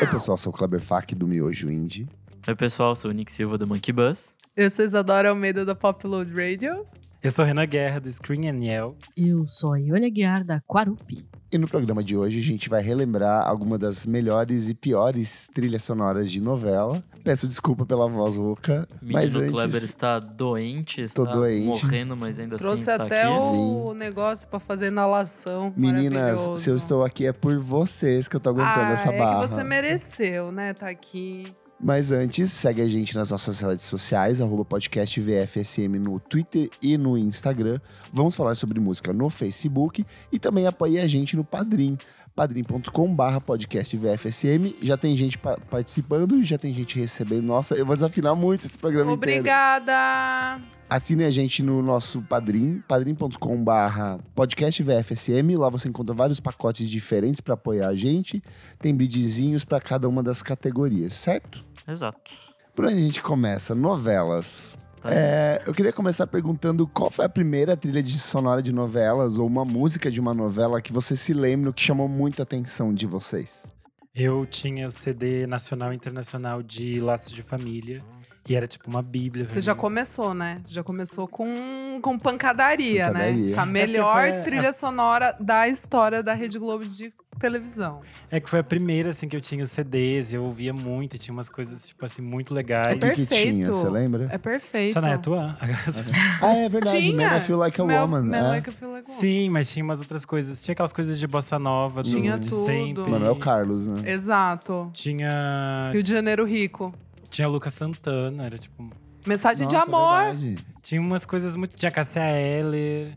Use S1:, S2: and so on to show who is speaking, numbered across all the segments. S1: Oi, pessoal, sou o Kleber Fak do Miojo Indie.
S2: Oi, pessoal, sou o Nick Silva do Monkey Bus.
S3: Eu sou Isadora Almeida da Popload Radio.
S4: Eu sou Renan Guerra, do Screen and Yell.
S5: Eu sou a Ione Guiar da Quarupi.
S1: E no programa de hoje a gente vai relembrar alguma das melhores e piores trilhas sonoras de novela. Peço desculpa pela voz rouca, mas
S2: Menino Kleber
S1: antes...
S2: está doente, está
S1: Tô doente.
S2: morrendo, mas ainda
S3: Trouxe
S2: assim tá
S3: até
S2: aqui.
S3: o negócio pra fazer inalação.
S1: Meninas,
S3: Maravilhoso.
S1: se eu estou aqui é por vocês que eu tô aguentando
S3: ah,
S1: essa
S3: é
S1: barra.
S3: que você mereceu, né? Tá aqui.
S1: Mas antes, segue a gente nas nossas redes sociais, arroba podcast VFSM no Twitter e no Instagram. Vamos falar sobre música no Facebook e também apoie a gente no Padrim, padrim.com barra podcast VFSM. Já tem gente pa- participando, já tem gente recebendo. Nossa, eu vou desafinar muito esse programa inteiro.
S3: Obrigada!
S1: Assine a gente no nosso Padrim, padrim.com barra podcast VFSM. Lá você encontra vários pacotes diferentes para apoiar a gente. Tem bidzinhos para cada uma das categorias, certo?
S2: Exato.
S1: Por onde a gente começa? Novelas.
S2: Tá
S1: É, eu queria começar perguntando qual foi a primeira trilha de sonora de novelas ou uma música de uma novela que você se lembra que chamou muita atenção de vocês.
S4: Eu tinha o CD nacional e internacional de Laços de Família. E era tipo uma bíblia.
S3: Você
S4: pra
S3: já
S4: mim.
S3: começou, né? Você já começou com, com pancadaria,
S1: Pancadaria.
S3: né? Com a melhor
S4: É porque foi-
S3: trilha sonora da história da Rede Globo de televisão.
S4: É que foi a primeira, assim, que eu tinha os CDs. Eu ouvia muito, tinha umas coisas, tipo assim, muito legais.
S3: É
S1: O que, que
S3: perfeito.
S1: tinha, você lembra?
S3: É perfeito.
S4: Só não é tua?
S1: Ah, é verdade.
S3: Tinha.
S1: Man, I Feel Like a
S3: Mel-
S1: Woman.
S3: Mel
S1: é.
S3: Like I Feel Like a Woman.
S4: Sim, mas tinha umas outras coisas. Tinha aquelas coisas de bossa nova, do-
S3: Tinha
S4: de
S3: tudo.
S4: sempre.
S1: Manuel Carlos, né?
S3: Exato.
S4: Tinha,
S3: Rio de Janeiro Rico.
S4: tinha Lucas Santana, era tipo...
S3: Mensagem de
S1: Nossa, é
S3: amor.
S1: verdade.
S4: Tinha umas coisas muito... Tinha Cassia Eller,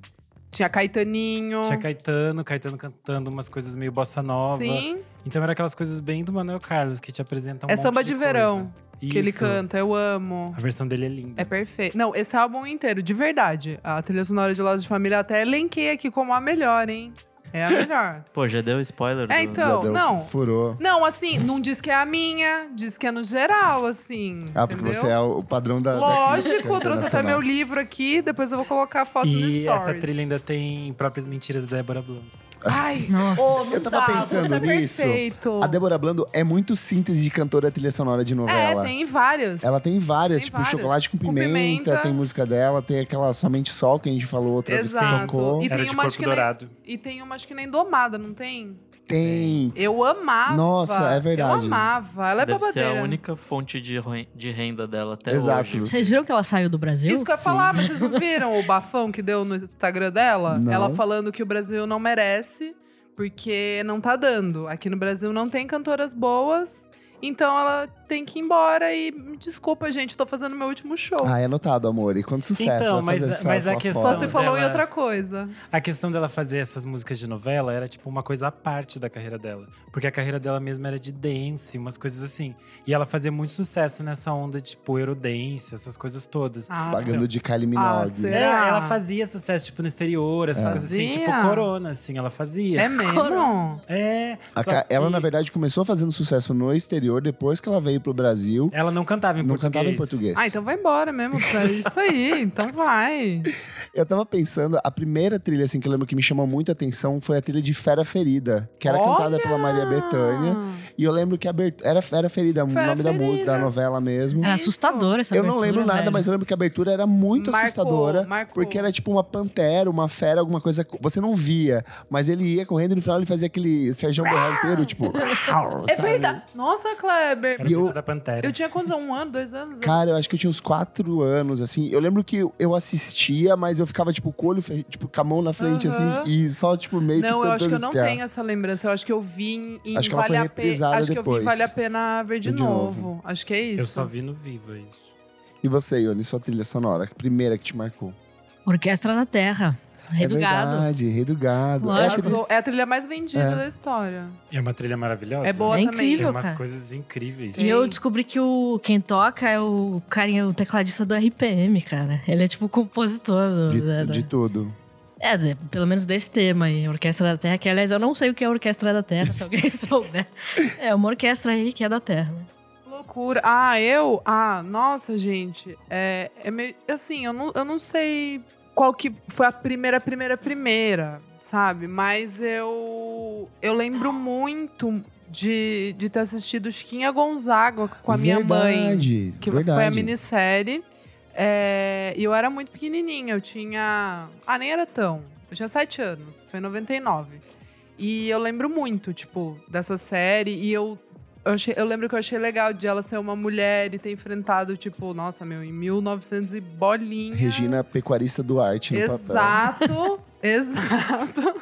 S3: Tinha Caetaninho.
S4: tinha Caetano, Caetano cantando umas coisas meio bossa nova.
S3: Hum. Sim.
S4: Então era aquelas coisas bem do Manuel Carlos, que te apresentam um
S3: é
S4: monte
S3: samba
S4: de
S3: de, verão
S4: coisa.
S3: que ele
S4: Isso.
S3: canta. Eu amo.
S4: A versão dele é linda.
S3: É perfeito. Não, esse álbum inteiro, de verdade. A trilha sonora de Laços de Família até elenquei aqui como a melhor, hein? É a melhor.
S2: Pô, já deu spoiler
S3: É,
S2: do...
S3: então.
S1: Já deu-
S3: não.
S1: Furou.
S3: não, assim, não diz que é a minha, diz que é no geral, assim.
S1: Ah, porque
S3: entendeu?
S1: você é o padrão da. da
S3: Lógico,
S1: crítica
S3: eu trouxe até
S1: internacional.
S3: meu livro aqui, depois eu vou colocar a foto no
S4: E
S3: stories.
S4: essa trilha ainda tem próprias mentiras da Débora Blanco.
S3: Ai,
S5: Nossa.
S3: ô, não
S1: Eu tava
S3: dá,
S1: pensando
S3: você é
S1: nisso.
S3: Perfeito.
S1: A Débora Blando é muito síntese de cantora trilha sonora de novela.
S3: É, tem vários.
S1: Ela tem várias,
S3: Tem
S1: tipo,
S3: várias.
S1: chocolate com
S3: Com
S1: pimenta,
S3: pimenta.
S1: tem música dela, tem aquela Somente Sol que a gente falou outra vez que
S3: Exato.
S1: tocou.
S3: E
S4: era
S3: tem
S4: de
S3: uma,
S4: corpo
S3: acho que nem-
S4: dourado.
S3: E tem uma, acho que nem domada, não tem?
S1: Tem.
S3: Eu amava.
S1: Nossa, é
S3: Eu
S1: verdade.
S3: amava. Ela é
S2: Deve ser
S3: babadeira.
S2: a única fonte de, ren- de renda dela até
S1: Exato.
S2: hoje.
S5: Vocês viram que ela saiu do Brasil?
S3: Isso que eu ia
S1: Sim.
S3: falar, mas vocês não viram o bafão que deu no Instagram dela?
S1: Não.
S3: Ela falando que o Brasil não merece, porque não tá dando. Aqui no Brasil não tem cantoras boas, então ela tem que ir embora e me desculpa, gente, tô fazendo meu último show.
S1: Ah, é anotado, amor. E quanto sucesso.
S4: Então,
S1: vai
S4: mas-
S1: fazer sucesso
S4: mas a
S1: lá
S4: questão-
S3: Só
S2: Então,
S1: fora.
S3: se falou em
S2: né,
S4: dela-
S3: outra coisa.
S4: A questão dela fazer essas músicas de novela era tipo uma coisa à parte da carreira dela. Porque a carreira dela mesma era de dance, umas coisas assim. E ela fazia muito sucesso nessa onda tipo Eurodance, essas coisas todas.
S3: Ah,
S1: Pagando de Kylie
S3: Ah,
S1: Minogue.
S3: será? É.
S4: É, ela fazia sucesso tipo no exterior, essas coisas assim,
S3: Fazia?
S4: tipo Corona, assim, ela fazia.
S3: é mesmo?
S4: É,
S1: A
S4: só
S1: Ca- Ela,
S4: que
S1: na verdade, começou fazendo sucesso no exterior depois que ela veio pro Brasil.
S4: ela não cantava em
S1: Não
S4: português.
S1: cantava em português.
S3: Ah, então vai embora mesmo. tá? Isso aí, então vai.
S1: Eu tava pensando, a primeira trilha assim, que eu lembro que me chamou muito a atenção foi a trilha de Fera Ferida, que era cantada pela Maria Bethânia. E eu lembro que a abert... era Fera Ferida, o
S3: Fera
S1: nome da música,
S3: Ferida.
S1: da novela mesmo.
S5: Era
S3: Isso.
S5: assustadora essa
S1: Eu não
S5: abertura,
S1: lembro nada,
S5: velho.
S1: mas eu lembro que a abertura era muito
S3: Marcou,
S1: assustadora.
S3: marcou.
S1: Porque era tipo uma pantera, uma fera, alguma coisa. que Você não via, mas ele ia correndo e no final ele fazia aquele Sergião Borrão inteiro, tipo.
S3: É
S1: sabe?
S3: verdade. Nossa, Kleber.
S4: Era
S1: E eu-
S4: feita da Pantera.
S3: Eu tinha quantos anos? Um ano, dois anos?
S1: Cara, eu acho que eu tinha uns quatro anos, assim. Eu lembro que eu assistia, mas eu ficava, tipo, com o olho, fe- tipo, com a mão na frente,
S3: Aham.
S1: assim, e só, tipo, meio que
S3: não, eu acho que eu não
S1: espiar.
S3: tenho essa lembrança. Eu acho que eu vi em- em
S1: Acho que ela
S3: Vale
S1: foi
S3: a Pena.
S1: reprisada
S3: Acho que eu vi
S1: depois.
S3: em Vale a Pena ver de,
S1: De novo.
S3: novo. Acho que é isso.
S4: Eu só vi no Viva isso.
S1: E você, Ione, sua trilha sonora, a primeira que te marcou.
S5: Orquestra da Terra. Rei
S1: é
S5: do Gado.
S1: verdade, redugado.
S5: Lógico.
S1: É, a
S3: Ela
S1: trilha-
S3: zo- É a trilha mais vendida
S1: É.
S3: da história.
S4: E é uma trilha maravilhosa.
S3: É boa É.
S5: É
S3: também.
S4: Tem
S5: incrível,
S4: umas
S5: cara.
S4: coisas incríveis.
S5: E
S3: Sim.
S5: eu descobri que o, quem toca é o carinha, o tecladista do RPM, cara. Ele é tipo o compositor. do- da-
S1: de,
S5: da-
S1: de tudo.
S5: É, de- pelo menos desse tema aí, Orquestra da Terra, que aliás eu não sei o que é Orquestra da Terra, se alguém souber. É uma orquestra aí que é da Terra. né?
S3: Loucura. loucura. Ah, eu? Ah, nossa, gente. É, é meio. Assim, eu não, eu não sei qual que foi a primeira, primeira, primeira, sabe? Mas eu. Eu lembro muito de, de ter assistido Chiquinha Gonzaga com a minha mãe.
S1: Verdade,
S3: Que
S1: verdade.
S3: foi a minissérie. É, e eu era muito pequenininha, eu tinha. Ah, nem era tão. Eu tinha sete anos, foi em 99. E eu lembro muito, tipo, dessa série. E eu, eu, achei- eu lembro que eu achei legal de ela ser uma mulher e ter enfrentado, tipo, nossa, meu, em 1900 e bolinha.
S1: Regina Pecuarista Duarte no papel.
S3: Exato, exato.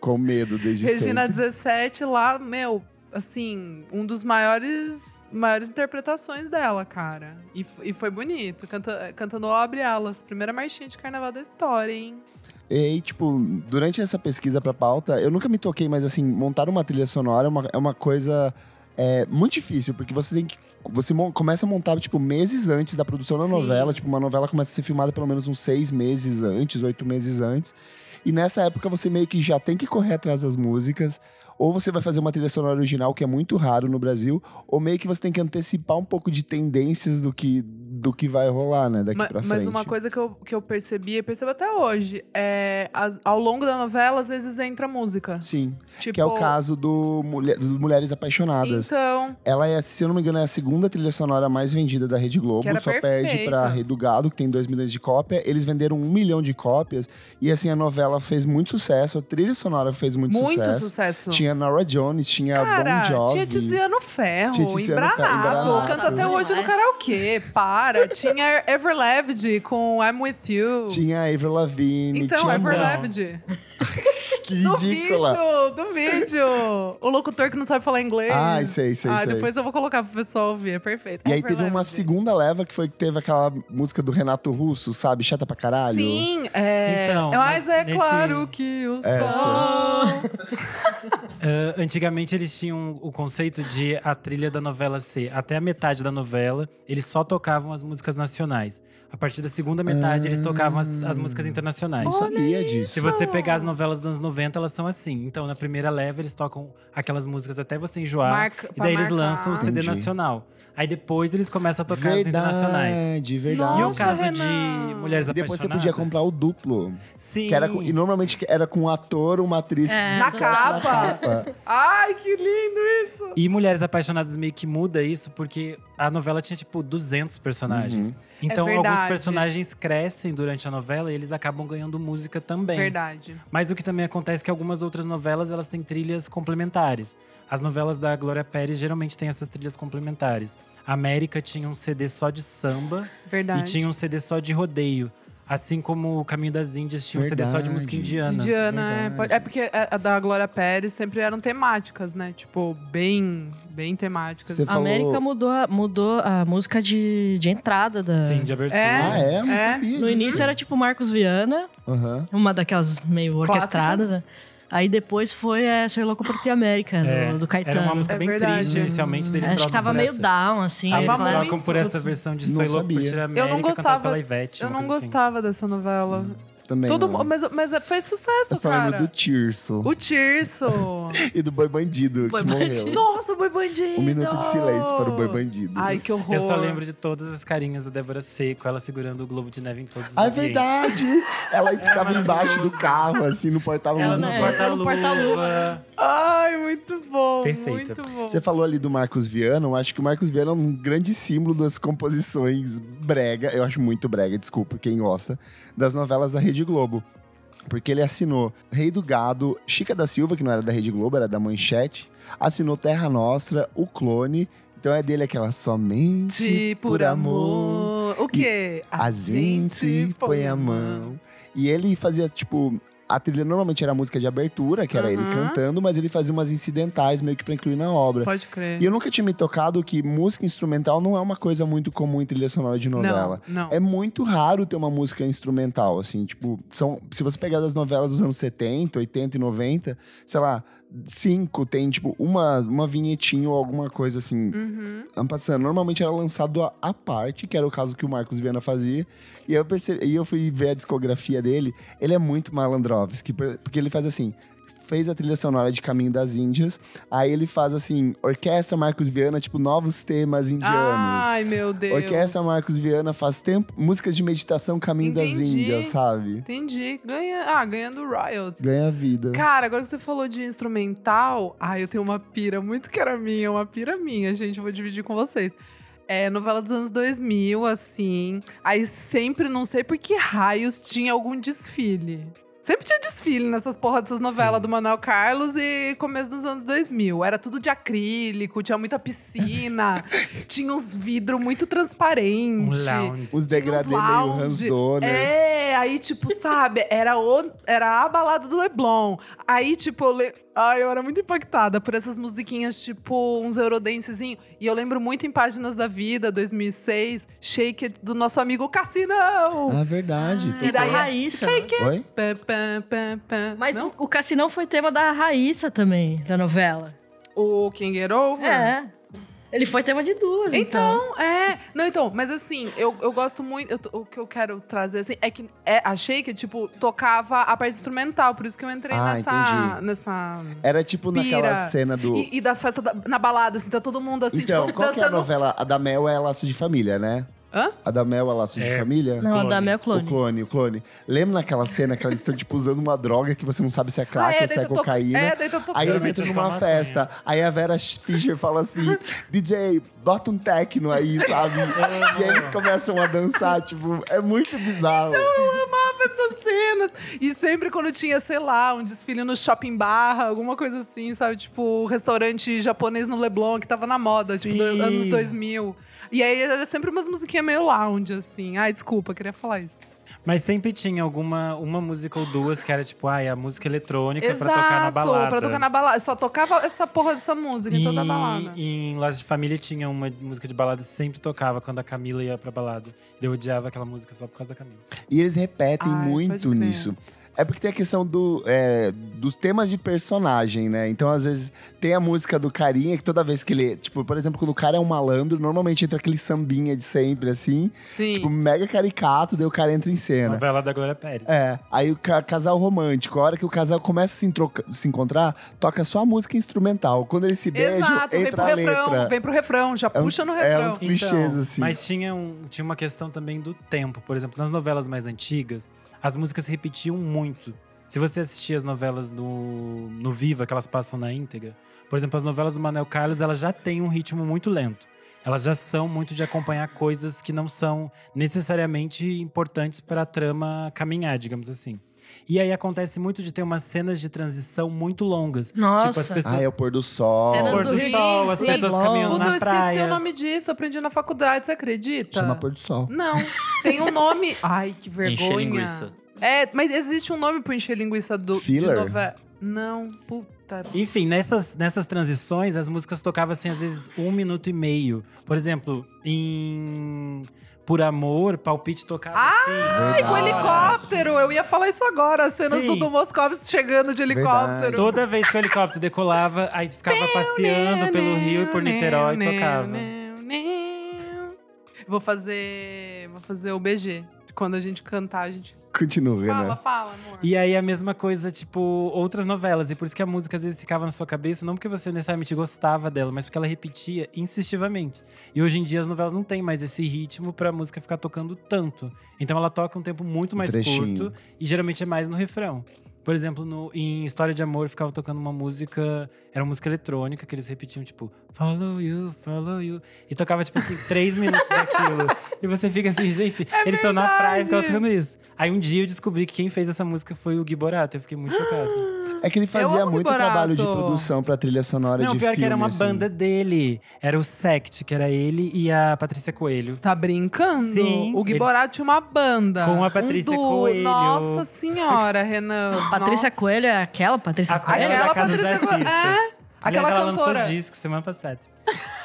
S1: Com medo desde
S3: Regina
S1: sempre.
S3: 17 lá, meu, assim, um dos maiores maiores interpretações dela, cara. E, f- e foi bonito, canta- cantando Abre Alas, primeira marchinha de carnaval da história, hein?
S1: E, tipo, durante essa pesquisa pra pauta, eu nunca me toquei, mas assim, montar uma trilha sonora é uma, é uma coisa é, muito difícil, porque você tem que. Você mon- começa a montar, tipo, meses antes da produção da
S3: Sim.
S1: novela. Tipo, uma novela começa a ser filmada pelo menos uns seis meses antes, oito meses antes. E nessa época você meio que já tem que correr atrás das músicas. Ou você vai fazer uma trilha sonora original, que é muito raro no Brasil, ou meio que você tem que antecipar um pouco de tendências do que, do que vai rolar, né? Daqui
S3: Ma-
S1: pra frente.
S3: mas uma coisa que eu, que eu percebi, e percebo até hoje, é as- ao longo da novela, às vezes entra música.
S1: Sim.
S3: Tipo,
S1: Que é o caso do, Mulher- do Mulheres Apaixonadas.
S3: Então,
S1: Ela é, se eu não me engano, é a segunda trilha sonora mais vendida da Rede Globo.
S3: Que era
S1: Só perde
S3: perfeita.
S1: pra Redugado, que tem 2 milhões de cópia. Eles venderam 1 milhão de cópias. E assim, a novela fez muito sucesso. A trilha sonora fez muito,
S3: muito
S1: sucesso.
S3: sucesso.
S1: Tinha Nora Jones, tinha
S3: Cara,
S1: Bon Jovi.
S3: tinha Tiziano Ferro,
S1: Tinha Tiziano Ferro,
S3: Embranato.
S1: Embranato.
S3: Canta até hoje no
S5: Demais.
S3: karaokê. Para. Tinha Everleved com I'm With You.
S1: Tinha Avril Lavigne.
S3: Então,
S1: tinha
S3: Everleved.
S1: Que
S3: Do
S1: ridícula.
S3: vídeo, do vídeo. O locutor que não sabe falar inglês.
S1: Ai, sei, sei,
S3: Ah,
S1: sei.
S3: depois eu vou colocar pro pessoal ouvir, é perfeito.
S1: E aí teve uma
S3: Everleved.
S1: segunda leva que foi que teve aquela música do Renato Russo, sabe? Chata pra caralho.
S3: Sim, é.
S4: Então,
S3: mas
S4: mas
S3: é
S4: nesse-
S3: claro que o
S1: É,
S3: sol.
S4: Ah, antigamente eles tinham o conceito de a trilha da novela ser até a metade da novela, eles só tocavam as músicas nacionais. A partir da segunda metade, eles tocavam as, as
S1: Ah.
S4: músicas internacionais.
S1: Não sabia disso.
S4: Se você pegar as novelas dos anos 90, elas são assim. Então, na primeira leva, eles tocam aquelas músicas até você enjoar.
S3: Marca-
S4: e daí
S3: pra
S4: eles
S3: marcar.
S4: lançam o CD
S1: Entendi.
S4: nacional. Aí depois eles começam a tocar as internacionais.
S1: Verdade, verdade.
S4: E o
S3: Nossa,
S4: caso
S3: Renan!
S4: de Mulheres
S1: E depois você
S4: Apaixonadas.
S1: podia comprar o duplo.
S4: Sim.
S1: Que era com- e normalmente era com um ator, uma atriz.
S5: É.
S3: Na
S1: sucesso
S3: capa.
S1: capa.
S3: Ai, que lindo isso.
S4: E Mulheres Apaixonadas meio que muda isso, porque a novela tinha, tipo, 200 personagens.
S1: Uhum.
S4: Então, alguns
S3: É verdade.
S4: personagens crescem durante a novela e eles acabam ganhando música também.
S3: Verdade.
S4: Mas o que também acontece é que algumas outras novelas, elas têm trilhas complementares. As novelas da Glória Pérez geralmente têm essas trilhas complementares. A América tinha um CD só de samba
S3: Verdade.
S4: e tinha um CD só de rodeio. Assim como o Caminho das Índias tinha um CD só de música
S1: Verdade.
S4: indiana.
S3: Indiana, é,
S1: Verdade.
S3: pode- é porque a a da Glória Pérez sempre eram temáticas, né? Tipo, bem, bem temáticas.
S1: Você
S5: A
S1: falou.
S5: América mudou, a- mudou a música de, de entrada da.
S4: Sim, de abertura.
S3: É.
S1: Ah, é? Eu Não
S3: É.
S1: sabia.
S5: No
S1: disso.
S5: início era tipo Marcos Viana,
S1: Aham.
S5: uma daquelas meio orquestradas. né? Aí depois foi é, Soy Louco por Ti América,
S4: É,
S5: do, do Caetano. É,
S4: Era uma música
S3: É
S4: bem
S3: verdade.
S4: triste inicialmente, deles
S5: Acho que
S4: trocam
S5: tava
S4: por
S5: meio
S4: essa.
S5: down, assim.
S4: Aí
S3: Tava
S4: eles
S5: eles falaram-
S4: trocam por essa versão de
S1: Não
S4: Soy Louco por
S1: sabia.
S4: Tirar
S3: não
S4: América, cantada
S3: gostava-
S4: pela Ivete.
S3: Eu
S4: uma
S3: não
S4: coisa assim.
S3: gostava dessa novela.
S1: Também.
S3: Todo,
S1: não.
S3: mu- mas, mas fez sucesso,
S1: Eu só
S3: cara.
S1: lembro do Tirso
S3: O Tirso.
S1: e do Boi Bandido,
S5: Boi
S1: que
S5: Bandido.
S1: morreu.
S3: Nossa, o Boi Bandido.
S1: Um minuto de silêncio para o Boi Bandido.
S3: Ai, que horror.
S4: Eu só lembro de todas as carinhas da Débora Seco, ela segurando o Globo de Neve em todos os
S1: Ah, é
S4: ambientes.
S1: verdade! Ela ficava embaixo do carro, assim, no portava
S5: Ela
S4: Ela
S5: não
S4: no
S5: é.
S4: porta-luva.
S3: Ai, muito bom.
S4: Perfeita.
S3: Muito bom.
S1: Você falou ali do Marcos Viana, eu acho que o Marcos Viana é um grande símbolo das composições brega, eu acho muito brega, desculpa quem gosta, das novelas da Rede Globo. Porque ele assinou Rei do Gado, Chica da Silva, que não era da Rede Globo, era da Manchete, assinou Terra Nostra, O Clone, então é dele aquela somente
S3: Te por amor. assim O quê?
S1: a gente põe a mão. E ele fazia, tipo, a trilha normalmente era a música de abertura, que era ele
S3: Aham.
S1: cantando, mas ele fazia umas incidentais meio que pra incluir na obra.
S3: Pode crer.
S1: E eu nunca tinha me tocado que música instrumental não é uma coisa muito comum em trilha sonora de novela.
S3: Não, não.
S1: É muito raro ter uma música instrumental, assim, tipo, são, se você pegar das novelas dos anos 70, 80 e 90, sei lá, cinco tem, tipo, uma, uma vinhetinha ou alguma coisa assim,
S3: Uhum.
S1: passando. Normalmente era lançado a- à parte, que era o caso que o Marcos Viana fazia. E eu percebi, e eu fui ver a discografia dele. Ele é muito Malandrovski, por- porque ele faz assim. fez a trilha sonora de Caminho das Índias. Aí ele faz assim, Orquestra Marcos Viana, tipo, novos temas indianos.
S3: Ai, meu Deus.
S1: Orquestra Marcos Viana faz tempo, músicas de meditação Caminho das
S3: Entendi.
S1: Índias, sabe?
S3: Entendi. Ganha... Ah, ganhando royalties.
S1: Ganha vida.
S3: Cara, agora que você falou de instrumental, ai, eu tenho uma pira muito que era minha, uma pira minha, gente, eu vou dividir com vocês. É, novela dos anos 2000, assim. Aí sempre, não sei por que raios, tinha algum desfile. Sempre tinha desfile nessas porra dessas novelas do Manuel Carlos e começo dos anos 2000. Era tudo de acrílico, tinha muita piscina, tinha uns vidros muito
S4: Um
S3: transparentes.
S4: lounge.
S1: Os degradê meio
S3: lounge.
S1: Hans Donner. né?
S3: É, aí, tipo, sabe, era, o, era a balada do Leblon. Aí, tipo, eu, le... Ai, eu era muito impactada por essas musiquinhas, tipo, uns eurodancezinhos. E eu lembro muito em Páginas da Vida, 2006, Shake It, do nosso amigo Cassinão.
S1: Ah, verdade.
S5: Ah,
S1: tem
S5: é da
S1: como-
S5: Raíssa.
S3: Shake it.
S1: Oi?
S3: Pã, pã, pã, pã.
S5: Mas
S3: Não?
S5: o, o Cassinão foi tema da Raíssa também, da novela.
S3: o King It Over?
S5: É. Ele foi tema de duas, então.
S3: Então, é. Não, então, mas assim, eu, eu gosto muito. eu tô- o que eu quero trazer, assim, é que é, achei que, tipo, tocava a parte instrumental, por isso que eu entrei
S1: Ah,
S3: nessa.
S1: entendi.
S3: Nessa.
S1: Era tipo naquela
S3: Pira.
S1: cena do.
S3: E, e da festa da- na balada, assim, tá todo mundo assim,
S1: Então,
S3: tipo,
S1: qual que é a
S3: dançando.
S1: novela? A da Mel é Laço de Família, né?
S3: Hã?
S1: A da Mel é Laço de
S4: É.
S1: Família?
S3: Então.
S5: Não, a
S4: Clone.
S5: da Mel
S1: O
S5: Clone.
S1: clone, o clone. Lembra naquela cena que eles estão, tipo, usando uma droga que você não sabe se é crack
S3: Ah, é,
S1: ou se é
S3: daí tá to-
S1: cocaína?
S3: é, daí tá tocando.
S1: Aí eles
S4: Geralmente
S1: entram
S4: é só
S1: numa
S4: maconha.
S1: festa. Aí a Vera Fischer fala assim: DJ, bota um techno aí, sabe? e aí eles começam a dançar, tipo, é muito bizarro.
S3: Eu amava essas cenas. E sempre quando tinha, sei lá, um desfile no shopping barra, alguma coisa assim, sabe? Tipo, o restaurante japonês no Leblon, que tava na moda, tipo,
S4: Sim.
S3: do- anos 2000. E aí era sempre umas musiquinhas meio lounge, assim. Ai, desculpa, queria falar isso.
S4: Mas sempre tinha alguma uma música ou duas que era tipo, ai, a música eletrônica pra tocar na balada.
S3: pra tocar na balada. Só tocava essa porra dessa música em toda a balada.
S1: Tipo,
S4: E em Laços de Família tinha uma música de balada que sempre tocava quando a Camila ia pra balada. E Eu odiava aquela música só por causa da Camila.
S1: E eles repetem
S3: Ai,
S1: muito
S3: pode crer.
S1: nisso. É porque tem a questão do, é, dos temas de personagem, né? Então, às vezes, tem a música do carinha que toda vez que ele. Tipo, por exemplo, quando o cara é um malandro, normalmente entra aquele sambinha de sempre, assim.
S3: Sim.
S1: Tipo, mega caricato, daí o cara entra em cena.
S4: Novela da Glória Pérez.
S1: É, aí o ca- casal romântico, a hora que o casal começa a se, entroca- se encontrar, toca só a música instrumental. Quando eles se beijam,
S3: Exato, vem pro
S1: entra a
S3: refrão,
S1: letra.
S3: vem pro refrão, já
S1: É uns-
S3: puxa no
S1: é
S3: refrão.
S1: uns- clichês, assim.
S4: Então, Mas tinha, um, tinha uma questão também do tempo. Por exemplo, nas novelas mais antigas, as músicas se repetiam muito. Se você assistir as novelas no, no Viva, que elas passam na íntegra, por exemplo, as novelas do Manuel Carlos, elas já têm um ritmo muito lento. Elas já são muito de acompanhar coisas que não são necessariamente importantes para a trama caminhar, digamos assim. E aí acontece muito de ter umas cenas de transição muito longas. Tipo, as
S5: Nossa.
S4: pessoas
S1: Ah, é o pôr do sol.
S5: Cenas
S4: pôr
S5: do
S4: do
S5: Rio,
S4: sol, as
S5: sim.
S4: pessoas
S5: Leblon.
S4: caminhando
S5: Então,
S3: Puta, eu
S4: na
S3: esqueci o
S4: praia.
S3: nome disso, eu aprendi na faculdade, você acredita?
S1: Chama pôr do sol.
S3: Não, tem um nome. Ai, que vergonha.
S2: Encher linguiça.
S3: É, mas existe um nome pro encher linguiça do
S1: Filler?
S3: de novela. Não, puta.
S4: Enfim, nessas, nessas transições, as músicas tocavam, assim, às vezes, um minuto e meio. Por exemplo, em Por Amor, Palpite tocava
S3: Ah,
S4: assim.
S3: Ai, com helicóptero! Eu ia falar isso agora, as cenas
S4: Sim.
S3: do Dom Moscovitz chegando de helicóptero.
S4: Toda vez que o helicóptero decolava, aí ficava passeando pelo Rio e por Niterói e tocava.
S3: Vou fazer. Vou fazer o BG. Quando a gente cantar, a gente.
S1: Continua,
S3: Fala,
S1: Renan.
S3: fala, amor.
S4: E aí a mesma coisa, tipo, outras novelas. E por isso que a música às vezes ficava na sua cabeça, não porque você necessariamente gostava dela, mas porque ela repetia insistivamente. E hoje em dia as novelas não têm mais esse ritmo pra música ficar tocando tanto. Então ela toca um tempo muito
S1: Um
S4: mais
S1: trechinho.
S4: curto e geralmente é mais no refrão. Por exemplo, no- em História de Amor ficava tocando uma música, era uma música eletrônica que eles repetiam, tipo, follow you, follow you. E tocava, tipo assim, três minutos daquilo. E você fica assim, gente,
S1: É
S4: eles estão na praia e ficam
S3: verdade.
S4: tocando isso. Aí um dia eu descobri que quem fez essa música foi o Gui Borato. Eu fiquei muito chocado.
S1: É que ele fazia
S3: amo
S1: muito
S3: Liberato.
S1: trabalho de produção pra trilha sonora
S4: Não,
S1: de
S4: pior que era
S1: filme,
S4: uma
S1: assim.
S4: banda dele. Era o Sect, que era ele e a Patrícia Coelho.
S3: Tá brincando?
S4: Sim,
S3: o Gui
S4: eles-
S3: Borá tinha uma banda.
S4: Com a Patrícia
S3: um duo.
S4: Coelho.
S3: Nossa senhora, Renan.
S5: Patrícia
S3: Nossa.
S5: Coelho é aquela? Patrícia
S4: A
S5: Coelho?
S4: Aquela
S3: Aquela
S4: da Casa dos
S3: Patrícia Coelho.
S4: Artistas.
S3: É, aquela
S4: Aliás, ela
S3: cantora.
S4: lançou disco semana passada.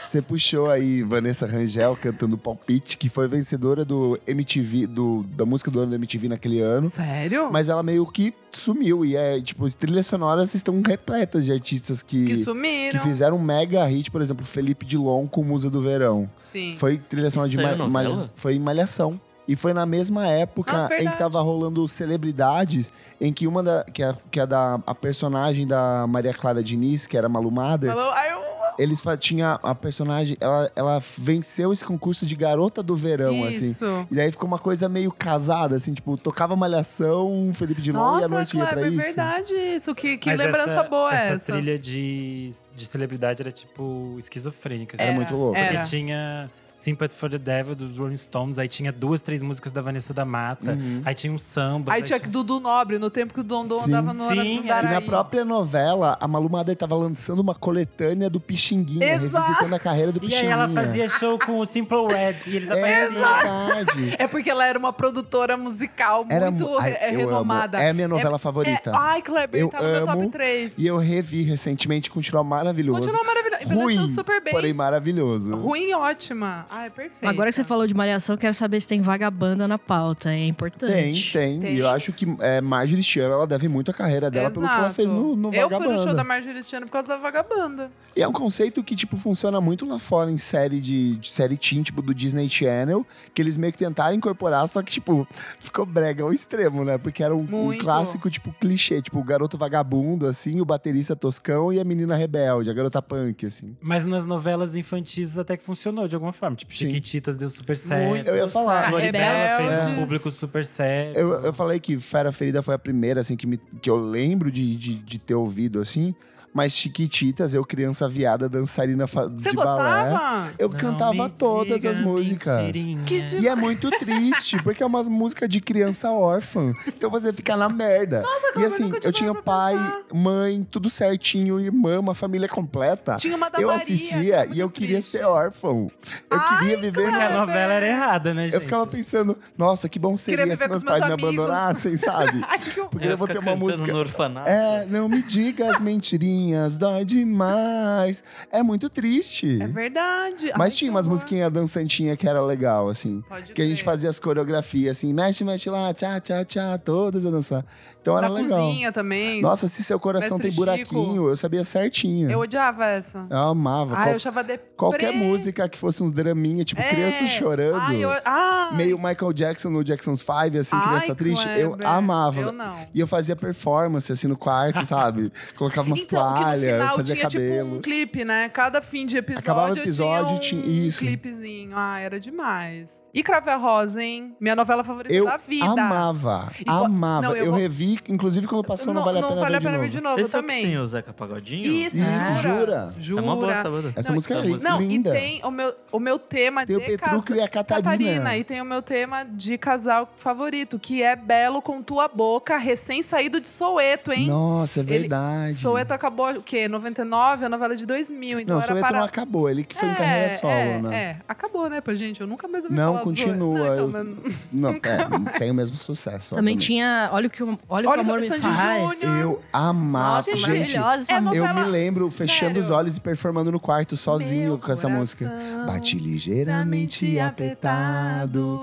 S1: Você puxou aí Vanessa Rangel cantando Palpite, que foi vencedora do MTV, do, da música do ano do MTV naquele ano.
S3: Sério?
S1: Mas ela meio que sumiu. E é, tipo, as trilhas sonoras estão repletas de artistas que,
S3: que
S1: que
S3: sumiram.
S1: fizeram um mega hit, por exemplo, Felipe Dilon com Musa do Verão.
S3: Sim.
S1: Foi trilha sonora de
S2: Isso
S1: ma
S4: é
S2: saiu
S1: Malha-
S2: novela?
S1: Foi em Malhação. E foi na mesma época
S3: Nossa,
S1: em que
S3: verdade.
S1: tava rolando celebridades, em que uma da. que é, que é da a personagem da Maria Clara Diniz, que era Malu Mader,
S3: Falou, ai, eu
S1: eles fa- tinha a personagem, ela, ela venceu esse concurso de garota do verão, assim.
S3: Isso.
S1: E daí ficou uma coisa meio casada, assim, tipo, tocava malhação, um Felipe de Novo e a
S3: Nossa,
S1: noite ia
S3: Kleber,
S1: pra
S3: é
S1: isso.
S3: verdade isso. Que, que
S4: Mas
S3: lembrança boa é
S4: essa?
S3: essa.
S4: Essa trilha de, de celebridade era, tipo, esquizofrênica. assim.
S1: Era muito louco.
S3: é.
S4: Porque
S3: Era.
S4: tinha Sympathy for the Devil dos Rolling Stones, aí tinha duas, três músicas da Vanessa da Mata,
S1: Uhum.
S4: aí tinha um samba.
S3: Aí tinha que Dudu Nobre, no tempo que o Dondon
S1: Sim.
S3: andava no,
S4: Sim,
S3: no
S4: e
S1: E
S3: Daraí.
S1: na própria novela, a Malu Mader tava lançando uma coletânea do Pixinguinha,
S3: Exato.
S1: revisitando a carreira do
S4: E
S1: Pixinguinha.
S4: aí ela fazia show com o Simple Reds e eles
S3: Tá
S1: É
S4: apareciam.
S1: verdade.
S3: É porque ela era uma produtora musical
S1: Era
S3: muito
S1: mu- Ai,
S3: re- é,
S1: eu amo.
S3: renomada.
S1: É a minha novela
S3: É,
S1: favorita.
S3: ai, Kleber,
S1: Eu
S3: tá no meu top
S1: amo
S3: 3.
S1: E eu revi recentemente, continua maravilhoso.
S3: Continua maravilhosa. Envelheceu
S1: Ruim,
S3: super bem.
S1: porém maravilhoso.
S3: Ruim e ótima. Ah, é Ai, perfeito.
S5: Agora que você falou de malhação, quero saber se tem vagabanda na pauta. É importante.
S1: Tem, tem,
S3: Tem.
S1: E eu acho que é, Marjorie Chiano, ela deve muito à carreira dela pelo que ela
S3: Exato.
S1: fez no, no
S3: Eu fui
S1: Vagabanda.
S3: no show da Marjorie Stiano por causa da Vagabanda.
S1: E é um conceito que, tipo, funciona muito lá fora em série de, de série teen, tipo, do Disney Channel, que eles meio que tentaram incorporar, só que, tipo, ficou brega ao extremo, né? Porque era um, um
S3: Muito.
S1: clássico, tipo, clichê, tipo, o garoto vagabundo, assim, o baterista toscão e a menina rebelde, a garota punk, assim.
S4: Mas nas novelas infantis até que funcionou de alguma forma. Tipo,
S1: Sim.
S4: Chiquititas deu super certo.
S1: Eu ia falar.
S5: Ah,
S3: é
S4: Floribela fez um
S3: Rebeldes.
S4: público super certo.
S1: Eu, eu falei que Fera Ferida foi a primeira, assim, que, me, que eu lembro de, de, de ter ouvido, assim. Mas Chiquititas, eu criança viada, dançarina fa- de
S3: Você
S1: balé.
S3: gostava?
S1: Eu
S4: Não
S1: cantava
S4: me
S1: todas
S4: diga
S1: as músicas.
S4: mentirinha.
S3: Que de-
S1: E é muito triste, porque é umas músicas de criança órfã. Então você fica na merda.
S3: Nossa,
S1: e
S3: Kleber,
S1: assim,
S3: nunca
S1: eu
S3: tinha
S1: tinha
S3: parado pra
S1: pai,
S3: pensar.
S1: mãe, tudo certinho, irmã, uma família completa.
S3: Tinha uma da
S1: eu
S3: Maria, é que
S1: assistia
S3: era muito
S1: e eu queria
S3: triste.
S1: ser órfão. Eu
S3: Ai,
S1: queria viver.
S4: Porque a novela era errada, né, gente?
S1: Eu ficava pensando, nossa, que bom seria
S3: viver
S1: se
S3: com
S1: meus
S3: os meus
S1: pais me
S3: amigos.
S1: abandonassem, sabe?
S3: Ai, que horror.
S1: Porque eu vou ter uma música.
S2: no orfanato.
S1: É, não me diga as mentirinhas, dói demais. É muito triste.
S3: É verdade.
S1: Mas
S3: Ai,
S1: tinha
S3: que
S1: umas
S3: horror.
S1: musiquinhas dançantinhas que era legal, assim.
S3: Pode
S1: Que a gente
S3: crer.
S1: fazia as coreografias, assim, mexe, mexe lá, tchá, tchá, tchá, todas a dançar. Então era
S3: da
S1: legal.
S3: cozinha também.
S1: Nossa, se seu coração
S3: Mestre
S1: tem buraquinho,
S3: Chico.
S1: eu sabia certinho.
S3: Eu
S1: Eu,
S3: odiava essa.
S1: amava.
S3: Ah,
S1: Qual-
S3: eu achava de
S1: Qualquer música que fosse uns draminha, tipo, criança chorando.
S3: É. Ai, eu... ah,
S1: Meio Michael Jackson no Jackson's Five, assim, criança
S3: Ai,
S1: triste.
S3: Kleber,
S1: Eu amava.
S3: Eu não.
S1: E eu fazia performance, assim, no quarto, sabe? Colocava umas
S3: então, que no
S1: toalhas,
S3: final
S1: fazia
S3: tinha
S1: cabelo.
S3: tipo um clipe, né? Cada fim de episódio,
S1: Acabava o episódio,
S3: tinha um
S1: tinha- isso.
S3: clipezinho. Ah, era demais. E Crave a Rosa, hein? Minha novela favorita
S1: Eu
S3: da vida.
S1: amava,
S3: E qual-
S1: amava.
S3: Não, eu
S1: eu
S3: vou-
S1: revi, inclusive quando passou, não, vale a pena ver de novo.
S3: ver de novo,
S2: Esse é o que
S3: também.
S2: tem o Zeca Pagodinho?
S3: Isso,
S1: Isso, jura?
S3: Jura.
S2: É uma boa essa banda.
S1: Essa
S3: Não,
S1: música é
S2: isso-
S3: Não,
S1: linda.
S3: e tem o meu, o meu tema
S1: Tem o
S3: de
S1: Petrúquio
S3: casa-
S1: e a Catarina.
S3: E tem o meu tema de casal favorito, que é Belo com Tua Boca, recém-saído de Soweto, hein?
S1: Nossa, é
S3: Ele-
S1: verdade.
S3: Soweto acabou, o quê? 99? A novela de 2000, então
S1: Não,
S3: era
S1: Soweto é
S3: para...
S1: não acabou, ele que foi em carreira solo,
S3: é,
S1: né?
S3: É, acabou, né, pra gente? Eu nunca mais ouvi
S1: Não,
S3: falar do Soweto.
S1: continua,
S3: Não, então,
S1: eu-
S3: mas-
S1: Não, é, sem o mesmo sucesso.
S5: Também
S1: obviamente.
S5: tinha. Olha o que, o- olha o que
S3: Olha
S5: o amor
S3: o
S5: me
S3: Sandy
S5: faz.
S3: Júnior.
S1: Eu amava,
S5: Nossa,
S1: gente.
S5: maravilhosa essa
S3: É
S5: música.
S1: Eu
S3: Novela-
S1: me lembro fechando os
S3: Sério?
S1: olhos e performando no quarto sozinho
S3: Meu
S1: com essa música.
S3: coração
S1: Bati ligeiramente tá apertado,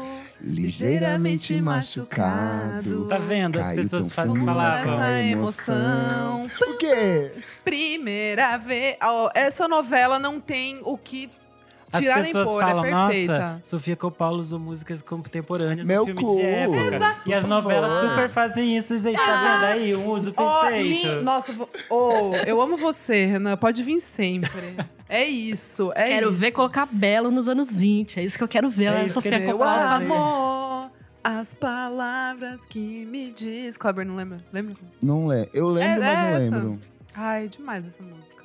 S1: ligeiramente machucado.
S4: Tá vendo? As
S1: Caí
S4: pessoas
S1: tão
S4: falam-
S1: fundo
S4: falavam.
S1: nessa
S3: Essa emoção.
S1: Por quê?
S3: Primeira vez. Ó, essa novela não tem o que
S4: As
S3: tirar nem
S4: pessoas
S3: pôr,
S4: falam,
S3: é perfeita.
S4: nossa, Sofia Coppola usou músicas contemporâneas
S1: Meu
S4: no filme
S1: cu.
S4: de época.
S1: Exato.
S4: E as
S1: Por
S4: novelas
S1: favor.
S4: super fazem isso, gente. Tá vendo aí? Um uso
S3: Ó,
S4: perfeito.
S3: Lin- Nossa, vo- ô, eu amo você, Renan. Pode vir sempre. É isso, é
S5: quero
S3: isso.
S5: ver colocar Belo nos anos 20. É isso que eu quero ver.
S4: É
S5: Ela
S4: isso que
S5: Sofia
S4: eles
S3: Meu
S5: Coppola.
S4: fazem.
S3: amor, as palavras que me diz. Kleber, não lembra? Lembra?
S1: Não lembro. Eu lembro,
S3: É-
S1: mas não
S3: é essa.
S1: lembro.
S3: Ai, demais essa música.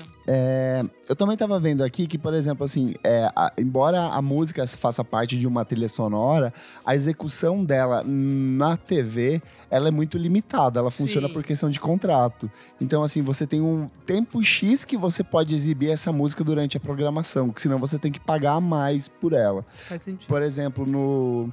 S1: Eu também tava vendo aqui que, por exemplo, assim, é, a- embora a música faça parte de uma trilha sonora, a execução dela na TV, ela é muito limitada, ela funciona
S3: Sim.
S1: por questão de contrato. Então, assim, você tem um tempo X que você pode exibir essa música durante a programação, que senão você tem que pagar mais por ela.
S3: Faz sentido.
S1: Por exemplo, no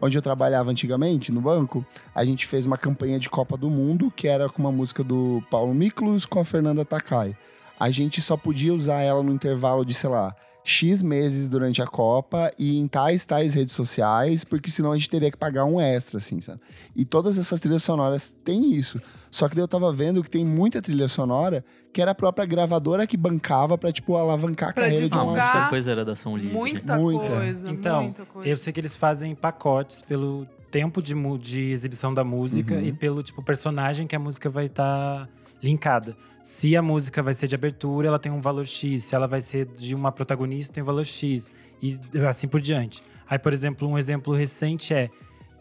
S1: onde eu trabalhava antigamente, no banco, a gente fez uma campanha de Copa do Mundo, que era com uma música do Paulo Miklos com a Fernanda Takai. A gente só podia usar ela no intervalo de, sei lá, X meses durante a Copa e em tais, tais redes sociais, porque senão a gente teria que pagar um extra, assim, sabe? E todas essas trilhas sonoras têm isso. Só que daí eu tava vendo que tem muita trilha sonora que era a própria gravadora que bancava pra, tipo, alavancar a
S3: Pra
S1: carreira de
S2: Ah,
S1: um
S3: divulgar.
S2: muita coisa era da
S4: um
S2: Som Livre.
S3: Muita,
S1: Muita.
S3: coisa,
S4: Então,
S3: muita coisa.
S4: Eu sei que eles fazem pacotes pelo tempo de, mu- de exibição da música
S1: Uhum.
S4: e pelo tipo personagem que a música vai estar linkada. Se a música vai ser de abertura, ela tem um valor X. Se ela vai ser de uma protagonista, tem um valor X. E assim por diante. Aí, por exemplo, um exemplo recente é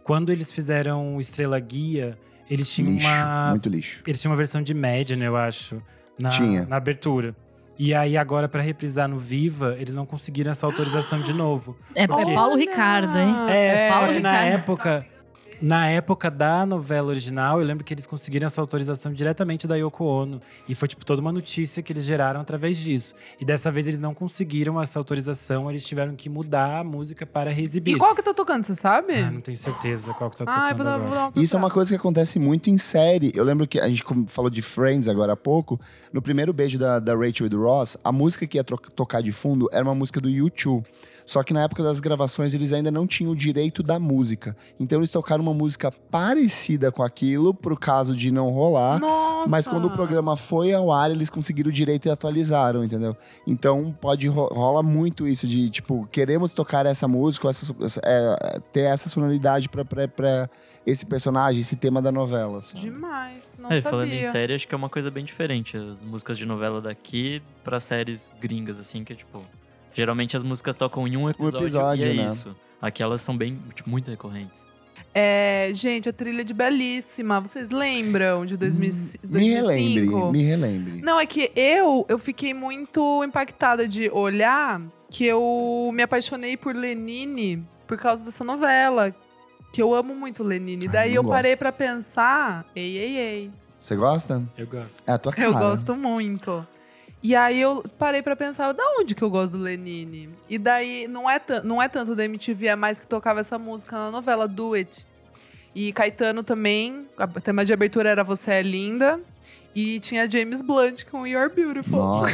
S4: quando eles fizeram Estrela Guia, eles tinham
S1: lixo,
S4: uma
S1: muito lixo.
S4: eles tinham uma versão de Madden, eu acho, na,
S1: Tinha.
S4: na abertura. E aí agora pra reprisar no Viva, eles não conseguiram essa autorização de novo.
S5: É, é
S4: Por quê?
S5: Paulo Ricardo, hein?
S4: É,
S5: Paulo
S4: só que na
S5: Ricardo.
S4: época, na época da novela original, eu lembro que eles conseguiram essa autorização diretamente da Yoko Ono e foi tipo toda uma notícia que eles geraram através disso. E dessa vez eles não conseguiram essa autorização, eles tiveram que mudar a música para reexibir.
S3: E qual que tá tocando, você sabe?
S4: Ah, não tenho certeza qual que tá tocando
S3: Ai, vou dar,
S4: agora.
S3: vou dar uma
S1: Isso é
S3: procurada.
S1: uma coisa que acontece muito em série. Eu lembro que a gente com- falou de Friends agora há pouco. No primeiro beijo da, da Rachel e do Ross, a música que ia tro- tocar de fundo era uma música do U2. Só que na época das gravações eles ainda não tinham o direito da música. Então eles tocaram uma música parecida com aquilo, pro caso de não rolar.
S3: Nossa!
S1: Mas quando o programa foi ao ar, eles conseguiram o direito e atualizaram, entendeu? Então pode ro- rola muito isso de tipo, queremos tocar essa música, ou essa, so- essa- é, ter essa sonoridade pra, pra, pra esse personagem, esse tema da novela. sabe?
S3: Demais, não
S2: É,
S3: sabia.
S2: falando em série, acho que é uma coisa bem diferente. As músicas de novela daqui pra séries gringas, assim, que é tipo. Geralmente as músicas tocam em um episódio,
S1: episódio,
S2: e é
S1: né?
S2: isso. Aqui elas são bem, tipo, muito recorrentes.
S3: É, gente, a trilha de Belíssima, vocês lembram de 2000,
S1: Hum, Me
S3: 2005?
S1: relembre, me relembre.
S3: Não, é que eu, eu fiquei muito impactada de olhar que eu me apaixonei por Lenine por causa dessa novela. Que eu amo muito Lenine.
S1: Ah,
S3: Daí
S1: eu
S3: eu
S1: não
S3: parei
S1: gosto.
S3: pra pensar, ei, ei, ei.
S1: Você gosta?
S4: Eu gosto.
S1: É a tua cara.
S3: Eu gosto muito. E aí eu parei pra pensar, da onde que eu gosto do Lenine? E daí não é, tan- não é tanto da MTV, é mais que tocava essa música na novela Do It. E Caetano também, a- o tema de abertura era Você é Linda. E tinha James Blunt com You're Beautiful.
S1: Nossa,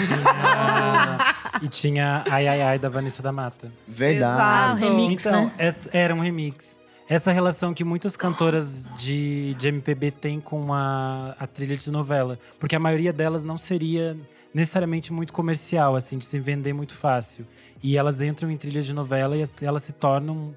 S4: e tinha Ai Ai Ai da Vanessa da Mata.
S1: verdade.
S5: Ah, o remix,
S4: então,
S5: né?
S4: essa- era um remix. Essa relação que muitas cantoras de, de MPB têm com a, a trilha de novela. Porque a maioria delas não seria necessariamente muito comercial, assim, de se vender muito fácil. E elas entram em trilhas de novela e as- elas se tornam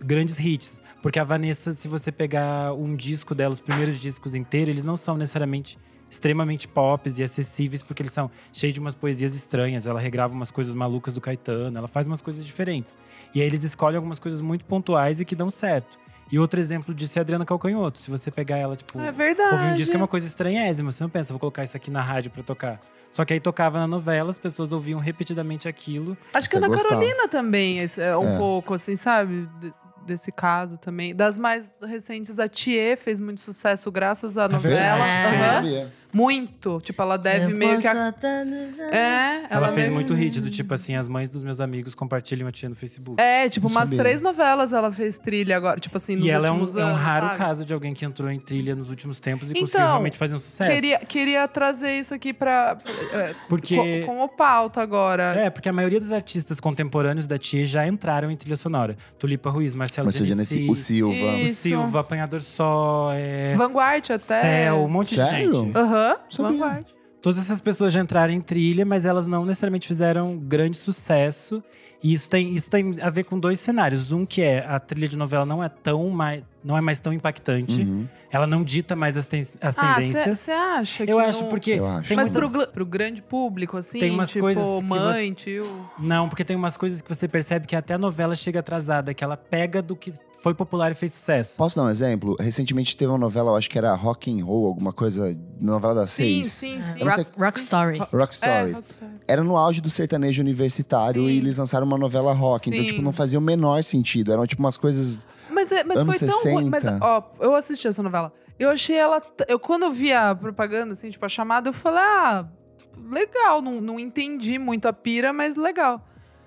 S4: grandes hits. Porque a Vanessa, se você pegar um disco dela, os primeiros discos inteiros, eles não são necessariamente extremamente pops e acessíveis, porque eles são cheios de umas poesias estranhas. Ela regrava umas coisas malucas do Caetano, ela faz umas coisas diferentes. E aí eles escolhem algumas coisas muito pontuais e que dão certo. E outro exemplo disso é a Adriana Calcanhoto. Se você pegar ela, tipo,
S3: É
S4: ouvir um
S3: verdade.
S4: disco é uma coisa estranhésima. Você não pensa, vou colocar isso aqui na rádio pra tocar. Só que aí tocava na novela, as pessoas ouviam repetidamente aquilo.
S3: Acho que
S1: Você
S3: Ana
S1: gostava.
S3: Carolina também, esse- é um
S1: É.
S3: pouco, assim, sabe? De- desse caso também. Das mais recentes, a Thier fez muito sucesso graças
S4: É
S3: à novela.
S1: É.
S5: verdade.
S3: Aham. Muito. Tipo, ela deve
S5: Eu
S3: meio que a
S5: posso até-
S3: É,
S4: Ela, fez
S3: mesmo-
S4: muito hit do tipo assim, as mães dos meus amigos compartilham a tia no Facebook.
S3: É, tipo,
S1: Não
S3: umas
S1: sabia.
S3: três novelas ela fez trilha agora, tipo assim, nos
S4: e ela é um,
S3: últimos
S4: é um
S3: anos,
S4: raro
S3: sabe?
S4: caso de alguém que entrou em trilha nos últimos tempos e
S3: Então,
S4: conseguiu realmente fazer um sucesso.
S3: Queria, queria trazer isso aqui pra. é,
S4: Porque-
S3: co- Como pauta agora.
S4: É, porque a maioria dos artistas contemporâneos da Tia já entraram em trilha sonora. Tulipa Ruiz, Marcelo
S1: Mas seu Genesi, o
S4: Genesi,
S1: Silva.
S4: o
S3: Isso.
S4: Silva, Apanhador Só, é,
S3: Vanguard até.
S4: Céu, um monte
S1: Sério?
S4: de gente.
S3: Aham,
S1: Sabia.
S3: Vanguard.
S4: Todas essas pessoas já entraram em trilha, mas elas não necessariamente fizeram grande sucesso. E isso tem, isso tem a ver com dois cenários. Um que é a trilha de novela não é tão mais, não é mais tão impactante.
S1: Uhum.
S4: Ela não dita mais as, ten- as
S3: Ah,
S4: tendências.
S3: você acha que.
S4: eu acho
S3: não-
S4: porque
S1: Eu acho.
S4: tem
S3: Mas
S4: muitas-
S3: pro, gl- pro grande público, assim,
S4: Tem umas
S3: tipo,
S4: coisas que
S3: mãe, tio.
S4: Não, porque tem umas coisas que você percebe que até a novela chega atrasada, que ela pega do que foi popular e fez sucesso.
S1: Posso dar um exemplo? Recentemente teve uma novela, eu acho que era Rock and Roll, alguma coisa, novela das
S3: Sim,
S1: seis.
S3: sim, sim.
S4: é.
S1: Eu não sei-
S5: Rock, Rock Story.
S1: Rock Story.
S3: É, Rockstar.
S1: Era no auge do sertanejo universitário
S3: Sim.
S1: e eles lançaram uma novela rock. Então,
S3: Sim.
S1: tipo, não fazia o menor sentido. Eram, tipo, umas coisas.
S3: Mas, é- mas
S1: Anos
S3: foi tão ruim. Mas,
S1: 60.
S3: ó, eu assisti essa novela. Eu achei ela. t- Eu, quando eu vi a propaganda, assim, tipo, a chamada, eu falei, ah, legal, não, não entendi muito a pira, mas legal.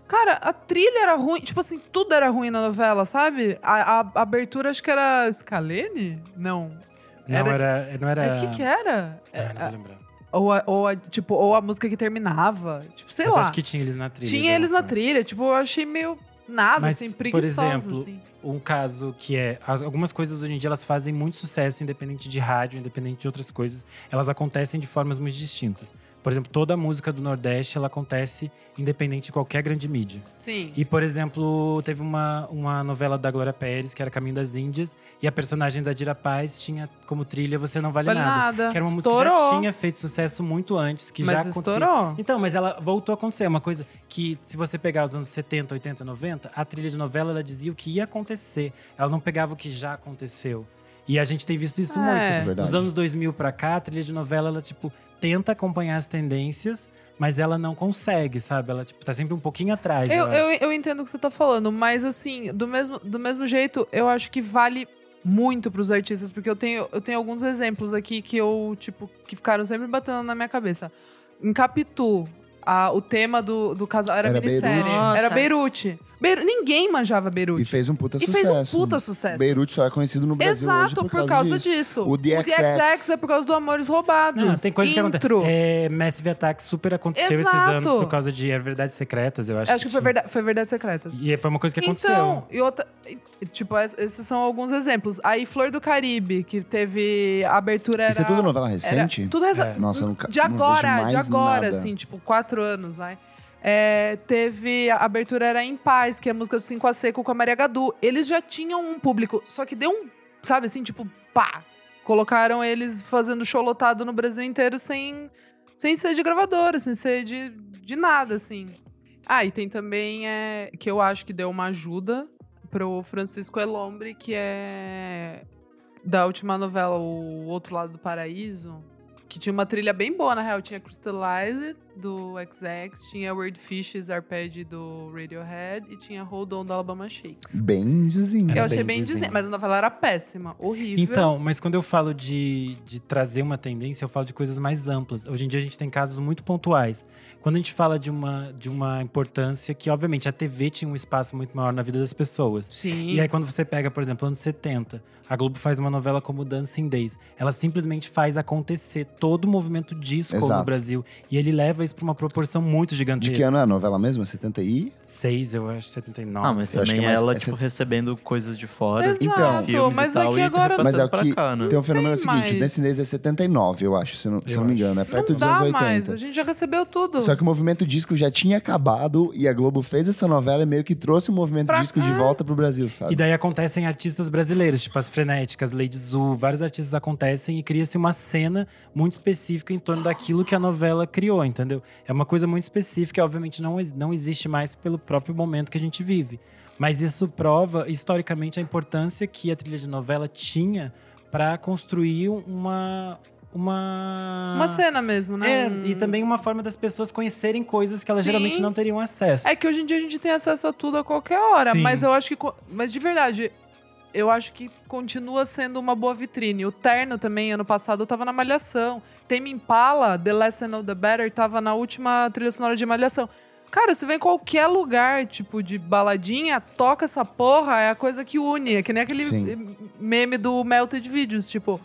S3: Cara, a trilha era ruim, tipo assim, tudo era ruim na novela, sabe? A, a- a abertura acho que era Scalene? Não.
S4: Não era. Não era.
S3: É, o que que era?
S4: Ah, não vou lembrar.
S3: Ou a, ou a- tipo, ou a música que terminava. Tipo, sei
S4: Mas
S3: lá.
S4: acho que tinha eles na trilha.
S3: Tinha
S4: já,
S3: eles
S4: não
S3: na
S4: foi?
S3: trilha, tipo, eu achei meio nada,
S4: Mas,
S3: assim,
S4: por
S3: preguiçoso,
S4: exemplo,
S3: assim.
S4: um caso que é. as- Algumas coisas hoje em dia elas fazem muito sucesso, independente de rádio, independente de outras coisas. Elas acontecem de formas muito distintas. Por exemplo, toda a música do Nordeste ela acontece independente de qualquer grande mídia.
S3: Sim.
S4: E, por exemplo, teve uma, uma novela da Glória Pérez, que era Caminho das Índias, e a personagem da Dira Paz tinha como trilha Você Não Vale,
S3: Vale
S4: nada,
S3: nada.
S4: Que era uma música que
S3: Estourou.
S4: já tinha feito sucesso muito antes, que já
S3: mas
S4: acontecia.
S3: estourou.
S4: Então, mas ela voltou a acontecer. É Uma coisa que, se você pegar os anos 70, 80, 90, a trilha de novela ela dizia o que ia acontecer. Ela não pegava o que já aconteceu. E a gente tem visto isso
S3: É.
S4: muito.
S1: É verdade.
S4: Dos anos 2000 pra cá, a trilha de novela, ela, tipo, tenta acompanhar as tendências, mas ela não consegue, sabe? Ela, tipo, tá sempre um pouquinho atrás.
S3: Eu,
S4: acho.
S3: eu, eu entendo o que você tá falando, mas assim, do mesmo, do mesmo jeito, eu acho que vale muito pros artistas, porque eu tenho, eu tenho alguns exemplos aqui que eu, tipo, que ficaram sempre batendo na minha cabeça. Em Capitu, a- o tema do, do casal era,
S1: Era
S3: minissérie.
S1: Beirute.
S3: Era
S5: Nossa.
S3: Beirute. Beir- Ninguém manjava Beirute.
S1: E fez um puta
S3: E
S1: sucesso.
S3: fez um puta sucesso.
S1: Beirute só é conhecido no Brasil hoje
S3: Exato,
S1: por, causa, disso.
S3: disso.
S1: O DXX.
S3: é por causa do Amores Roubados.
S4: Não, tem coisa que acontece.
S3: Intro.
S4: É, Massive Attack super aconteceu esses
S3: Exato.
S4: anos por causa de Era Verdades Secretas, eu acho.
S3: Acho que foi,
S4: tinha.
S3: verdade, foi Verdades Secretas.
S4: E foi uma coisa que aconteceu.
S3: Então, e outra, e, tipo, es- esses são alguns exemplos. Aí Flor do Caribe, que teve a abertura era,
S1: Isso é tudo novela
S3: era
S1: recente?
S3: tudo reza-
S4: É.
S1: Nossa, eu nunca.
S3: de
S1: não vejo
S3: agora,
S1: mais
S3: de agora,
S1: nada.
S3: assim, tipo, quatro anos, vai. É, teve a abertura era Em Paz, que é a música do 5 a Seco com a Maria Gadu. Eles já tinham um público, só que deu um, sabe assim, tipo, pá. Colocaram eles fazendo show lotado no Brasil inteiro sem, sem ser de gravadora, sem ser de, de nada, assim. Ah, e tem também, é, que eu acho que deu uma ajuda pro Francisco Elombre, que é da última novela, O Outro Lado do Paraíso, que tinha uma trilha bem boa, na real. Tinha Crystallize, do XX, tinha Weird Fishes, Arpeggi, do Radiohead, e tinha Hold On, do Alabama Shakes.
S1: Bem dizinho.
S4: Era
S3: eu achei
S4: bem
S3: bem
S4: dizinho.
S3: dizer, mas a novela era péssima, horrível.
S4: Então, mas quando eu falo de, de trazer uma tendência, eu falo de coisas mais amplas. Hoje em dia a gente tem casos muito pontuais. Quando a gente fala de uma, de uma importância que, obviamente, a TV tinha um espaço muito maior na vida das pessoas.
S3: Sim.
S4: E é aí, quando você pega, por exemplo, anos 70, a Globo faz uma novela como Dancing Days. Ela simplesmente faz acontecer todo o movimento disco
S1: Exato.
S4: no Brasil. E ele leva isso pra uma proporção muito
S1: De
S4: gigantesca.
S1: que ano é a novela mesmo? É 70 e?
S4: 6, eu acho, 79.
S2: Ah, mas
S1: Eu acho
S2: também
S1: que é mais-
S2: ela,
S1: é
S2: tipo,
S1: set-
S2: recebendo coisas de fora. assim,
S1: Então,
S3: Exato,
S2: filmes
S3: mas
S2: e tal,
S3: aqui
S2: e
S3: agora
S1: Mas é o
S2: repassando
S1: que
S2: pra cá, né?
S1: tem um fenômeno
S3: tem
S1: seguinte, o
S3: mais.
S1: Dance Days é 79, eu acho, se não, se
S4: Eu
S1: eu não me
S4: acho.
S1: engano, é perto
S3: não
S1: dos anos
S3: dá
S1: 80.
S3: mais, a gente já recebeu tudo.
S1: Só que o movimento disco já tinha acabado e a Globo fez essa novela e meio que trouxe o movimento
S3: Pra
S1: disco de
S3: cá.
S1: volta pro Brasil, sabe?
S4: E daí acontecem artistas brasileiros, tipo as Frenéticas, Lady Zu, vários artistas acontecem e cria-se uma cena muito específica em torno daquilo que a novela criou, entendeu? É uma coisa muito específica e obviamente não, ex- não existe mais pelo próprio momento que a gente vive. Mas isso prova historicamente a importância que a trilha de novela tinha para construir uma uma
S3: Uma cena mesmo, né?
S4: É,
S3: Um-
S4: e também uma forma das pessoas conhecerem coisas que elas
S3: Sim.
S4: geralmente não teriam acesso.
S3: É que hoje em dia a gente tem acesso a tudo a qualquer hora,
S4: Sim.
S3: mas eu acho que. co- Mas de verdade, eu acho que continua sendo uma boa vitrine. O Terno também, ano passado, tava na Malhação. Tame Impala, The Less I Know The Better, tava na última trilha sonora de Malhação. Cara, você vem em qualquer lugar, tipo, de baladinha, toca essa porra, é a coisa que une. É que nem aquele
S1: Sim.
S3: meme do Melted Videos, tipo.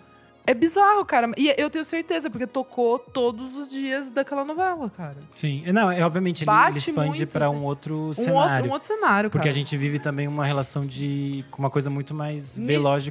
S3: É bizarro, cara. E eu tenho certeza, porque tocou todos os dias daquela novela, cara.
S4: Sim, não, é obviamente ele,
S3: Bate
S4: ele expande
S3: muito,
S4: para
S3: assim.
S4: um outro
S3: Um outro,
S4: cenário.
S3: um outro cenário,
S4: porque
S3: cara.
S4: a gente vive também uma relação de com uma coisa muito mais
S3: Ni-
S4: veloz de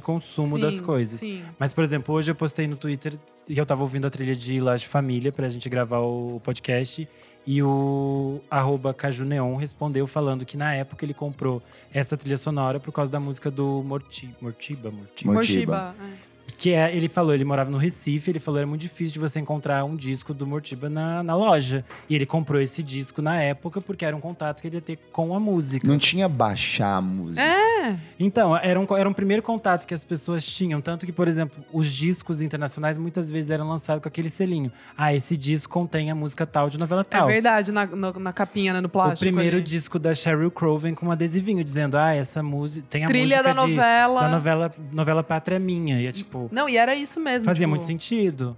S3: Sim,
S4: consumo é das coisas.
S3: Sim.
S4: Mas por exemplo, hoje eu postei no Twitter e eu tava ouvindo a trilha de Laje Família pra gente gravar o podcast e o arroba Cajuneon respondeu falando que na época ele comprou essa trilha sonora por causa da música do Morti, Mortiba, Mortiba.
S1: Mortiba.
S3: Mortiba.
S4: Que é, ele falou, ele morava no Recife, ele falou era muito difícil de você encontrar um disco do Mortiba na, na loja. E ele comprou esse disco na época porque era um contato que ele ia ter com a música.
S1: Não tinha baixar a música.
S3: É.
S4: Então, era um, era um primeiro contato que as pessoas tinham. Tanto que, por exemplo, os discos internacionais muitas vezes eram lançados com aquele selinho. Ah, esse disco contém a música tal de novela
S3: É
S4: tal.
S3: verdade, na, no- na capinha, né, no
S4: o
S3: plástico.
S4: primeiro
S3: ali.
S4: disco da Sheryl Crow vem com um adesivinho dizendo: Ah, essa música. Tem a
S3: Trilha
S4: música
S3: da
S4: de-
S3: novela.
S4: da novela. Novela Pátria é Minha. E é tipo.
S3: Não, e era isso mesmo.
S4: Fazia
S3: tipo,
S4: muito sentido.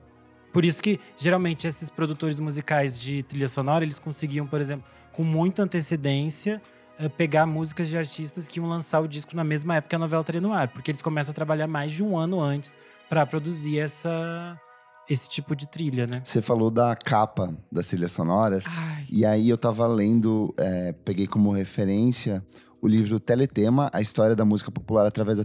S4: Por isso que, geralmente, esses produtores musicais de trilha sonora, eles conseguiam, por exemplo, com muita antecedência, eh, pegar músicas de artistas que iam lançar o disco na mesma época que a novela estaria no ar. Porque eles começam a trabalhar mais de um ano antes para produzir essa, esse tipo de trilha, né?
S1: Você falou da capa das trilhas sonoras.
S3: Ai,
S1: E aí eu tava lendo, é, peguei como referência o livro Teletema, a história da música popular através da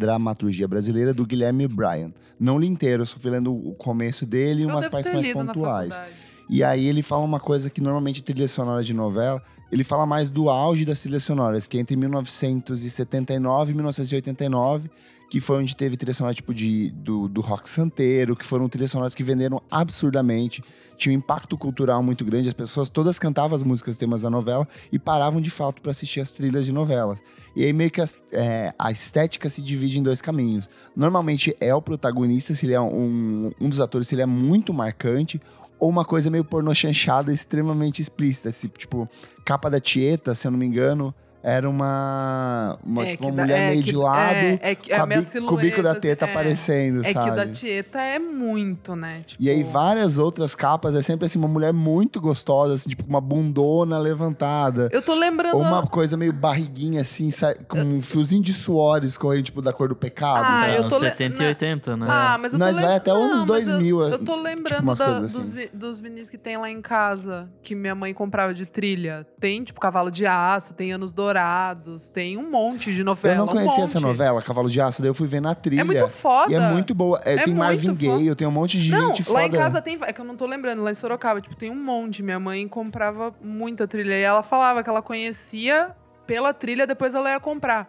S1: teledramaturgia brasileira, do Guilherme Bryan. Não li inteiro, eu só fui lendo o começo dele e
S3: eu
S1: umas
S3: devo
S1: partes
S3: ter
S1: mais
S3: lido na
S1: pontuais.
S3: faculdade.
S1: E aí ele fala uma coisa que normalmente trilha sonora de novela, ele fala mais do auge das trilhas sonoras, que é entre 1979 e 1989, que foi onde teve trilha sonora tipo de, do, do rock santeiro, que foram trilhas sonoras que venderam absurdamente, tinha um impacto cultural muito grande, as pessoas todas cantavam as músicas temas da novela e paravam de fato para assistir as trilhas de novelas. E aí meio que as- é, a estética se divide em dois caminhos. Normalmente é o protagonista, se ele é um, um dos atores, se ele é muito marcante, ou uma coisa meio pornô chanchada, extremamente explícita. Esse, tipo, capa da Tieta, se eu não me engano, era uma, uma,
S3: É
S1: tipo,
S3: que
S1: uma
S3: da-
S1: mulher
S3: é
S1: meio
S3: que-
S1: de lado,
S3: é, é que
S1: com,
S3: a
S1: a
S3: minha
S1: bi- com o bico da
S3: silhueta,
S1: teta
S3: é.
S1: aparecendo,
S3: É
S1: sabe?
S3: que o da Tieta é muito, né? Tipo,
S1: E aí várias outras capas, é sempre assim, uma mulher muito gostosa, assim, tipo, com uma bundona levantada.
S3: Eu tô lembrando.
S1: Ou uma coisa meio barriguinha, assim, sa- com um fiozinho de suor escorrendo, tipo, da cor do pecado,
S3: Ah,
S1: sabe?
S3: eu
S2: Anos
S3: tô le-
S2: 70 e
S3: na-
S2: 80, né?
S3: Ah, mas eu
S1: Nós
S3: tô
S1: vai
S3: lem-
S1: até os anos
S3: Não, mas
S1: 2000,
S3: Eu, eu tô lembrando
S1: é, tipo, umas
S3: da-
S1: coisas assim.
S3: dos, vi- dos vinis que tem lá em casa, que minha mãe comprava de trilha. Tem, tipo, Cavalo de Aço, tem Anos Dourados, tem um monte de novela.
S1: Eu não
S3: um
S1: conhecia
S3: monte.
S1: essa novela, Cavalo de Aço, daí eu fui ver na trilha.
S3: É muito foda.
S1: E é muito boa. É,
S3: É
S1: tem Marvin
S3: muito foda.
S1: Gaye, tem um monte de
S3: Não,
S1: gente foda.
S3: lá em casa tem. É que eu não tô lembrando, lá em Sorocaba, tipo, tem um monte. Minha mãe comprava muita trilha. E ela falava que ela conhecia pela trilha, depois ela ia comprar.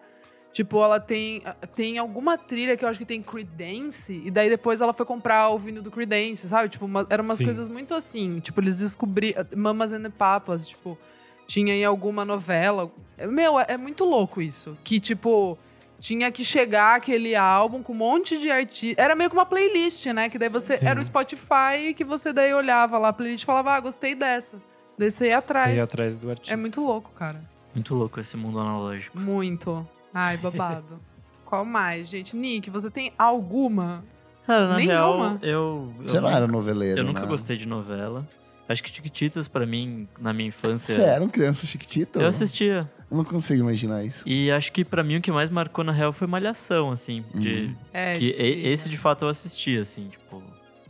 S3: Tipo, ela tem, tem alguma trilha que eu acho que tem Creedence, e daí depois ela foi comprar o vinil do Creedence, sabe? Tipo, uma, eram umas
S4: Sim.
S3: coisas muito assim. Tipo, eles descobriram. Mamas and the Papas, tipo, tinha em alguma novela. Meu, é, é muito louco isso. Que, tipo, tinha que chegar aquele álbum com um monte de artistas. Era meio que uma playlist, né? Que daí você.
S4: Sim.
S3: Era o Spotify que você daí olhava lá a playlist e falava, ah, gostei dessa. Daí você ia atrás.
S4: Você ir atrás do artista.
S3: É muito louco, cara.
S2: Muito louco esse mundo analógico.
S3: Muito. Ai, babado. Qual mais, gente? Nick, você tem alguma?
S2: Cara,
S3: na Nenhuma. real,
S2: eu. eu
S1: Você não
S2: nunca-
S1: era noveleiro,
S2: Eu nunca
S1: né?
S2: gostei de novela. Acho que Chiquititas, pra mim, na minha infância.
S1: Você era um criança chiquitito?
S2: Eu assistia.
S1: Eu não consigo imaginar isso.
S2: E acho que pra mim o que mais marcou na real foi Malhação, assim.
S1: Uhum.
S2: De,
S3: É,
S2: que
S3: de
S2: e-
S3: trilha.
S2: esse de fato eu assisti, assim, tipo,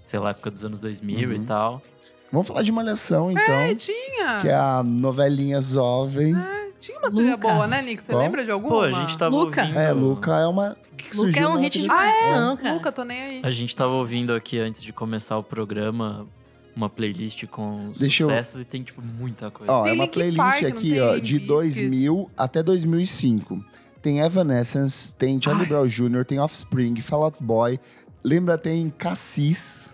S2: sei lá, época dos anos 2000
S1: Uhum.
S2: e tal.
S1: Vamos falar de Malhação, então.
S3: É, tinha.
S1: Que é a novelinha jovem.
S3: Tinha umas trilha
S5: Luca.
S3: boa, né, Nick? Você
S1: Qual?
S3: lembra de alguma?
S2: Pô, a gente tá- tava
S5: Luca.
S2: ouvindo.
S1: É, Luca é uma. Que
S5: Luca
S1: surgiu
S5: é um
S1: na
S5: hit de
S1: televisão.
S5: ah, cara.
S3: Luca, tô nem aí.
S2: A gente tava ouvindo aqui antes de começar o programa uma playlist com
S1: Deixa eu-
S2: sucessos e tem, tipo, muita coisa.
S1: Ó,
S3: Tem
S1: é uma
S3: Linkin
S1: playlist
S3: Park, não
S1: aqui,
S3: tem
S1: ó,
S3: Limp
S1: de
S3: Bizkit.
S1: 2000 até 2005. Tem Evanescence, tem Charlie Brown Jr., tem Offspring, Fall Out Boy. Lembra, tem Cassis.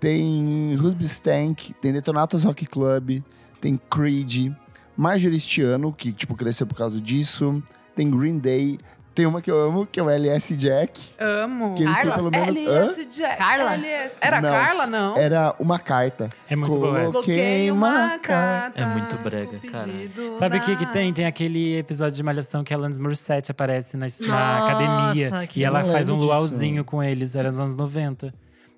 S1: Tem Stank, tem Detonatas Rock Club, tem Creed, Marjoristiano, que, tipo, cresceu por causa disso. Tem Green Day. Tem uma que eu amo, que é o LS Jack.
S3: Amo.
S1: Que eles têm
S5: Carla?
S1: pelo menos... Hã?
S3: LS Jack.
S5: Carla?
S3: LS. Era
S1: Não.
S3: Carla, não?
S1: Era uma carta.
S4: É muito boa essa.
S1: Coloquei
S3: Coloquei
S1: uma
S3: uma
S1: carta
S3: carta.
S2: É muito brega,
S3: com
S2: cara.
S3: pedido
S4: Sabe o que que
S3: na-
S4: tem? Tem aquele episódio de Malhação que a Alanis Morissette aparece na, na
S5: Nossa,
S4: academia.
S5: que
S4: E ela
S1: legal.
S4: faz um
S1: Eu lembro disso.
S4: luauzinho com eles. Era nos anos 90.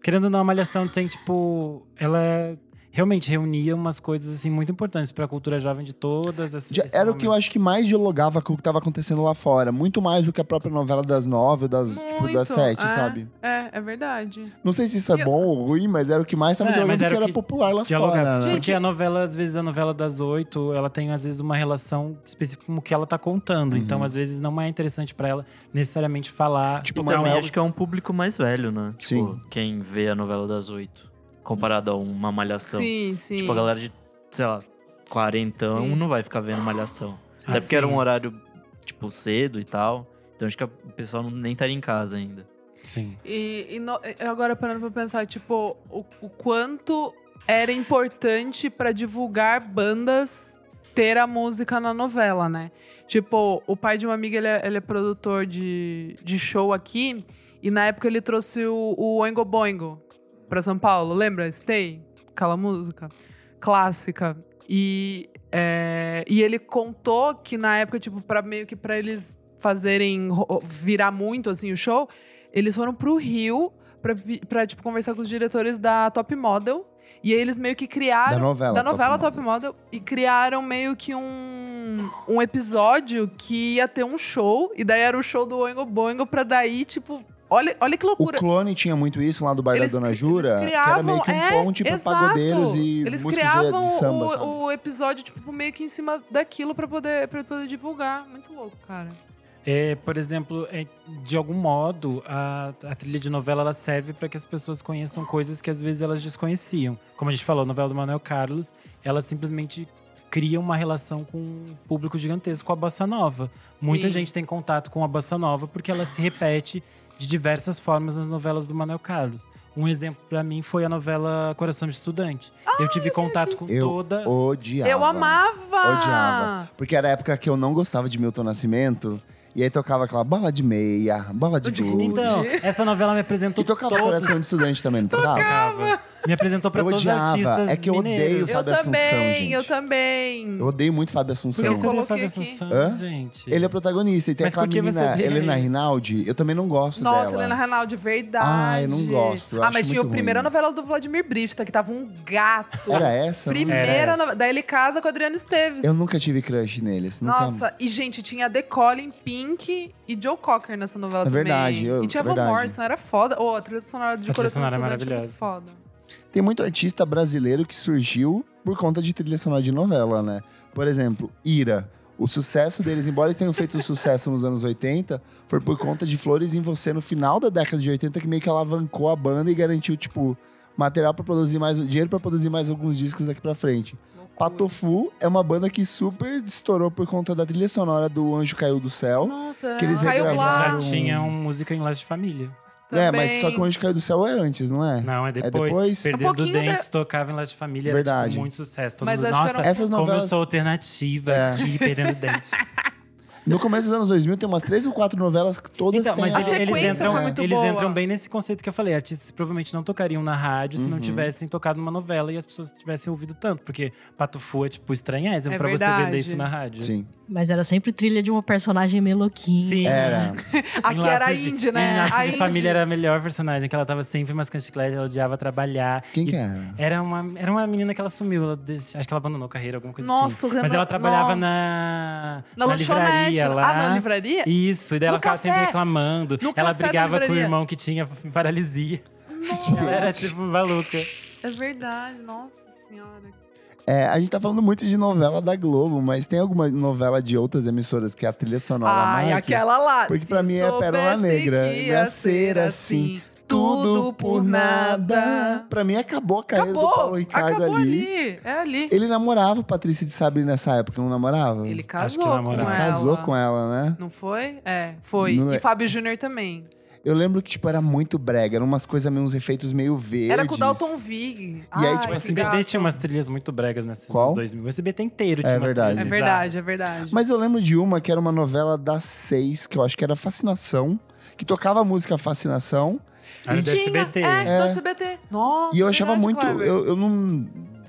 S4: Querendo ou não, a Malhação tem, tipo... Ela realmente reunia umas coisas, assim, muito importantes pra cultura jovem de todas. Assim,
S1: Já era o que eu acho que mais dialogava com o que tava acontecendo lá fora. Muito mais do que a própria novela das nove, ou das, tipo, das
S3: Muito,
S1: sete,
S3: é.
S1: sabe?
S3: É, é verdade.
S1: Não sei se isso é
S3: E-
S1: bom ou ruim, mas era o que mais tava
S4: É,
S1: dialogando,
S4: mas
S1: que
S4: era
S1: era
S4: o que
S1: popular lá fora.
S4: Dialogava.
S1: né?
S4: Porque a novela, às vezes, a novela das oito, ela tem, às vezes, uma relação específica com o que ela tá contando. Então, às vezes, não é interessante pra ela necessariamente falar.
S1: Uhum. Tipo,
S2: E
S1: Manoel-
S2: também acho que é um público mais velho, né? Tipo,
S1: Sim.
S2: quem vê a novela das oito, comparado a uma malhação.
S3: Sim, sim.
S2: Tipo, a galera de, sei lá, quarentão
S3: Sim.
S2: não vai ficar vendo malhação. Até
S4: Assim,
S2: porque era um horário, tipo, cedo e tal. Então acho que o pessoal não- nem estaria em casa ainda.
S4: Sim.
S3: E, e no- e agora parando pra pensar, tipo, o, o quanto era importante pra divulgar bandas ter a música na novela, né? Tipo, o pai de uma amiga, ele é, ele é produtor de, de show aqui. E na época ele trouxe o, o Oingo Boingo pra São Paulo. Lembra? Stay? Aquela música clássica. E, é, e ele contou que na época, tipo, pra, meio que pra eles fazerem ro- virar muito, assim, o show, eles foram pro Rio pra, pe- pra, tipo, conversar com os diretores da Top Model. E aí eles meio que criaram.
S1: Da novela.
S3: Da novela
S1: Top
S3: Top Model. E criaram meio que um, um episódio que ia ter um show. E daí era o show do Oingo Boingo pra daí, tipo, Olha, olha que
S1: O
S3: loucura.
S1: clone tinha muito isso lá do baile
S3: Eles-
S1: da Dona Jura,
S3: eles
S1: que era meio
S3: criavam-
S1: que um
S3: é,
S1: ponte pra
S3: exato.
S1: pagodeiros e
S3: Eles
S1: músicos
S3: criavam
S1: de, de samba,
S3: o,
S1: sabe?
S3: o episódio, tipo, meio que em cima daquilo pra poder, pra poder divulgar. Muito louco, cara.
S4: É, por exemplo, é, de algum modo, a, a trilha de novela ela serve para que as pessoas conheçam coisas que às vezes elas desconheciam. Como a gente falou, a novela do Manuel Carlos, ela simplesmente cria uma relação com um público gigantesco, com a bossa nova. Muita
S3: Sim.
S4: gente tem contato com a bossa nova porque ela se repete de diversas formas nas novelas do Manuel Carlos. Um exemplo para mim foi a novela Coração de Estudante. eu tive contato com
S1: Eu
S4: toda
S1: Odiava.
S3: Eu amava!
S1: Odiava. Porque era a época que eu não gostava de Milton Nascimento. E aí tocava aquela bola de meia, bola de
S3: De-
S1: gude.
S4: Então, essa novela me apresentou
S1: e tocava
S4: todos-
S1: coração de estudante também, não tocava?
S4: tocava. Me apresentou pra
S1: Eu
S4: todos os
S1: odiava.
S4: artistas
S1: É que eu odeio
S4: mineiros.
S1: Fábio
S3: Eu
S1: Assunção,
S3: também,
S1: gente.
S3: eu também.
S1: Eu odeio muito Fábio Assunção.
S4: Por que
S3: Eu
S4: você odeia
S3: coloquei
S4: Fábio
S3: aqui.
S4: Assunção,
S1: Hã?
S4: gente?
S1: Ele é protagonista. E tem
S4: um Mas
S1: aquela
S4: por que você é-
S1: menina,
S4: odeia
S1: Helena
S4: ele?
S1: Rinaldi. Eu também não gosto
S3: Nossa,
S1: dela.
S3: Helena Reinaldi, verdade.
S1: Ai, não gosto, eu
S3: Ah,
S1: acho
S3: mas tinha
S1: muito
S3: a primeira
S1: ruim.
S3: novela do Vladimir Brista, que tava um gato.
S1: Era essa? Não-
S4: Era
S3: Primeira
S4: essa.
S3: novela. Daí ele casa com a Adriana Esteves.
S1: Eu nunca tive crush neles. nunca-
S3: Nossa, e gente, tinha The Colin, Pink e Joe Cocker nessa novela
S1: É
S3: também.
S1: verdade, eu-
S3: e tinha Van
S1: verdade.
S3: Morrison, era foda. Ô, a trilha sonora de
S4: A trilha
S3: Coração
S4: sonora é
S3: Estudante é muito
S4: maravilhosa.
S3: foda.
S1: Tem muito artista brasileiro que surgiu por conta de trilha sonora de novela, né? Por exemplo, Ira. O sucesso deles, embora eles tenham feito sucesso nos anos 80, foi por conta de Flores em Você no final da década de 80, que meio que alavancou a banda e garantiu, tipo, material pra produzir mais, dinheiro pra produzir mais alguns discos daqui pra frente.
S3: Loucura.
S1: Patofu é uma banda que super estourou por conta da trilha sonora do Anjo Caiu do Céu.
S3: Nossa,
S1: que eles
S3: Caio
S1: regravaram.
S3: Blá
S4: Já tinha um música em Laje de Família.
S1: É, mas só que o
S3: também.
S1: Anjo Caiu do Céu é antes, não é?
S4: Não, é depois.
S1: depois?
S4: Perder
S3: Um
S4: do
S3: pouquinho
S4: Dentes tocava em Laje de Família. Era
S1: Verdade.
S4: tipo, muito sucesso. Todo
S3: Mas
S4: mundo,
S3: acho que
S4: Nossa,
S3: era um-
S1: Essas
S4: como eu
S1: novelas.
S4: sou alternativa
S1: É.
S4: aqui, perdendo dente.
S1: No começo dos anos 2000 tem umas três ou quatro novelas que todas
S4: Então,
S1: têm
S4: mas
S1: a-
S3: ele-
S4: ele- eles,
S3: sequência
S4: entram,
S3: foi muito
S4: eles
S3: boa.
S4: entram bem nesse conceito que eu falei. Artistas que provavelmente não tocariam na rádio se
S1: Uhum.
S4: não tivessem tocado numa novela e as pessoas tivessem ouvido tanto. Porque Patufu é tipo estranhésimo
S3: É
S4: pra você
S3: verdade.
S4: vender isso na rádio.
S1: Sim.
S5: Mas era sempre trilha de uma personagem meio louquinha.
S4: Sim.
S1: Era.
S3: Aqui
S4: Enlaces
S3: era a
S4: de-
S3: Indy, né?
S4: Enlaces
S3: A
S4: de
S3: Indy.
S4: Família era a melhor personagem, que ela tava sempre umas canticletas, ela odiava trabalhar.
S1: Quem
S4: E
S1: que era?
S4: Era uma, era uma menina que ela sumiu, ela des- acho que ela abandonou a carreira, alguma coisa
S3: Nossa, o
S4: assim. Mas
S3: Renan-
S4: ela trabalhava
S3: nossa.
S4: na,
S3: Na lanchonete.
S4: livraria lá.
S3: Ah, na livraria?
S4: Isso, e daí
S3: No
S4: ela ficava
S3: café.
S4: sempre reclamando.
S3: No
S4: ela
S3: café da
S4: brigava com o
S3: livraria.
S4: irmão que tinha paralisia. Ela era tipo maluca.
S3: É verdade, nossa senhora.
S1: É, a gente tá falando muito de novela da Globo, mas tem alguma novela de outras emissoras que a trilha sonora
S3: Ai,
S1: marca?
S3: aquela lá.
S1: Porque
S3: Se
S1: pra mim é
S3: soubesse
S1: Pérola Negra,
S3: que
S1: ia ser assim, Tudo por nada. Pra mim acabou a carreira do Paulo
S3: Acabou,
S1: Ricardo
S3: acabou
S1: ali.
S3: ali. É ali.
S1: Ele namorava Patrícia de Sabre nessa época, não namorava?
S3: Ele
S4: Acho
S3: casou
S4: que
S3: com
S1: Ele
S4: namorava.
S3: ela.
S1: casou com ela, né?
S3: Não foi? É, foi.
S1: Não
S3: e
S1: é-
S3: Fábio Júnior também.
S1: Eu lembro que, tipo, era muito brega. Eram umas coisas meio, uns efeitos meio verdes.
S3: Era com o Dalton Vig.
S1: aí, tipo
S4: O
S1: assim,
S4: SBT tinha umas trilhas muito bregas nesses
S1: Qual?
S4: anos 2000. O SBT inteiro tinha
S1: É
S4: umas
S1: verdade.
S3: É
S4: trilhas
S3: verdade, é verdade.
S1: Mas eu lembro de uma que era uma novela das seis, que eu acho que era Fascinação, que tocava a música Fascinação.
S4: bizarras. Era do
S3: Tinha,
S4: SBT.
S3: É,
S1: É.
S3: do SBT. Nossa,
S1: E eu achava
S3: verdade,
S1: muito.
S3: Kleber.
S1: Eu, eu não.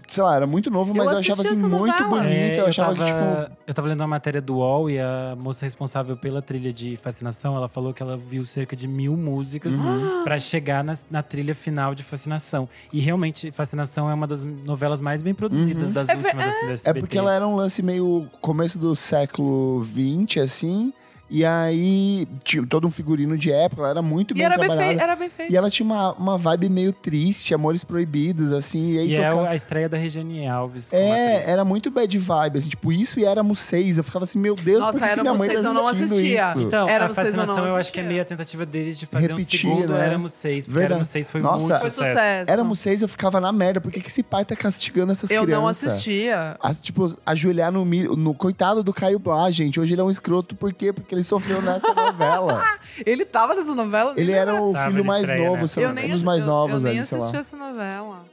S1: Sei lá, era muito novo,
S3: Eu
S1: mas eu,
S3: assisti
S1: achava assim
S3: essa
S1: muito
S3: novela.
S1: bonita.
S4: É,
S1: eu achava que,
S4: tava,
S1: tipo.
S4: eu tava lendo uma matéria do UOL e a moça responsável pela trilha de Fascinação, ela falou que ela viu cerca de mil músicas
S1: Uhum.
S4: pra chegar na, na trilha final de Fascinação. E realmente, Fascinação é uma das novelas mais bem produzidas das
S3: É ver-
S4: últimas assim, da
S1: Uhum. É
S4: SBT.
S1: porque ela era um lance meio começo do século XX, assim. E aí, tinha todo um figurino de época, ela era muito
S3: E
S1: bem
S3: era bem,
S1: trabalhada.
S3: feito, era bem feito.
S1: E ela tinha uma, uma vibe meio triste, amores proibidos, assim. E aí
S4: E é
S1: tocava-
S4: a estreia da Regiane Alves. como atriz.
S1: É, era muito bad vibe, assim, tipo, isso e Éramos Seis. Eu ficava assim, meu Deus,
S3: Nossa,
S1: por que que
S3: Éramos
S1: minha mãe
S3: Seis
S1: tá
S3: eu não
S1: assistindo
S3: assistia.
S1: Isso?
S4: Então,
S3: Éramos
S4: a
S3: Seis, eu não
S4: fascinação eu acho que é
S3: assistia.
S4: meio a tentativa deles de fazer
S1: Repetir,
S4: um segundo
S1: né?
S4: Éramos Seis, porque
S1: Verdade.
S4: Éramos Seis foi
S1: Nossa,
S4: muito
S3: Foi
S1: Foi
S4: sucesso.
S3: sucesso.
S1: Éramos Seis, eu ficava na merda. Por que, que esse pai tá castigando essas
S3: eu
S1: crianças?
S3: não assistia.
S1: a, tipo, ajoelhar no, milho- no coitado do Caio Blá, gente. Hoje ele é um escroto, por quê? Porque ele sofreu nessa novela.
S3: Ele tava nessa novela?
S1: Ele era o
S4: Tava
S1: filho
S4: na
S1: mais
S4: estreia,
S1: novo,
S4: né?
S1: sei lá, um dos mais
S3: É, eu-
S1: novos
S3: eu nem
S1: ali, sei
S3: assisti
S1: lá.
S3: essa novela.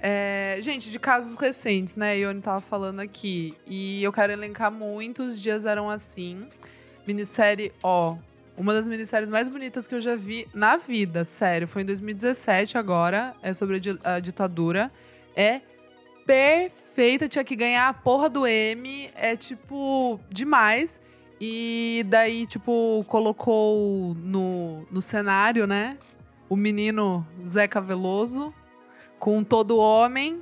S3: É, gente, de casos recentes, né? Ione tava falando aqui. E eu quero elencar muitos dias eram assim. Minissérie O. Uma das minisséries mais bonitas que eu já vi na vida, sério. Foi em 2017 agora. É sobre a di- a ditadura. É perfeita. Tinha que ganhar a porra do M. É tipo, demais. E daí, tipo, colocou no, no cenário, né? o menino Zeca Veloso com todo homem.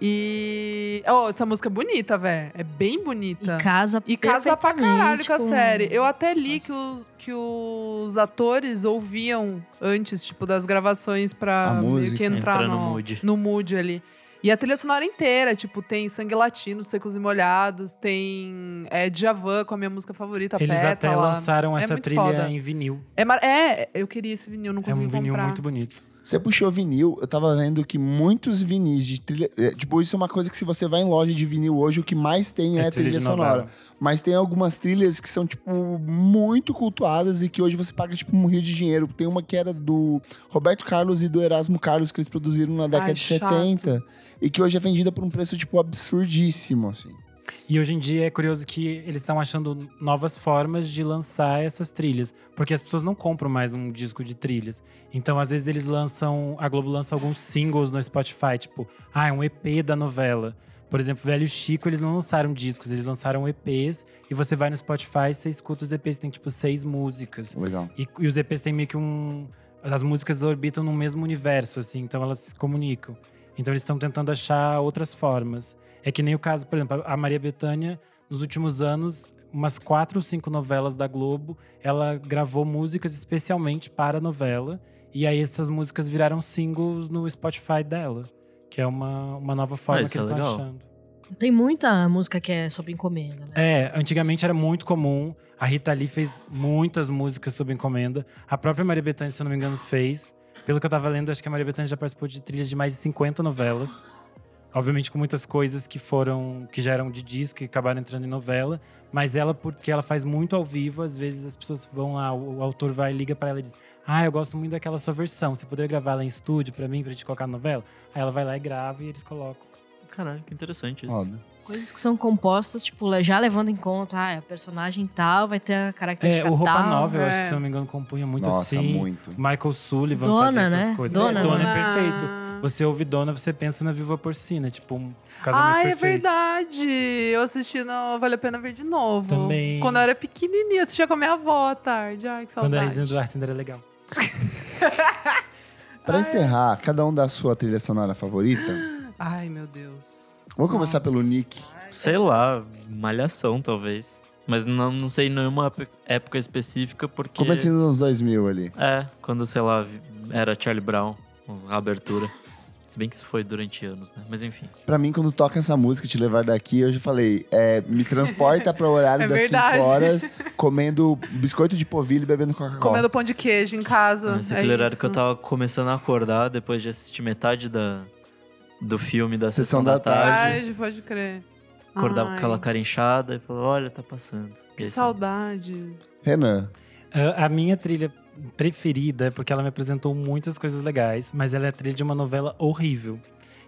S3: E. Oh, essa música é bonita, velho. É bem bonita.
S5: E casa
S3: E casa pra
S5: perfeitamente
S3: caralho com a
S5: com-
S3: série. Eu até li
S5: Nossa.
S3: que os, que os atores ouviam antes, tipo, das gravações
S1: A
S3: pra meio
S1: música.
S3: que entrar
S2: Entrar no
S3: no,
S2: mood.
S3: no mood ali. E a trilha sonora inteira, tipo, tem Sangue Latino, Secos e Molhados, tem é, Djavan com a minha música favorita,
S4: Eles até
S3: Pétala. É
S4: lançaram essa
S3: muito
S4: trilha
S3: foda.
S4: em vinil.
S3: É, mar- é, eu queria esse vinil, não
S4: É
S3: consegui
S4: um vinil
S3: comprar.
S4: muito bonito.
S1: Você puxou vinil, eu tava vendo que muitos vinis de trilha. é, Tipo, isso é uma coisa que se você vai em loja de vinil hoje, o que mais tem é, trilha,
S4: de
S1: sonora.
S4: novela.
S1: Mas tem algumas trilhas que são, tipo, muito cultuadas e que hoje você paga, tipo, um rio de dinheiro. Tem uma que era do Roberto Carlos e do Erasmo Carlos, que eles produziram na década
S3: Ai,
S1: de
S3: chato.
S1: 70. E que hoje é vendida por um preço, tipo, absurdíssimo, assim.
S4: E hoje em dia é curioso que eles estão achando novas formas de lançar essas trilhas. Porque as pessoas não compram mais um disco de trilhas. Então, às vezes, eles lançam. A Globo lança alguns singles no Spotify, tipo, ah, é um EP da novela. Por exemplo, Velho Chico, eles não lançaram discos, eles lançaram EPs. E você vai no Spotify, você escuta os EPs, tem tipo seis músicas.
S1: Legal.
S4: E, e os EPs têm meio que um. As músicas orbitam no mesmo universo, assim, então elas se comunicam. Então eles estão tentando achar outras formas. É que nem o caso, por exemplo, a Maria Bethânia, nos últimos anos, umas quatro ou cinco novelas da Globo, ela gravou músicas especialmente para a novela. E aí essas músicas viraram singles no Spotify dela, que é uma, uma nova forma
S2: isso
S4: que
S2: é
S4: eles estão
S2: legal.
S4: achando.
S5: Tem muita música que é sobre encomenda, né?
S4: É, antigamente era muito comum. A Rita Lee fez muitas músicas sob encomenda. A própria Maria Bethânia, se eu não me engano, fez. Pelo que eu tava lendo, acho que a Maria Bethânia já participou de trilhas de mais de 50 novelas. Obviamente com muitas coisas que foram que já eram de disco e acabaram entrando em novela, mas ela porque ela faz muito ao vivo, às vezes as pessoas vão lá, o o autor vai e liga pra ela e diz: "Ah, eu gosto muito daquela sua versão, você poderia gravar ela em estúdio pra mim, pra gente colocar na novela?" Aí ela vai lá e grava e eles colocam.
S2: Caralho, que interessante isso.
S1: Foda.
S5: Coisas que são compostas, tipo, já levando em conta, ah, é personagem tal, vai ter a
S4: É,
S5: característica
S4: o Roupa
S5: tal.
S4: Nova, eu acho que
S3: é.
S4: se eu não me engano, compunha muito
S1: Nossa,
S4: assim.
S1: muito.
S4: Michael Sullivan
S5: Dona,
S4: fazer essas
S5: né?
S4: coisas.
S5: Dona,
S4: é, dona é
S3: Ah.
S4: perfeito. Você ouve Dona, você pensa na Viva Porcina, tipo um casamento
S3: Ai,
S4: perfeito.
S3: é verdade. Eu assisti no Vale a Pena Ver de novo.
S4: Também.
S3: Quando eu era pequenininha, eu assistia com a minha avó à tarde. Ai, que
S4: Quando a
S3: saudade.
S4: Regina Duarte ainda era legal.
S1: Pra encerrar, cada um da sua trilha sonora favorita.
S3: Ai, meu Deus.
S1: Vamos começar pelo Nick.
S2: Sei lá, malhação talvez. Mas não, não sei nenhuma ep- época específica, porque.
S1: Começando nos 2000 ali.
S2: É, quando, sei lá, vi- era Charlie Brown, a abertura. Se bem que isso foi durante anos, né? Mas enfim.
S1: Pra mim, quando toca essa música, Te Levar Daqui, eu já falei, é, me transporta para o horário
S3: É
S1: das 5
S3: verdade.
S1: horas, comendo biscoito de polvilho e bebendo Coca-Cola.
S3: Comendo pão de queijo em casa.
S2: né, Esse
S3: é
S2: aquele horário
S3: isso.
S2: que eu tava começando a acordar depois de assistir metade da, do filme da
S1: Sessão
S2: sessão,
S1: da
S2: da, tarde.
S3: Ai, pode crer.
S2: Acordar com
S3: Ai,
S2: aquela cara inchada e falar, olha, tá passando. E
S3: Que
S2: aí,
S3: saudade.
S1: Renan,
S4: Ah, A minha trilha preferida, é porque ela me apresentou muitas coisas legais, mas ela é a trilha de uma novela horrível,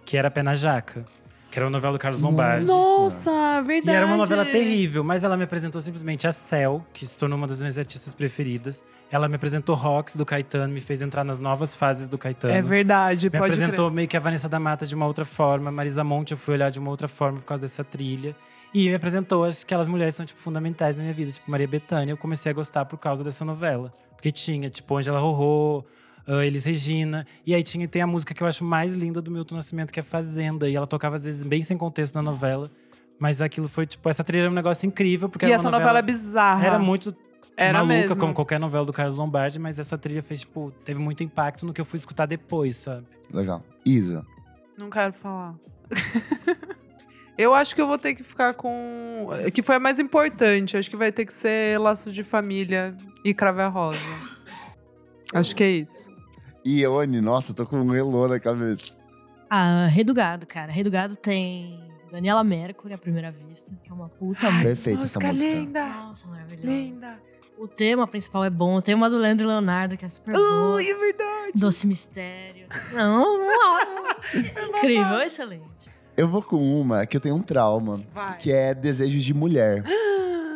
S4: que era Pé na Jaca, que era uma novela do Carlos Lombardi.
S1: Nossa.
S3: Nossa,
S4: E
S3: verdade.
S4: era uma novela terrível, mas ela me apresentou simplesmente a Cell, que se tornou uma das minhas artistas preferidas. Ela me apresentou Rox do Caetano, me fez entrar nas novas fases do Caetano.
S3: É verdade,
S4: Me
S3: pode
S4: apresentou meio que a Vanessa da Mata de uma outra forma, Marisa Monte eu fui olhar de uma outra forma por causa dessa trilha. E me apresentou acho que aquelas mulheres que são tipo, fundamentais na minha vida, tipo Maria Bethânia. Eu comecei a gostar por causa dessa novela. Porque tinha, tipo, Angela Rorô, ah, Elis Regina. E aí tinha, tem a música que eu acho mais linda do Milton Nascimento, que é Fazenda. E ela tocava às vezes bem sem contexto na novela. Mas aquilo foi, tipo, essa trilha era um negócio incrível, porque
S3: crer. E
S4: era
S3: essa
S4: uma
S3: novela, é
S4: novela
S3: bizarra.
S4: era muito
S3: Era
S4: maluca,
S3: mesmo.
S4: como qualquer novela do Carlos Lombardi, mas essa trilha fez, tipo, teve muito impacto no que eu fui escutar depois, sabe?
S1: legal. Isa,
S3: Não quero falar. eu acho que eu vou ter que ficar com. Que foi a mais importante. Acho que vai ter que ser Laços de Família e Crave a Rosa. Acho que é isso.
S1: Ione, nossa, tô com um elô na cabeça.
S5: Ah, Redugado, cara. Redugado tem Daniela Mercury, à primeira vista, que é uma puta.
S1: Perfeita essa
S3: Música
S1: música.
S3: linda!
S5: Nossa, maravilhosa.
S3: Linda!
S5: O tema principal é bom. O tema do Leandro Leonardo, que é super bom.
S3: Ui, é verdade!
S5: Doce Mistério. Não, uau. Incrível, excelente.
S1: Eu vou com uma que eu tenho um trauma,
S3: Vai.
S1: que é Desejos de Mulher.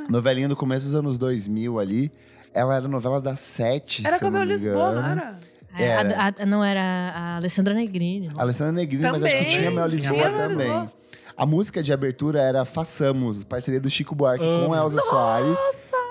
S1: Novelinha do começo dos anos 2000 ali. Ela era novela das sete,
S3: Era
S1: se eu não
S3: Camila
S1: me
S3: Lisboa, não
S1: engano.
S3: era?
S5: É,
S1: Era.
S5: a- a- não, era a Alessandra Negrini. não.
S1: Alessandra Negrini, mas acho que
S3: Também,
S1: tinha Mel
S4: tinha
S1: Lisboa
S4: Mel
S1: também.
S3: Lisboa.
S1: A música de abertura era Façamos, parceria do Chico Buarque com
S4: Amo.
S1: Elza Soares.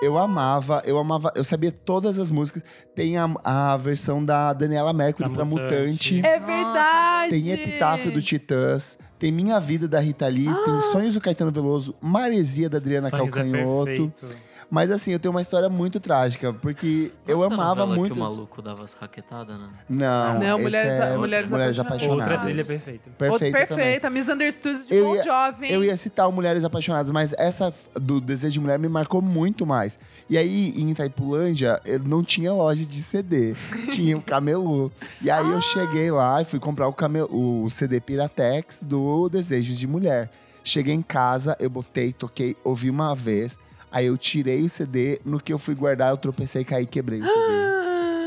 S1: Eu amava, eu amava, eu sabia todas as músicas. Tem a, a versão da Daniela Mercury
S4: Da
S1: pra Mutante.
S4: Mutante.
S3: É
S5: Nossa,
S3: verdade! verdade!
S1: Tem Epitáfio do Tipo Titãs, tem Minha Vida da Rita Lee,
S3: Ah!
S1: tem Sonhos do Caetano Veloso, Maresia da Adriana
S4: Sonhos É
S1: Calcanhoto.
S4: perfeito.
S1: Mas assim, eu tenho uma história muito trágica, porque eu
S2: Nossa,
S1: amava
S2: novela
S1: muito.
S2: Que o maluco dava as raquetadas, né?
S1: Não,
S3: Não,
S1: esse
S3: Mulheres-
S1: é
S3: Mulheres Apaixonadas.
S1: Apaixonadas.
S4: Outra trilha perfeita.
S1: Perfeita
S3: Outro
S1: também.
S3: perfeita, Misunderstood de
S1: Eu
S3: Bon
S1: ia-
S3: Jovem.
S1: Eu ia citar o Mulheres Apaixonadas, mas essa f- do Desejo de Mulher me marcou muito mais. E aí, em Itaipulândia, eu não tinha loja de CD, tinha o camelô. E aí
S3: Ah.
S1: eu cheguei lá e fui comprar o, camel- o CD Piratex do Desejos de Mulher. Cheguei em casa, eu botei, toquei, ouvi uma vez. Aí eu tirei o CD, no que eu fui guardar, eu tropecei, caí, quebrei o
S3: Ah.
S1: CD.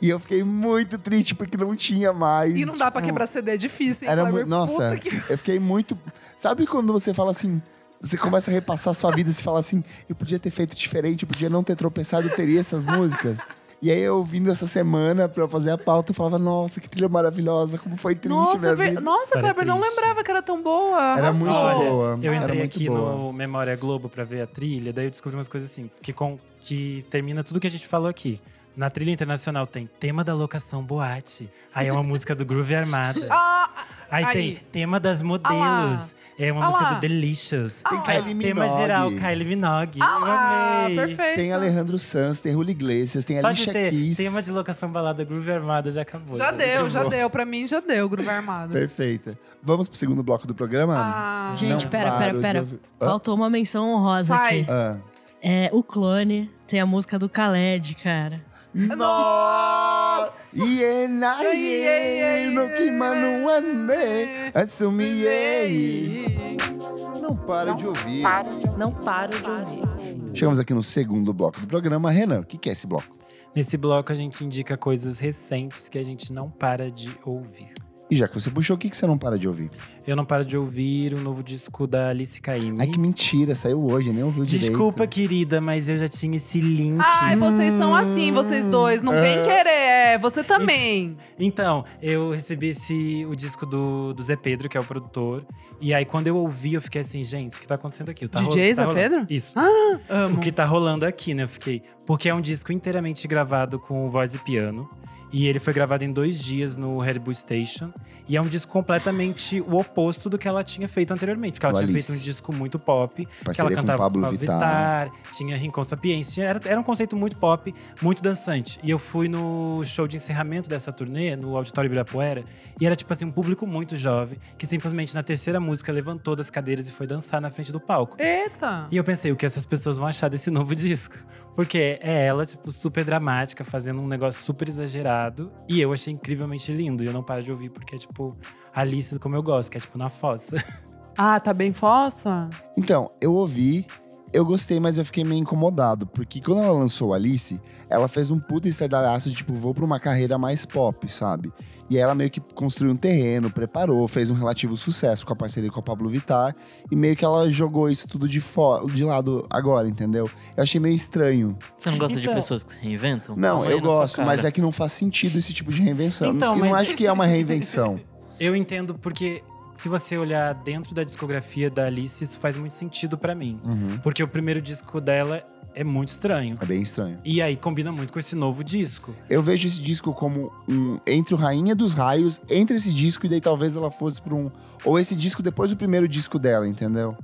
S1: E eu fiquei muito triste porque não tinha mais.
S3: E não dá pra
S1: tipo,
S3: quebrar CD, é difícil, hein,
S1: era
S3: Kleber?
S1: muito. Nossa,
S3: Puta que...
S1: eu fiquei muito. Sabe quando você fala assim. Você começa a repassar a sua vida e você fala assim: eu podia ter feito diferente, eu podia não ter tropeçado, eu teria essas músicas. E aí, eu ouvindo essa semana pra eu fazer a pauta, eu falava: nossa, que trilha maravilhosa, como foi triste
S3: Nossa,
S1: minha
S3: ver-
S1: vida.
S3: Nossa
S4: Era
S3: Kleber, não
S4: triste.
S3: lembrava que era tão boa.
S1: Era
S3: Arrasou.
S1: muito
S4: Olha,
S1: boa.
S4: Eu
S1: era
S4: entrei
S1: muito
S4: aqui
S1: boa.
S4: no Memória Globo pra ver a trilha, daí eu descobri umas coisas assim, que, com, que termina tudo que a gente falou aqui. Na trilha internacional tem tema da locação boate. Aí é uma música do Groove Armada.
S3: Ah,
S4: Aí,
S3: aí.
S4: tem tema das
S3: Ah
S4: modelos. é uma
S3: Ah
S4: música
S3: lá.
S4: do Delicious.
S1: Tem
S4: Aí,
S1: Kylie
S4: tema
S1: Minogue.
S4: geral, Kylie Minogue.
S3: ah,
S4: eu amei.
S3: perfeito.
S1: Tem Alejandro Sanz, tem Rully Iglesias, tem
S4: Só de
S1: Alicia
S4: ter
S1: Keys.
S4: tema de locação balada, Groove Armada já acabou.
S3: Já
S4: gente.
S3: deu, já deu. Pra mim, já deu, Grupo Armado.
S1: Perfeita. Vamos pro segundo bloco do programa?
S3: Ah,
S1: Não
S5: Gente, pera,
S1: paro
S5: pera,
S1: de
S5: pera.
S1: ouvir- Hã?
S5: Faltou uma menção honrosa
S3: Faz.
S5: aqui.
S1: Ah.
S5: É, o Clone tem a música do Khaled, cara.
S3: Nossa!
S1: Ienaie, no que manuane, assumiei. Não para de ouvir.
S6: Não paro de ouvir.
S1: Chegamos aqui no segundo bloco do programa. Renan, o que, que é esse bloco?
S4: Nesse bloco a gente indica coisas recentes que a gente não para de ouvir.
S1: E já que você puxou, o que, que você não para de ouvir?
S4: Eu não paro de ouvir o novo disco da Alice Caymmi.
S1: Ai, que mentira, saiu hoje, nem ouviu direito.
S4: Desculpa, querida, mas eu já tinha esse link.
S3: Ai, vocês são assim, vocês dois. Não
S1: Ah.
S3: vem querer. é, Você também.
S4: Então, eu recebi esse, o disco do, do Zé Pedro, que é o produtor. E aí, quando eu ouvi, eu fiquei assim, gente, o que tá acontecendo aqui? Tá
S3: DJ
S4: rolo- tá
S3: Zé
S4: rolando-
S3: Pedro?
S4: Isso.
S3: Amo.
S4: O que tá rolando aqui, né? Eu fiquei. Porque é um disco inteiramente gravado com voz e piano. E ele foi gravado em dois dias no Redbull Station. E é um disco completamente o oposto do que ela tinha feito anteriormente. Porque ela
S1: Do
S4: tinha
S1: Alice.
S4: feito um disco muito pop. Que ela
S1: Parceria com
S4: cantava
S1: Pablo
S4: Pablo
S1: Vittar.
S4: Vittar, tinha Rincon Sapiens. tinha- era, era um conceito muito pop, muito dançante. E eu fui no show de encerramento dessa turnê, no Auditório Ibirapuera. E era, tipo assim, um público muito jovem. Que simplesmente, na terceira música, levantou das cadeiras e foi dançar na frente do palco.
S3: Eita.
S4: E eu pensei, o que essas pessoas vão achar desse novo disco? Porque é ela, tipo, super dramática, fazendo um negócio super exagerado. E eu achei incrivelmente lindo. E eu não paro de ouvir, porque é, tipo, Alice como eu gosto, que é, tipo, na fossa.
S3: Ah, tá bem fossa?
S1: Então, eu ouvi, eu gostei, mas eu fiquei meio incomodado. Porque quando ela lançou Alice, ela fez um puta estardalhaço de tipo, vou pra uma carreira mais pop, sabe? E aí ela meio que construiu um terreno, preparou, fez um relativo sucesso com a parceria com a Pablo Vittar. E meio que ela jogou isso tudo de, fo- de lado agora, entendeu? Eu achei meio estranho.
S2: Você não gosta
S4: Então-
S2: de pessoas que se reinventam?
S1: Não,
S2: Toma aí
S1: eu
S2: na sua
S1: gosto,
S2: cara.
S1: mas é que não faz sentido esse tipo de reinvenção.
S4: Então,
S1: eu não
S4: mas-
S1: acho que é uma reinvenção.
S4: Eu entendo porque se você olhar dentro da discografia da Alice, isso faz muito sentido pra mim.
S1: Uhum.
S4: Porque o primeiro disco dela é muito estranho.
S1: É bem estranho.
S4: E aí combina muito com esse novo disco.
S1: Eu vejo esse disco como um entre o Rainha dos Raios, entre esse disco e daí talvez ela fosse pra um ou esse disco depois do primeiro disco dela, entendeu?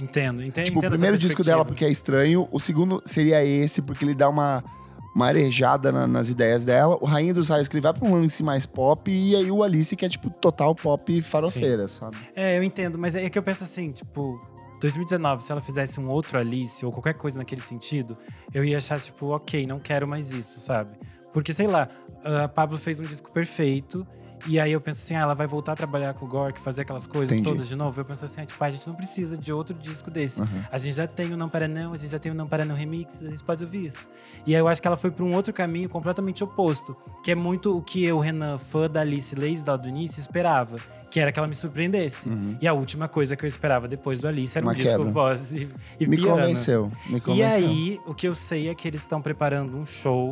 S4: Entendo, ente- entendo.
S1: tipo, o
S4: essa
S1: primeiro disco
S4: perspectiva.
S1: dela porque é estranho, o segundo seria esse porque ele dá uma uma arejada na- nas ideias dela, o Rainha dos Raios que ele vai pra um lance mais pop e aí o Alice que é tipo total pop farofeira, sabe?
S4: É, eu entendo, mas é que eu penso assim, tipo, 2019, se ela fizesse um outro Alice ou qualquer coisa naquele sentido, eu ia achar, tipo, ok, não quero mais isso, sabe? Porque, sei lá, a Pablo fez um disco perfeito. E aí eu penso assim, ah, ela vai voltar a trabalhar com o Gork, fazer aquelas coisas
S1: Entendi.
S4: todas de novo. Eu penso assim, ah, tipo, a gente não precisa de outro disco desse.
S1: Uhum.
S4: A gente já tem o Não Para Não, a gente já tem o Não Para Não Remix, a gente pode ouvir isso. E aí eu acho que ela foi para um outro caminho completamente oposto, que é muito o que eu, Renan, fã da Alice desde lá do início, esperava. Que era que ela me surpreendesse. E a última coisa que eu esperava depois do Alice era
S1: Uhum. Uma
S4: um disco
S1: quebra.
S4: voz e, e
S1: Me
S4: piano. né?
S1: convenceu, me
S4: E
S1: convenceu.
S4: aí, o que eu sei é que eles estão preparando um show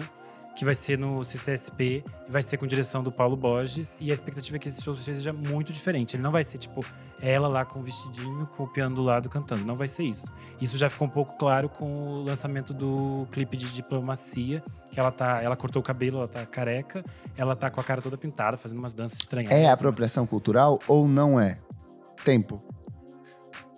S4: que vai ser no CCSP, vai ser com direção do Paulo Borges. E a expectativa é que esse show seja muito diferente. Ele não vai ser tipo ela lá com o vestidinho, com o piano do lado cantando. Não vai ser isso. Isso já ficou um pouco claro com o lançamento do clipe de diplomacia, que ela tá. Ela cortou o cabelo, ela tá careca, ela tá com a cara toda pintada, fazendo umas danças estranhas. Assim.
S1: É apropriação cultural ou não é? Tempo.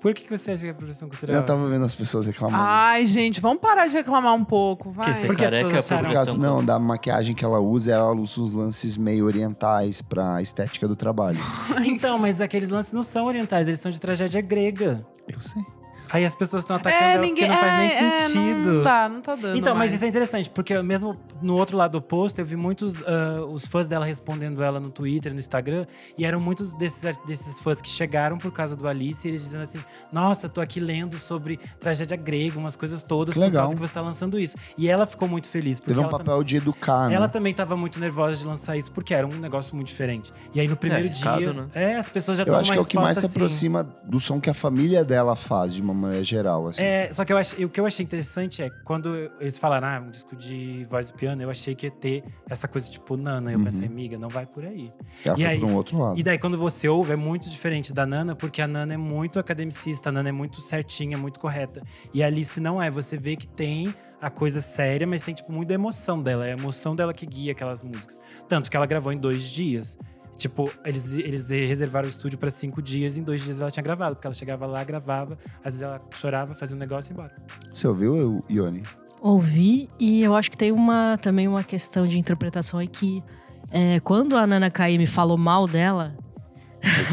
S4: Por que, que você acha que é apropriação cultural?
S1: Eu tava vendo as pessoas reclamando.
S3: Ai, gente, vamos parar de reclamar um pouco, vai.
S2: Porque ser
S4: Porque as
S2: careca é
S4: pessoas acharam-
S1: Por
S2: apropriação
S1: causa, não, da maquiagem que ela usa, ela usa uns lances meio orientais pra estética do trabalho.
S4: Então, mas aqueles lances não são orientais, eles são de tragédia grega.
S1: Eu sei.
S4: Aí as pessoas estão atacando ela tá porque não faz nem
S3: é,
S4: sentido.
S3: não dá, não tá dando.
S4: Então, mas
S3: mais.
S4: isso é interessante, porque mesmo no outro lado oposto, eu vi muitos ah, os fãs dela respondendo ela no Twitter, no Instagram, e eram muitos desses, ar- desses fãs que chegaram por causa do Alice, e eles dizendo assim: Nossa, tô aqui lendo sobre tragédia grega, umas coisas todas,
S1: Que
S4: por
S1: legal.
S4: causa que você tá lançando isso. E ela ficou muito feliz, porque
S1: Teve um
S4: ela,
S1: papel de educar,
S4: também,
S1: né?
S4: ela também tava muito nervosa de lançar isso, porque era um negócio muito diferente. E aí no primeiro
S2: arriscado,
S4: dia,
S2: né?
S4: é, as pessoas já
S1: Eu
S4: estavam
S1: acho que é o que mais se
S4: assim,
S1: aproxima do som que a família dela faz, de uma maneira geral, assim.
S4: É, só que eu ach- o que eu achei interessante é quando eles falaram, ah, um disco de voz e piano, eu achei que ia ter essa coisa tipo Nana. Eu
S1: Uhum.
S4: pensei, amiga, não vai por aí.
S1: ela
S4: e
S1: foi
S4: aí-
S1: por um outro lado.
S4: E daí, quando você ouve, é muito diferente da Nana, porque a Nana é muito academicista, a Nana é muito certinha, muito correta. E a Alice não é. Você vê que tem a coisa séria, mas tem, tipo, muita emoção dela. É a emoção dela que guia aquelas músicas. Tanto que ela gravou em dois dias. Tipo, eles, eles reservaram o estúdio para cinco dias, e em dois dias ela tinha gravado, porque ela chegava lá, gravava, às vezes ela chorava, fazia um negócio e ia embora.
S1: Você ouviu, Ione?
S5: Ouvi, e eu acho que tem uma também uma questão de interpretação aí que é, quando a Nana Caymmi falou mal dela,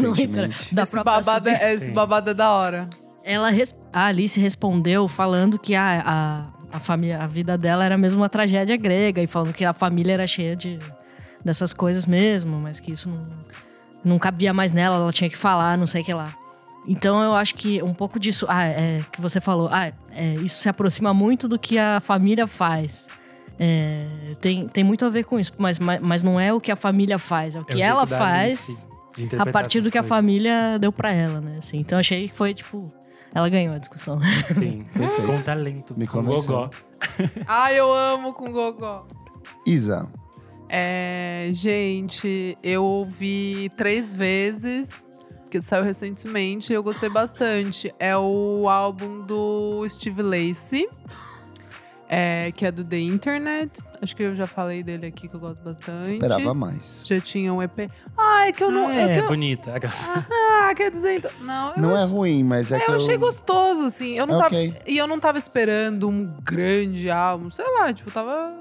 S5: não entra,
S1: Recentemente.
S5: da
S3: esse
S5: própria
S3: babado,
S5: sobrinha,
S3: é, esse
S4: Sim.
S3: babado é da hora.
S5: ela res- a Alice respondeu falando que a, a, a família, a vida dela era mesmo uma tragédia grega e falando que a família era cheia de dessas coisas mesmo, mas que isso não, não cabia mais nela, ela tinha que falar, não sei o que lá. Então eu acho que um pouco disso, ah, é, que você falou, ah, é, isso se aproxima muito do que a família faz. É, tem, tem muito a ver com isso, mas, mas, mas não é o que a família faz, é o
S4: É
S5: que
S4: o jeito
S5: ela
S4: da
S5: faz
S4: Alice de
S5: a
S4: interpretar
S5: partir do
S4: essas
S5: que a
S4: coisas.
S5: família deu pra ela, né? assim. então achei que foi tipo. Ela ganhou a discussão.
S4: Sim,
S1: Perfeito.
S4: com talento,
S1: Me
S4: com
S1: convenceu.
S4: gogó.
S3: Ai, eu amo com gogó.
S1: Isa,
S3: É, gente, eu ouvi três vezes, que saiu recentemente, e eu gostei bastante. É o álbum do Steve Lacey, é, que é do The Internet. Acho que eu já falei dele aqui, que eu gosto bastante.
S1: esperava mais.
S3: Já tinha um EP. Ah, é que eu não.
S4: Ah,
S3: é
S4: é,
S3: que eu-
S4: bonita.
S3: Ah, quer dizer, então. Não, eu
S1: Não é
S3: acho-
S1: ruim, mas é,
S3: É,
S1: que
S3: eu achei gostoso, assim. Eu não
S1: É
S3: tava,
S1: ok.
S3: E eu não tava esperando um grande álbum, sei lá, tipo, tava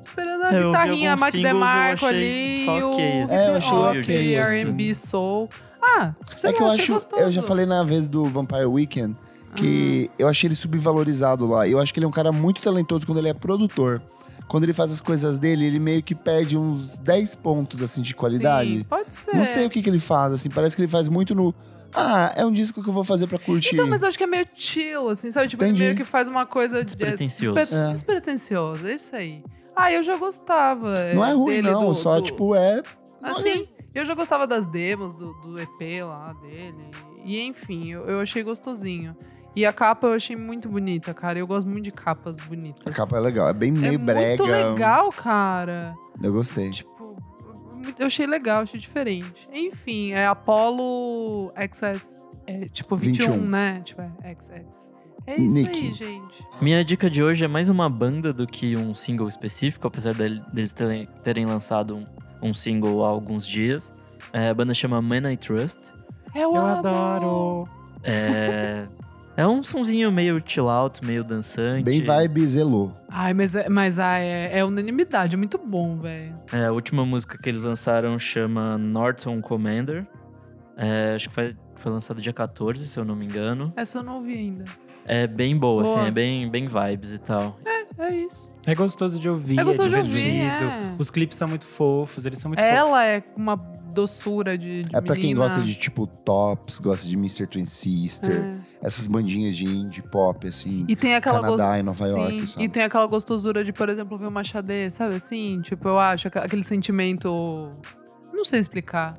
S3: esperando a
S2: Eu ouvi
S3: guitarrinha
S2: alguns
S3: Mac
S2: singles, eu
S3: DeMarco
S2: achei
S3: ali.
S2: só
S3: e o
S2: ok, assim.
S1: É, eu achei
S3: rock,
S1: ok, assim.
S3: R&B, soul. Ah, sei
S1: É
S3: lá,
S1: que eu
S3: achei
S1: acho,
S3: gostoso. Ah.
S1: eu já falei na vez do Vampire Weekend que eu achei ele subvalorizado lá. Eu acho que ele é um cara muito talentoso quando ele é produtor. Quando ele faz as coisas dele, ele meio que perde uns 10 pontos assim de qualidade.
S3: Sim, é. pode ser.
S1: Não sei o que, que ele faz, assim, parece que ele faz muito no ah, é um disco que eu vou fazer pra curtir.
S3: Então, mas eu acho que é meio chill, assim, sabe? Tipo,
S1: Entendi.
S3: ele meio que faz uma coisa de-
S2: Despretensioso.
S3: Despe-
S1: É.
S3: Despretensioso, é isso aí. Ah, eu já gostava. é,
S1: não é ruim
S3: dele,
S1: não,
S3: do-
S1: só
S3: do-
S1: tipo é
S3: Assim, eu já gostava das demos do, do EP lá dele. E enfim, eu, eu achei gostosinho. E a capa eu achei muito bonita, cara. Eu gosto muito de capas
S1: a
S3: bonitas.
S1: capa é legal, é bem meio
S3: é
S1: brega.
S3: muito legal, cara.
S1: Eu gostei.
S3: Tipo, eu achei legal, achei diferente. Enfim, é Apollo XS. É, tipo, 21,
S1: 21.
S3: né? Tipo, é XX. É isso
S1: Nick.
S3: aí, gente.
S2: Minha dica de hoje é mais uma banda do que um single específico, apesar del- deles terem, terem lançado um, um single há alguns dias. É, a banda chama Man I Trust.
S3: Eu,
S4: Eu
S3: amo.
S4: adoro.
S2: É, é um sonzinho meio chill out, meio dançante.
S1: Bem vibe zelou.
S3: Ai, mas, é- mas ah, é, é unanimidade, é muito bom, velho.
S2: É, a última música que eles lançaram chama Norton Commander. É, acho que foi, foi lançado dia 14, se eu não me engano.
S3: Essa eu não ouvi ainda.
S2: É bem boa,
S3: Boa.
S2: assim, é bem, bem vibes e tal.
S3: É isso.
S4: É gostoso de ouvir,
S3: É
S4: é,
S3: gostoso de ouvir,
S4: divertido.
S3: é.
S4: Os clipes são muito fofos, eles são muito fofos.
S3: Ela é uma doçura de, de
S1: É pra quem
S3: menina.
S1: gosta de tipo tops, gosta de Mr. Twin Sister,
S3: É.
S1: essas bandinhas de indie pop assim,
S3: E tem aquela
S1: Canadá
S3: gos-
S1: e Nova
S3: Sim,
S1: York, sabe?
S3: E tem aquela gostosura de, por exemplo, ver uma xadê, sabe assim? Tipo, eu acho aqua- aquele sentimento. Não sei
S1: É,
S3: explicar.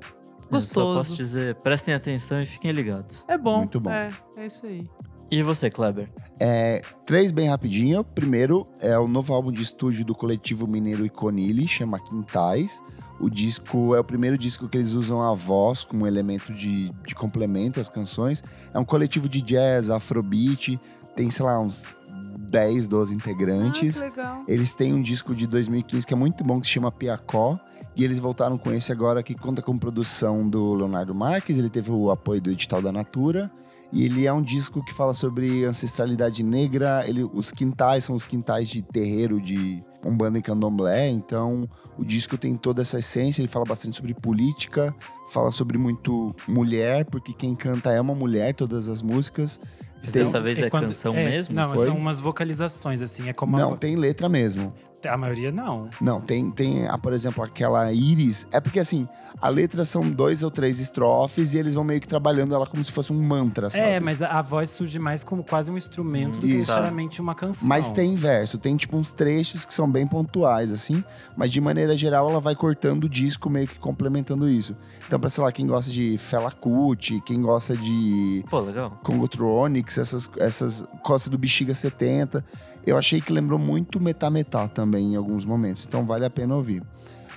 S2: Eu só posso
S3: Gostoso.
S2: dizer, prestem atenção e fiquem ligados.
S3: É bom.
S1: Muito bom.
S3: É, é isso aí.
S2: E você, Kleber?
S1: É, três bem rapidinho. Primeiro é o novo álbum de estúdio do coletivo mineiro Iconili, chama Quintais. O disco é o primeiro disco que eles usam a voz como elemento de, de complemento às canções. É um coletivo de jazz, afrobeat, tem, sei lá, uns 10, 12
S3: Ah, que
S1: integrantes.
S3: legal.
S1: Eles têm um disco de 2015 que é muito bom, que se chama Piacó. E eles voltaram com esse agora, que conta com produção do Leonardo Marques. Ele teve o apoio do edital da Natura. E ele é um disco que fala sobre ancestralidade negra. Ele, os quintais são os quintais de terreiro de Umbanda e Candomblé. Então, o disco tem toda essa essência. Ele fala bastante sobre política, fala sobre muito mulher, porque quem canta é uma mulher, todas as músicas.
S2: Dessa vez é
S4: Então, quando-
S2: canção mesmo?
S4: Não,
S1: Foi?
S4: são umas vocalizações, assim. É como
S1: Não,
S4: a,
S1: tem letra mesmo.
S4: a maioria não.
S1: Não, tem, tem ah, por exemplo, aquela Iris. É porque assim, a letra são dois ou três estrofes e eles vão meio que trabalhando ela como se fosse um mantra, sabe?
S4: É, mas a, a voz surge mais como quase um instrumento do que
S1: Isso.
S4: necessariamente uma canção.
S1: Mas tem verso, tem tipo uns trechos que são bem pontuais, assim. Mas de maneira geral, ela vai cortando o disco, meio que complementando isso. Então, pra, sei lá, quem gosta de Fela Kuti, quem gosta de
S2: Pô, legal.
S1: Congotronics, essas, essas costas do Bexiga 70. Eu achei que lembrou muito Metá Metá também em alguns momentos, então vale a pena ouvir.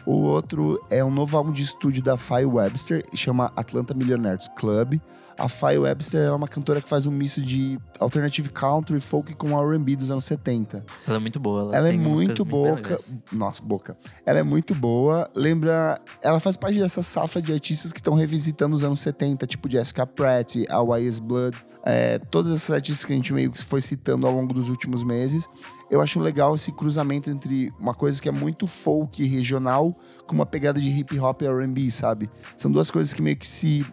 S1: O outro é um novo álbum de estúdio da Fay Webster, chama Atlanta Millionaires Club. A Fay Webster é uma cantora que faz um misto de alternative country, folk com R&B dos anos 70.
S2: Ela é muito boa. Ela,
S1: Ela é
S2: tem músicas
S1: muito
S2: bem
S1: boa.
S2: legais.
S1: Nossa, boca. Ela é muito boa. Lembra. Ela faz parte dessa safra de artistas que estão revisitando os anos 70, tipo Jessica Pratt, A Wise Blood. é, todas essas artistas que a gente meio que foi citando ao longo dos últimos meses. Eu acho legal esse cruzamento entre uma coisa que é muito folk regional com uma pegada de hip hop e RB, sabe? São duas coisas que meio que se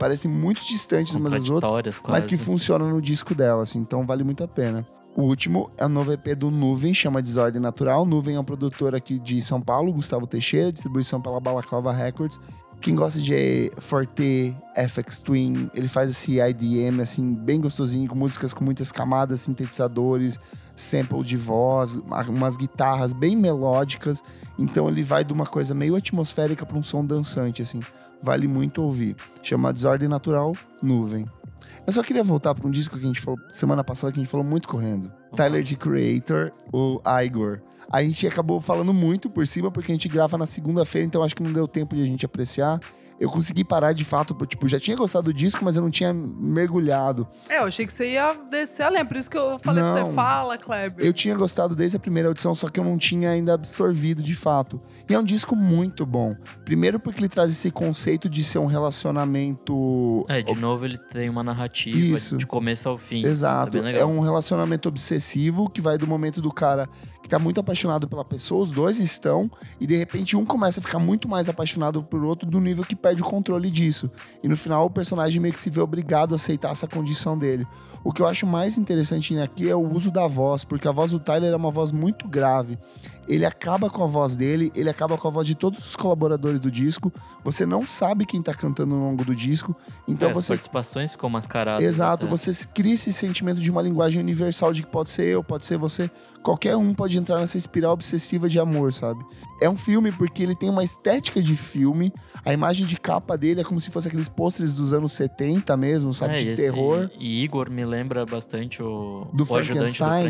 S1: parecem muito distantes umas das outras
S2: Contraditórias, quase. né?
S1: mas que funciona no disco dela, assim, então vale muito a pena. O último é o novo EP do Nuvem, chama Desordem Natural. Nuvem é um produtor aqui de São Paulo, Gustavo Teixeira, distribuição pela Balaclava Records. Quem gosta de Forte, FX Twin, ele faz esse IDM, assim, bem gostosinho, com músicas com muitas camadas, sintetizadores, sample de voz, umas guitarras bem melódicas. Então ele vai de uma coisa meio atmosférica para um som dançante, assim. Vale muito ouvir. Chama Desordem Natural, Nuvem. Eu só queria voltar pra um disco que a gente falou semana passada que a gente falou muito correndo. Tyler de Creator, o Igor. A gente acabou falando muito por cima porque a gente grava na segunda-feira, então acho que não deu tempo de a gente apreciar. Eu consegui parar de fato, porque, tipo, já tinha gostado do disco, mas eu não tinha mergulhado.
S3: É, eu achei que você ia descer além. Por isso que eu falei pra
S1: Não.
S3: você, fala, Kleber.
S1: Eu tinha gostado desde a primeira audição, só que eu não tinha ainda absorvido de fato. E é um disco muito bom. Primeiro porque ele traz esse conceito de ser um relacionamento
S2: É, de novo ele tem uma narrativa
S1: Isso.
S2: de começo ao fim. Isso é
S1: Exato.
S2: bem
S1: É
S2: legal.
S1: um relacionamento obsessivo que vai do momento do cara que tá muito apaixonado pela pessoa, os dois estão, e de repente um começa a ficar muito mais apaixonado por outro do nível que perde o controle disso. E no final o personagem meio que se vê obrigado a aceitar essa condição dele. O que eu acho mais interessante aqui é o uso da voz, porque a voz do Tyler é uma voz muito grave. Ele acaba com a voz dele, ele acaba com a voz de todos os colaboradores do disco. Você não sabe quem tá cantando ao longo do disco, então
S2: É, As
S1: você
S2: participações ficam mascaradas.
S1: Exato,
S2: até.
S1: você se- cria esse sentimento de uma linguagem universal de que pode ser eu, pode ser você, qualquer um pode entrar nessa espiral obsessiva de amor, sabe? É um filme porque ele tem uma estética de filme, a imagem de capa dele é como se fosse aqueles pôsteres dos anos 70 mesmo, sabe?
S2: É,
S1: de
S2: e esse-
S1: terror.
S2: E Igor me lembra bastante o,
S1: Do
S2: o ajudante do
S1: Frankenstein.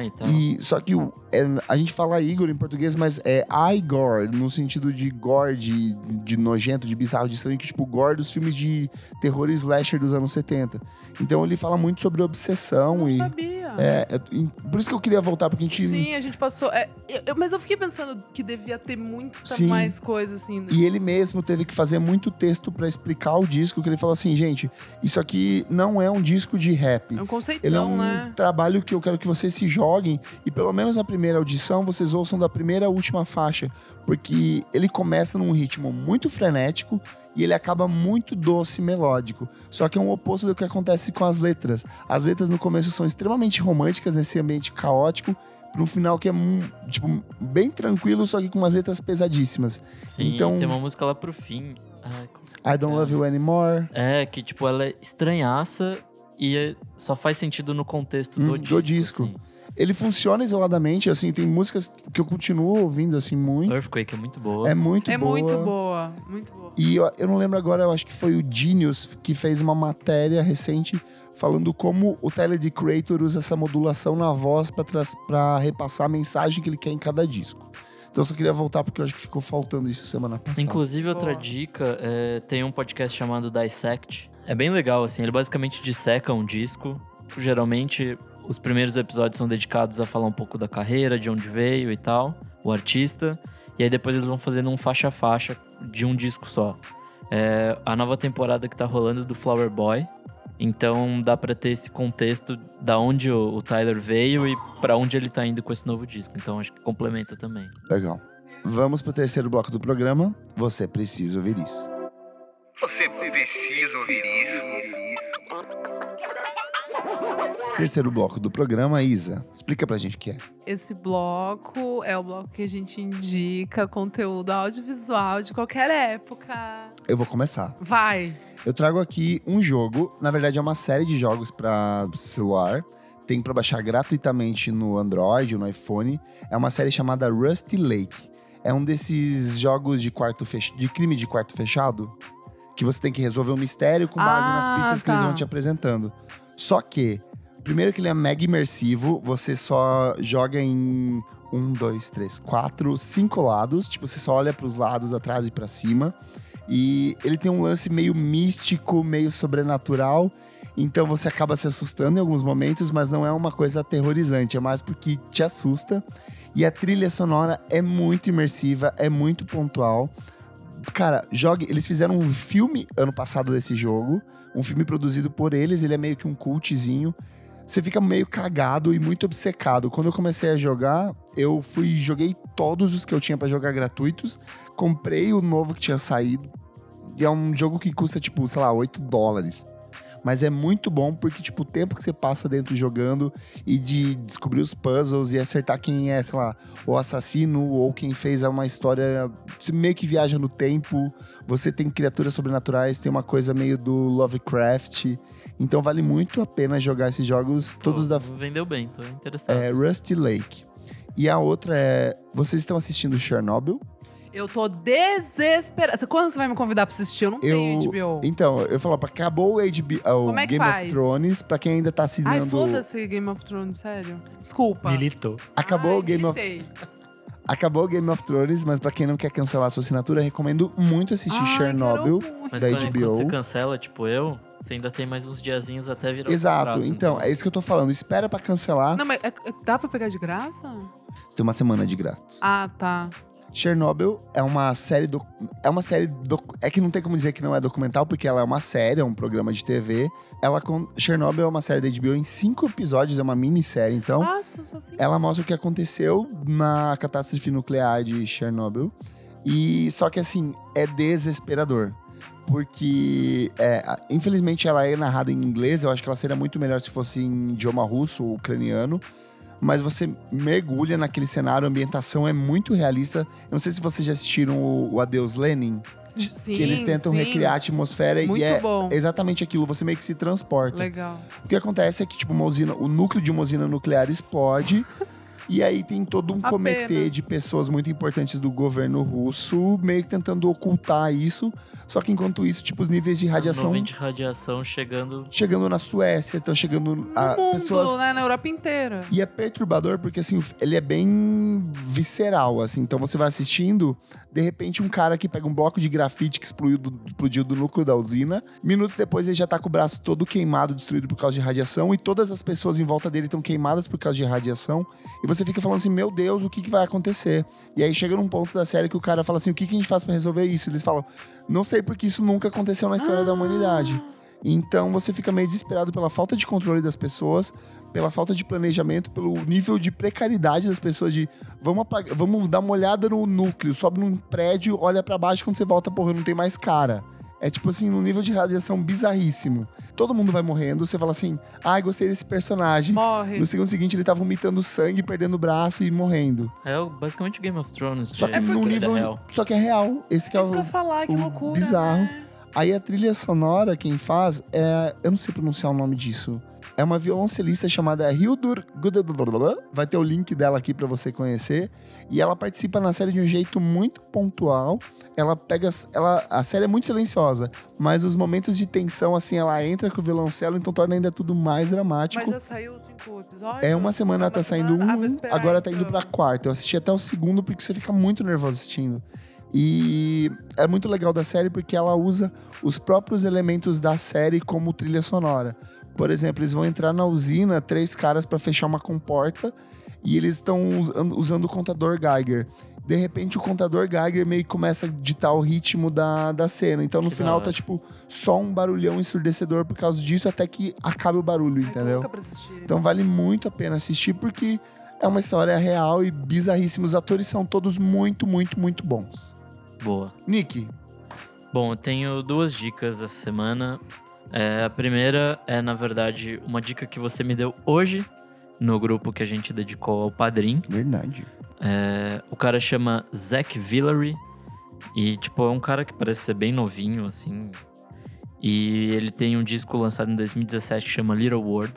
S2: Frankenstein e tal.
S1: E, só que o- é, a gente fala Igor em português, mas é Igor, no sentido de gore, de, de nojento, de bizarro, de estranho, que tipo gore dos filmes de terror e slasher dos anos 70. Então ele fala muito sobre obsessão
S3: não
S1: e.
S3: sabia.
S1: É, é, em- por isso que eu queria voltar, porque a gente.
S3: Sim, a gente passou. é, eu- eu- mas eu fiquei pensando que devia ter muita
S1: Sim.
S3: mais coisa, assim.
S1: E ele mesmo teve que fazer muito texto pra explicar o disco, que ele falou assim, gente, isso aqui não é um disco de rap.
S3: É um
S1: Ele é
S3: conceitão,
S1: um
S3: né?
S1: trabalho que eu quero que vocês se joguem e pelo menos na primeira audição vocês ouçam da primeira à última faixa, porque ele começa num ritmo muito frenético e ele acaba muito doce e melódico. Só que é um oposto do que acontece com as letras. As letras no começo são extremamente românticas nesse ambiente caótico, para um final que é mu- tipo, bem tranquilo, só que com umas letras pesadíssimas.
S2: Sim,
S1: então-
S2: tem uma música lá pro fim. Ai, como-
S1: I don't love you anymore.
S2: É, que tipo, ela é estranhaça e é- só faz sentido no contexto
S1: Hum,
S2: do
S1: do
S2: disco.
S1: disco.
S2: assim.
S1: Ele funciona isoladamente, assim, tem músicas que eu continuo ouvindo assim muito.
S2: Earthquake é muito boa.
S1: É muito
S3: é
S1: boa.
S3: muito boa, muito boa.
S1: E eu, eu não lembro agora, eu acho que foi o Genius que fez uma matéria recente falando como o Tyler de Creator usa essa modulação na voz para repassar a mensagem que ele quer em cada disco. Então eu só queria voltar porque eu acho que ficou faltando isso semana passada.
S2: Inclusive, outra
S3: Boa.
S2: dica, é, tem um podcast chamado Dissect. É bem legal, assim, ele basicamente disseca um disco. Geralmente, os primeiros episódios são dedicados a falar um pouco da carreira, de onde veio e tal, o artista. E aí depois eles vão fazendo um faixa a faixa de um disco só. É, a nova temporada que tá rolando é do Flower Boy. Então dá pra ter esse contexto da onde o, o Tyler veio e pra onde ele tá indo com esse novo disco. Então acho que complementa também.
S1: Legal. Vamos pro terceiro bloco do programa. Você precisa ouvir isso.
S7: Você precisa ouvir isso.
S1: Terceiro bloco do programa, Isa. Explica pra gente o que é.
S3: Esse bloco é o bloco que a gente indica conteúdo audiovisual de qualquer época.
S1: Eu vou começar.
S3: Vai!
S1: Eu trago aqui um jogo, na verdade é uma série de jogos para celular. Tem para baixar gratuitamente no Android, no iPhone. É uma série chamada Rusty Lake. É um desses jogos de quarto fech... de crime de quarto fechado que você tem que resolver um mistério com base
S3: Ah,
S1: nas pistas que eles
S3: tá.
S1: vão te apresentando. Só que, primeiro que ele é mega imersivo, você só joga em um, dois, três, quatro, cinco lados. Tipo, você só olha para os lados, atrás e para cima. E ele tem um lance meio místico, meio sobrenatural. Então você acaba se assustando em alguns momentos, mas não é uma coisa aterrorizante, é mais porque te assusta. E a trilha sonora é muito imersiva, é muito pontual. Cara, jogue. Eles fizeram um filme ano passado desse jogo, um filme produzido por eles, ele é meio que um cultzinho. Você fica meio cagado e muito obcecado. Quando eu comecei a jogar, eu fui joguei todos os que eu tinha pra jogar gratuitos, comprei o novo que tinha saído. E é um jogo que custa tipo, sei lá, 8 dólares. Mas é muito bom porque tipo, o tempo que você passa dentro jogando e de descobrir os puzzles e acertar quem é, sei lá, o assassino ou quem fez é uma história, você meio que viaja no tempo. Você tem criaturas sobrenaturais, tem uma coisa meio do Lovecraft. Então vale muito a pena jogar esses jogos todos
S2: Pô,
S1: da
S2: Vendeu bem, então tô interessado.
S1: é, Rusty Lake. E a outra é. Vocês estão assistindo Chernobyl?
S3: Eu tô desesperada. Quando você vai me convidar pra assistir? Eu não
S1: Eu-
S3: tenho HBO.
S1: Então, eu falava, acabou o, HBO, ah, o
S3: Como é que
S1: Game of
S3: faz?
S1: Thrones, pra quem ainda tá
S3: Ai,
S1: assinando.
S3: foda-se Game of Thrones, sério. Desculpa.
S4: Militou.
S1: acabou,
S3: Ai,
S1: o Game of,
S3: gritei.
S1: acabou o Game of Thrones, mas pra quem não quer cancelar a sua assinatura, recomendo muito assistir
S3: Ai,
S1: Chernobyl.
S3: quero muito.
S2: Mas
S1: da
S2: quando,
S1: HBO.
S2: quando você cancela, tipo eu, você ainda tem mais uns diazinhos até virar o
S1: Exato,
S2: um contrato,
S1: então, é isso que eu tô falando. Espera pra cancelar,
S3: Não, mas é- é- dá pra pegar de graça?
S1: você tem uma semana de grátis.
S3: Ah, tá.
S1: Chernobyl é uma série do, é uma série docu- é que não tem como dizer que não é documental porque ela é uma série, é um programa de TV. Ela con- Chernobyl é uma série da HBO em cinco episódios, é uma minissérie, então.
S3: Nossa, só assim.
S1: Ela mostra o que aconteceu na catástrofe nuclear de Chernobyl. E só que assim, é desesperador. Porque, é, a- infelizmente, ela é narrada em inglês. Eu acho que ela seria muito melhor se fosse em idioma russo ou ucraniano. Mas você mergulha naquele cenário, a ambientação é muito realista. Eu não sei se vocês já assistiram o, o Adeus Lenin,
S3: Sim,
S1: que eles tentam
S3: sim.
S1: recriar a atmosfera
S3: Muito
S1: e é
S3: bom.
S1: exatamente aquilo. Você meio que se transporta.
S3: Legal.
S1: O que acontece é que, tipo, uma usina, o núcleo de uma usina nuclear explode. e aí tem todo um comitê
S3: Apenas.
S1: de pessoas muito importantes do governo russo meio que tentando ocultar isso. Só que enquanto isso, tipo, os níveis de radiação.
S2: Radiação. Nuvem um de radiação chegando.
S1: Chegando na Suécia, estão chegando a
S3: no mundo,
S1: pessoas.
S3: né? Na Europa inteira.
S1: E é perturbador porque, assim, ele é bem visceral, assim. Então você vai assistindo, de repente um cara que pega um bloco de grafite que explodiu do, explodiu do núcleo da usina. Minutos depois ele já tá com o braço todo queimado, destruído por causa de radiação. E todas as pessoas em volta dele estão queimadas por causa de radiação. E você fica falando assim, meu Deus, o que, que vai acontecer? E aí chega num ponto da série que o cara fala assim, o que, que a gente faz pra resolver isso? Eles falam, não sei porque isso nunca aconteceu na história da humanidade. Então você fica meio desesperado pela falta de controle das pessoas, pela falta de planejamento, pelo nível de precariedade das pessoas de vamos apagar- vamos dar uma olhada no núcleo, sobe num prédio, olha pra baixo quando você volta, porra, não tem mais cara. É tipo assim, num nível de radiação bizarríssimo. Todo mundo vai morrendo, você fala assim: "Ai, gostei desse personagem".
S3: Morre.
S1: No segundo seguinte ele tá vomitando sangue, perdendo o braço e morrendo.
S2: É o- basicamente o Game of Thrones de
S1: Só que num
S2: da
S1: nível,
S2: é real.
S1: só que é real. Esse que é
S3: Isso que eu
S1: o
S3: ia falar, que
S1: o
S3: loucura.
S1: bizarro.
S3: né?
S1: Aí a trilha sonora, quem faz é. Eu não sei pronunciar o nome disso. É uma violoncelista chamada Hildur Gudabla. Vai ter o link dela aqui pra você conhecer. E ela participa na série de um jeito muito pontual. Ela pega. Ela, a série é muito silenciosa, mas os momentos de tensão, assim, ela entra com o violoncelo, então torna ainda tudo mais dramático.
S3: Mas já saiu cinco episódios?
S1: Tipo, É uma semana tá saindo
S3: semana? Ah,
S1: um,
S3: vou esperar,
S1: agora tá indo
S3: então.
S1: pra quarta. Eu assisti até o segundo porque você fica muito nervoso assistindo. E é muito legal da série porque ela usa os próprios elementos da série como trilha sonora. Por exemplo, eles vão entrar na usina, três caras pra fechar uma comporta e eles estão usando, usando o contador Geiger. De repente, o contador Geiger meio que começa a ditar o ritmo da, da cena. Então, no
S2: Que da
S1: final,
S2: hora.
S1: tá tipo só um barulhão ensurdecedor por causa disso, até que acabe o barulho,
S3: Ai, tô
S1: entendeu?
S3: louca pra assistir.
S1: Então vale muito a pena assistir porque é uma história real e bizarríssima. Os atores são todos muito, muito, muito bons.
S2: Boa.
S1: Nick,
S2: Bom, eu tenho duas dicas essa semana. É, a primeira é, na verdade, uma dica que você me deu hoje no grupo que a gente dedicou ao Padrim.
S1: verdade.
S2: É, o cara chama Zach Villary. E, tipo, é um cara que parece ser bem novinho, assim. E ele tem um disco lançado em 2017 que chama Little World.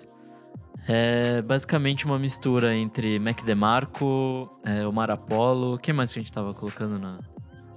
S2: É basicamente uma mistura entre Mac DeMarco, é, Omar Apollo... Quem mais que a gente tava colocando na...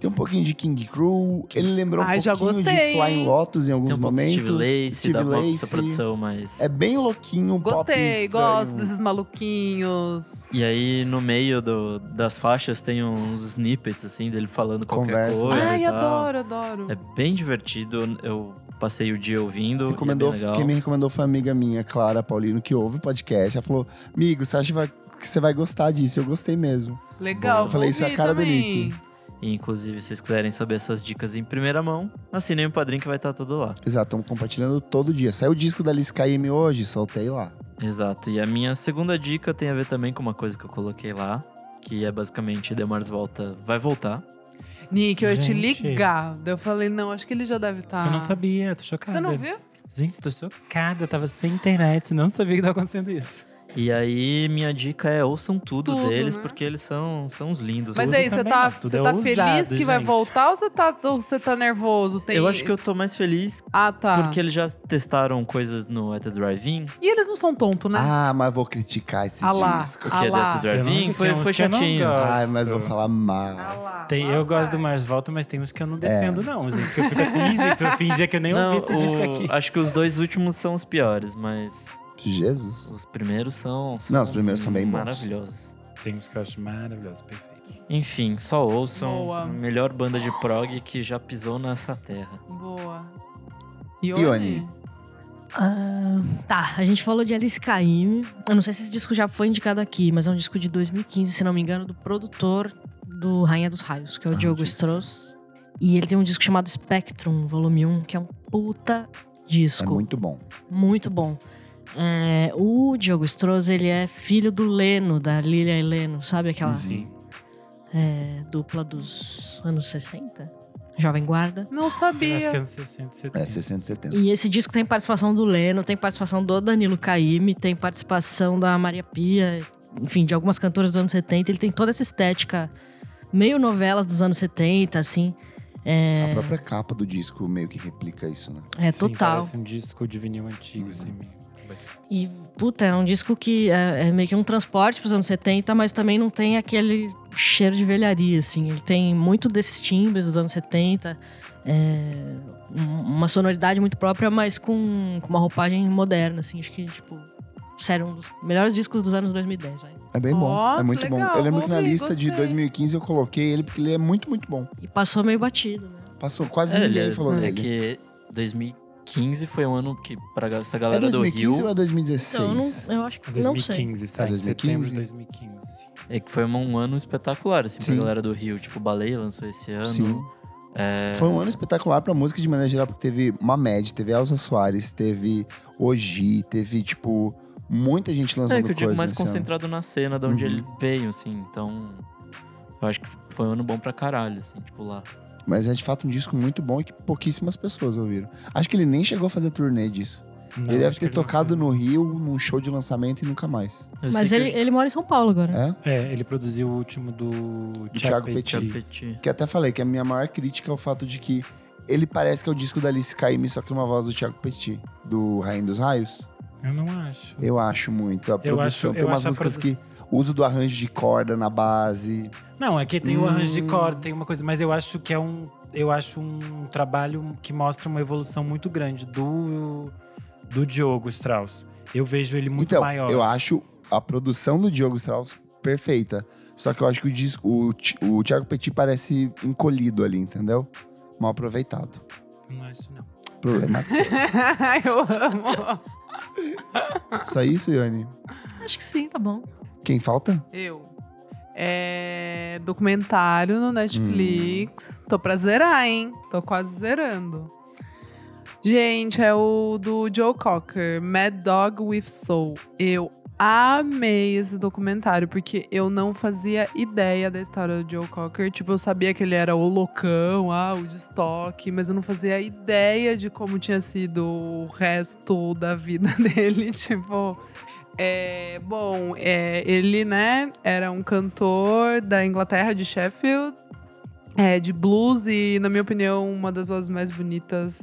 S1: Tem um pouquinho de King Crew. Ele lembrou um
S3: Ai, já
S1: pouquinho de
S3: gostei,
S1: Flying
S3: hein?
S1: Lotus em alguns
S2: Tem um pouco de
S1: momentos.
S2: Steve Lacey, dá pra essa produção, mas...
S1: É bem louquinho, um pop
S3: Gostei,
S1: estranho.
S3: gosto desses maluquinhos.
S2: E aí, no meio do- das faixas, tem uns snippets, assim, dele falando qualquer
S1: Conversa,
S2: coisa
S1: né?
S2: e
S3: Ai,
S2: tal.
S3: adoro, adoro.
S2: É bem divertido. Eu passei o dia ouvindo.
S1: Recomendou,
S2: e é bem legal.
S1: quem me recomendou foi uma amiga minha, Clara Paulino, que ouve o podcast. Ela falou: Amigo, você acha que vai- que você vai gostar disso? Eu gostei mesmo.
S3: Legal,
S1: Eu falei
S3: vou
S1: isso é a
S3: ouvir
S1: cara do
S3: também.
S1: Nick.
S2: E, inclusive, se vocês quiserem saber essas dicas em primeira mão, assinem o padrinho que vai estar tudo lá.
S1: Exato, estamos compartilhando todo dia. Saiu o disco da Liz KM hoje, soltei lá.
S2: Exato. E a minha segunda dica tem a ver também com uma coisa que eu coloquei lá, que é basicamente Demars volta, vai voltar.
S3: Nick, eu ia te
S4: Gente.
S3: ligar. Daí eu falei, não, acho que ele já deve estar.
S4: Eu não sabia, tô chocada.
S3: Ah. Você não viu?
S4: Gente, tô chocada. Eu tava sem internet, não sabia que tava acontecendo isso.
S2: E aí, minha dica é ouçam tudo,
S3: Tudo,
S2: deles,
S3: né?
S2: porque eles são, são uns lindos.
S3: Mas
S4: Tudo
S3: aí, você
S4: também
S3: tá,
S4: não, tudo
S3: você
S4: é
S3: tá
S4: ousado,
S3: feliz que vai
S4: gente.
S3: voltar ou você tá, ou você tá nervoso? Tem-
S2: Eu acho que eu tô mais feliz
S3: Ah, tá.
S2: porque eles já testaram coisas no At The Drive-In.
S3: E eles não são tontos, né?
S1: Ah, mas vou criticar esse
S3: Ah lá.
S1: disco.
S2: Porque é
S3: lá.
S2: At The Drive-In
S4: Eu
S2: foi,
S4: não-
S2: foi
S4: tinha uns que eu não
S2: chatinho.
S4: gosto.
S1: Ai, mas vou falar mal.
S3: Ah lá.
S4: Tem, eu gosto do Mars Volta, mas tem uns que eu não
S1: É.
S4: defendo, não. Gente, que eu fico assim, gente, eu fingia que eu nem ouvi esse disco
S2: o-
S4: aqui.
S2: acho que os dois últimos são os piores, mas
S1: Jesus. É
S2: os primeiros são.
S1: Não, os primeiros são bem bons.
S2: Maravilhosos.
S4: Tem uns que eu acho maravilhosos, perfeitos.
S2: Enfim, só ouçam.
S3: Boa.
S2: A melhor banda de prog que já pisou nessa terra.
S3: Boa.
S1: Ione?
S3: Ione?
S5: Ah, tá, a gente falou de Alice Caymmi. Eu não sei se esse disco já foi indicado aqui, mas é um disco de 2015, se não me engano, do produtor do Rainha dos Raios, que é o
S1: Ah,
S5: Diogo
S1: justo.
S5: Strauss. E ele tem um disco chamado Spectrum, volume 1, que é um puta disco.
S1: É muito bom.
S5: Muito bom. É, o Diogo Strauss, ele é filho do Leno, da Lilia e Leno, sabe aquela
S4: Sim.
S5: é, dupla dos anos 60? Jovem Guarda.
S3: Não
S4: Eu acho
S3: sabia.
S4: que é anos 60, 70.
S1: É 670.
S5: E esse disco tem participação do Leno, tem participação do Danilo Caymmi, tem participação da Maria Pia, enfim, de algumas cantoras dos anos 70. Ele tem toda essa estética meio novela dos anos 70, assim.
S3: É.
S1: A própria capa do disco meio que replica isso, né?
S5: É
S4: Sim,
S5: total.
S4: Parece um disco de vinil antigo, assim. meio-
S5: E, puta, é um disco que é, é meio que um transporte pros anos 70, mas também não tem aquele cheiro de velharia, assim. Ele tem muito desses timbres dos anos 70, é, um- uma sonoridade muito própria, mas com, com uma roupagem moderna, assim. Acho que, tipo, sério, um dos melhores discos dos anos 2010, vai.
S1: É bem bom.
S3: Ó,
S1: É muito bom.
S3: legal,
S1: Eu lembro
S3: vou
S1: que na
S3: ouvir,
S1: lista de
S3: gostei.
S1: 2015 eu coloquei ele porque ele é muito, muito bom.
S5: E passou meio batido, né?
S1: Passou quase
S2: É,
S1: ninguém
S2: ele-
S1: falou
S2: é
S1: dele.
S2: que 2015 foi um ano que, pra essa
S1: É
S2: galera do
S1: 2015 ou
S2: Rio,
S1: é 2016?
S5: Então, eu, não, eu acho que não sei.
S4: 2015, sabe?
S1: É
S4: Setembro
S1: 2015?
S4: de 2015.
S2: é que foi um ano espetacular, assim, pra
S1: Sim.
S2: galera do Rio. Tipo, Baleia lançou esse ano.
S1: Sim.
S2: É,
S1: Foi um ano espetacular pra música de maneira geral, porque teve Mamed, teve Elza Soares, teve Oji, teve, tipo, muita gente lançando
S2: É, que eu digo
S1: coisa
S2: mais
S1: nesse ano.
S2: concentrado na cena, de onde
S1: Uhum.
S2: ele veio, assim. Então, eu acho que foi um ano bom pra caralho, assim, tipo lá.
S1: Mas é de fato um disco muito bom e que pouquíssimas pessoas ouviram. Acho que ele nem chegou a fazer turnê disso.
S4: Não,
S1: ele deve
S4: acho que
S1: ter
S4: não
S1: tocado
S4: sei.
S1: no Rio, num show de lançamento e nunca mais.
S2: Eu
S5: Mas
S2: sei
S5: ele,
S2: que
S5: ele mora em São Paulo agora. né?
S1: É?
S4: É, ele produziu o último do,
S1: Thiago
S2: eu...
S1: Petit.
S2: Petit.
S1: Que até falei que a minha maior crítica é o fato de que Ele parece que é o disco da Alice Caymmi, só que numa voz do Thiago Petit, do Rainha dos Raios.
S4: Eu não acho.
S1: Eu acho muito. A
S4: eu acho.
S1: produção tem
S4: eu
S1: umas
S4: acho a
S1: músicas
S4: produ-
S1: que uso do arranjo de corda na base.
S4: Não, é que tem o arranjo de
S1: Hum.
S4: corda, tem uma coisa, mas eu acho que é um. Eu acho um trabalho que mostra uma evolução muito grande do, do Diogo Strauss. Eu vejo ele muito
S1: então,
S4: maior.
S1: eu acho a produção do Diogo Strauss perfeita. Só que eu acho que o disco, o, Ti- o Thiago Petit parece encolhido ali, entendeu? Mal aproveitado.
S4: Não acho, não.
S1: Problema seu.
S3: eu amo.
S1: Só isso, Ione?
S3: É.
S5: Acho que sim, tá bom.
S1: Quem falta?
S3: Eu. É. Documentário no Netflix. Tô pra zerar, hein? Tô quase zerando. Gente, é o do Joe Cocker, Mad Dog with Soul. Eu amei esse documentário, porque eu não fazia ideia da história do Joe Cocker. Tipo, eu sabia que ele era o loucão, ah, o de estoque, mas eu não fazia ideia de como tinha sido o resto da vida dele. Tipo, é, bom, é, ele, né, era um cantor da Inglaterra, de Sheffield, é, de blues e, na minha opinião, uma das vozes mais bonitas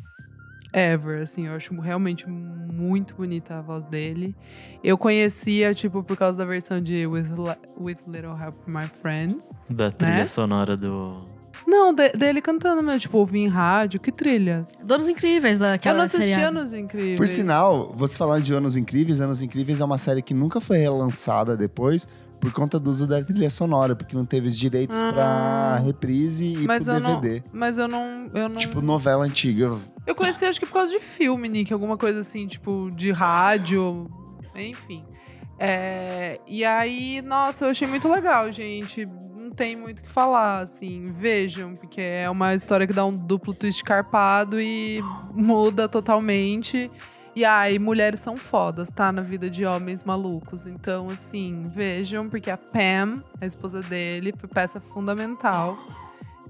S3: ever, assim. Eu acho realmente muito bonita a voz dele. Eu conhecia, tipo, por causa da versão de With, Li- With Little Help From My Friends.
S2: Da trilha
S3: Né?
S2: sonora do.
S3: Não, de- dele cantando mesmo, tipo, ouvi em rádio, que trilha.
S5: Donos Incríveis
S3: Eu
S5: daquela
S3: não assisti
S5: seriada.
S3: Anos Incríveis.
S1: Por sinal, você falando de Anos Incríveis, Anos Incríveis é uma série que nunca foi relançada depois por conta do uso da trilha sonora, porque não teve os direitos
S3: Ah.
S1: pra reprise e
S3: mas
S1: pro
S3: eu
S1: DVD.
S3: Não, mas eu não... Eu não...
S1: Tipo novela antiga.
S3: Eu conheci, acho que por causa de filme, Nick. Alguma coisa assim, tipo, de rádio. Enfim. É, e aí, nossa, eu achei muito legal, gente. Não tem muito o que falar, assim. Vejam, porque é uma história que dá um duplo twist carpado e muda totalmente. E aí, mulheres são fodas, tá? Na vida de homens malucos. Então, assim, vejam, porque a Pam, a esposa dele, foi peça fundamental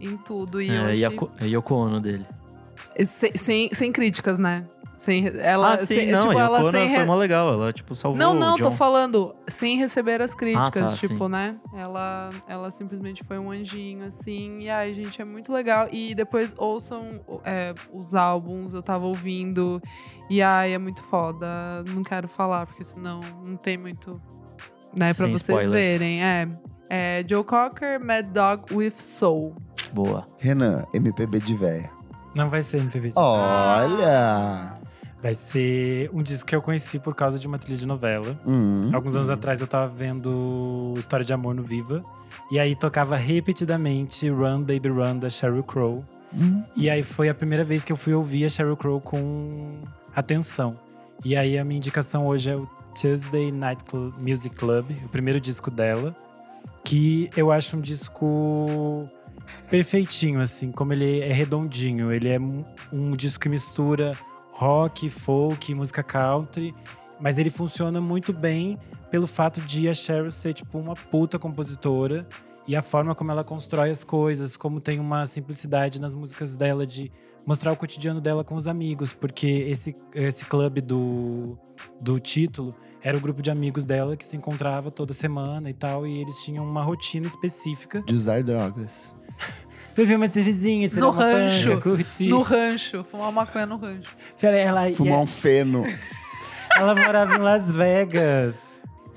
S3: em tudo. E,
S2: é,
S3: eu achei...
S2: Yako- é Yoko Ono dele.
S3: Sem, sem, sem críticas, né? Sem, ela,
S2: ah, sim,
S3: sem,
S2: não,
S3: tipo,
S2: a Yoko
S3: ela
S2: Ono
S3: sem.
S2: foi
S3: re-
S2: mó legal. Ela, tipo, salvou
S3: Não, não,
S2: o John.
S3: tô falando sem receber as críticas,
S2: tá,
S3: tipo,
S2: sim.
S3: né? Ela, ela simplesmente foi um anjinho, assim. E ai, gente, é muito legal. E depois ouçam é, os álbuns, eu tava ouvindo. E ai, é muito foda. Não quero falar, porque senão não tem muito. Né, pra
S2: Sem
S3: vocês
S2: spoilers.
S3: verem. É. é. Joe Cocker, Mad Dog with Soul.
S2: Boa.
S1: Renan, MPB de véia.
S4: Não vai ser MPB. de-
S3: Ah.
S1: Olha!
S4: Vai ser um disco que eu conheci por causa de uma trilha de novela.
S1: Hum.
S4: Alguns anos atrás eu tava vendo História de Amor no Viva. E aí tocava repetidamente Run, Baby Run, da Sheryl Crow.
S1: Hum.
S4: E aí foi a primeira vez que eu fui ouvir a Sheryl Crow com atenção. E aí a minha indicação hoje é o Tuesday Night Clu- Music Club, o primeiro disco dela, que eu acho um disco perfeitinho assim, como ele é redondinho, ele é um um disco que mistura rock, folk, música country, mas ele funciona muito bem pelo fato de a Sheryl ser tipo uma puta compositora e a forma como ela constrói as coisas, como tem uma simplicidade nas músicas dela de mostrar o cotidiano dela com os amigos, porque esse esse clube do do título era o grupo de amigos dela que se encontrava toda semana e tal, e eles tinham uma rotina específica.
S1: De usar drogas.
S4: Beber uma cervejinha, tirar
S3: No
S4: uma panga,
S3: rancho,
S4: curtir.
S3: No rancho. Fumar maconha no rancho.
S4: Pera, ela, e é.
S1: Fumar um feno.
S4: ela morava em Las Vegas.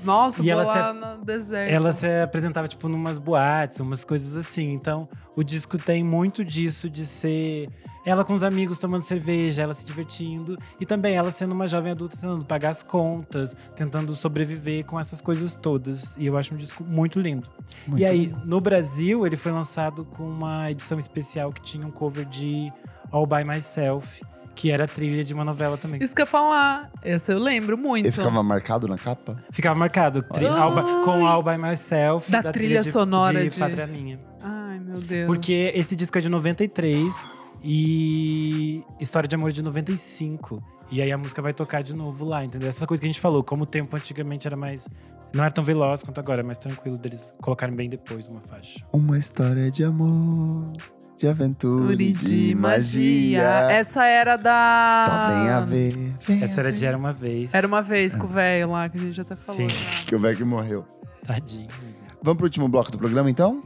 S3: Nossa,
S4: E
S3: vou
S4: ela
S3: lá no deserto.
S4: Ela se apresentava, tipo, numas boates, umas coisas assim. Então, o disco tem muito disso de ser ela com os amigos tomando cerveja, ela se divertindo. E também ela sendo uma jovem adulta, tentando pagar as contas, tentando sobreviver com essas coisas todas. E eu acho um disco muito lindo.
S1: Muito
S4: e aí, no Brasil, ele foi lançado com uma edição especial que tinha um cover de All By Myself, que era a trilha de uma novela também.
S3: Isso que eu ia falar. Essa eu lembro muito.
S1: Ele ficava marcado na capa?
S4: Ficava marcado tri-
S1: Olha.
S4: All By- com All By Myself.
S3: Da trilha sonora
S4: de,
S3: de-
S4: Pátria Minha.
S3: Ai, meu Deus.
S4: Porque esse disco é de 93 e História de Amor é de 95. E aí a música vai tocar de novo lá, entendeu? Essa coisa que a gente falou, como o tempo antigamente era mais. Não era tão veloz quanto agora, é mais tranquilo deles colocarem bem depois uma faixa.
S1: Uma história de amor, de aventura e
S3: Uri
S1: de magia.
S3: Essa era da.
S1: Só vem a ver. Vem a
S4: Essa era
S1: ver.
S4: de Era uma Vez.
S3: É, né? Era uma vez com o velho lá, que a gente até falou.
S4: É. Sim.
S3: já.
S1: Que o Beck morreu.
S4: Tadinho.
S1: Vamos pro último bloco do programa, então?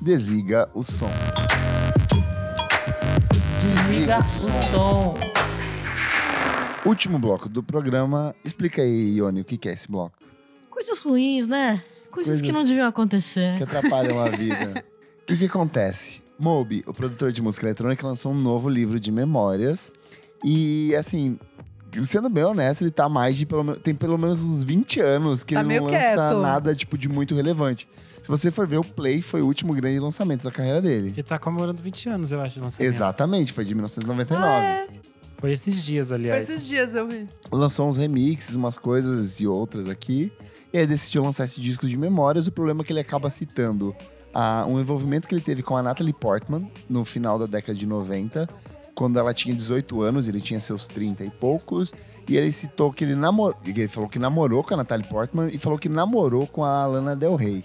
S1: Desliga o som.
S6: Desliga o som.
S1: Último bloco do programa. Explica aí, Ione, o que que é esse bloco?
S5: Coisas ruins, né? Coisas,
S1: Coisas-
S5: que não deviam acontecer.
S1: que atrapalham a vida. O que, que acontece? Moby, o produtor de música eletrônica, lançou um novo livro de memórias. E, assim, sendo bem honesto, ele tá mais de. Pelo, men- tem pelo menos uns 20 anos que
S3: Tá
S1: ele
S3: meio
S1: não lança
S3: quieto.
S1: nada tipo, de muito relevante. Se você for ver, o Play foi o último grande lançamento da carreira dele.
S4: Ele tá comemorando 20 anos, eu acho, de
S1: é
S4: lançamento.
S1: Exatamente, foi de 1999.
S4: Foi esses dias,
S3: Foi
S4: aliás.
S3: esses dias eu vi.
S1: lançou uns remixes, umas coisas e outras aqui. E aí decidiu lançar esse disco de memórias. O problema é que ele acaba citando ah, um envolvimento que ele teve com a Natalie Portman no final da década de 90, quando ela tinha 18 anos, ele tinha seus 30 e poucos. E ele citou que ele namorou. Ele falou que namorou com a Natalie Portman e falou que namorou com a Lana Del Rey.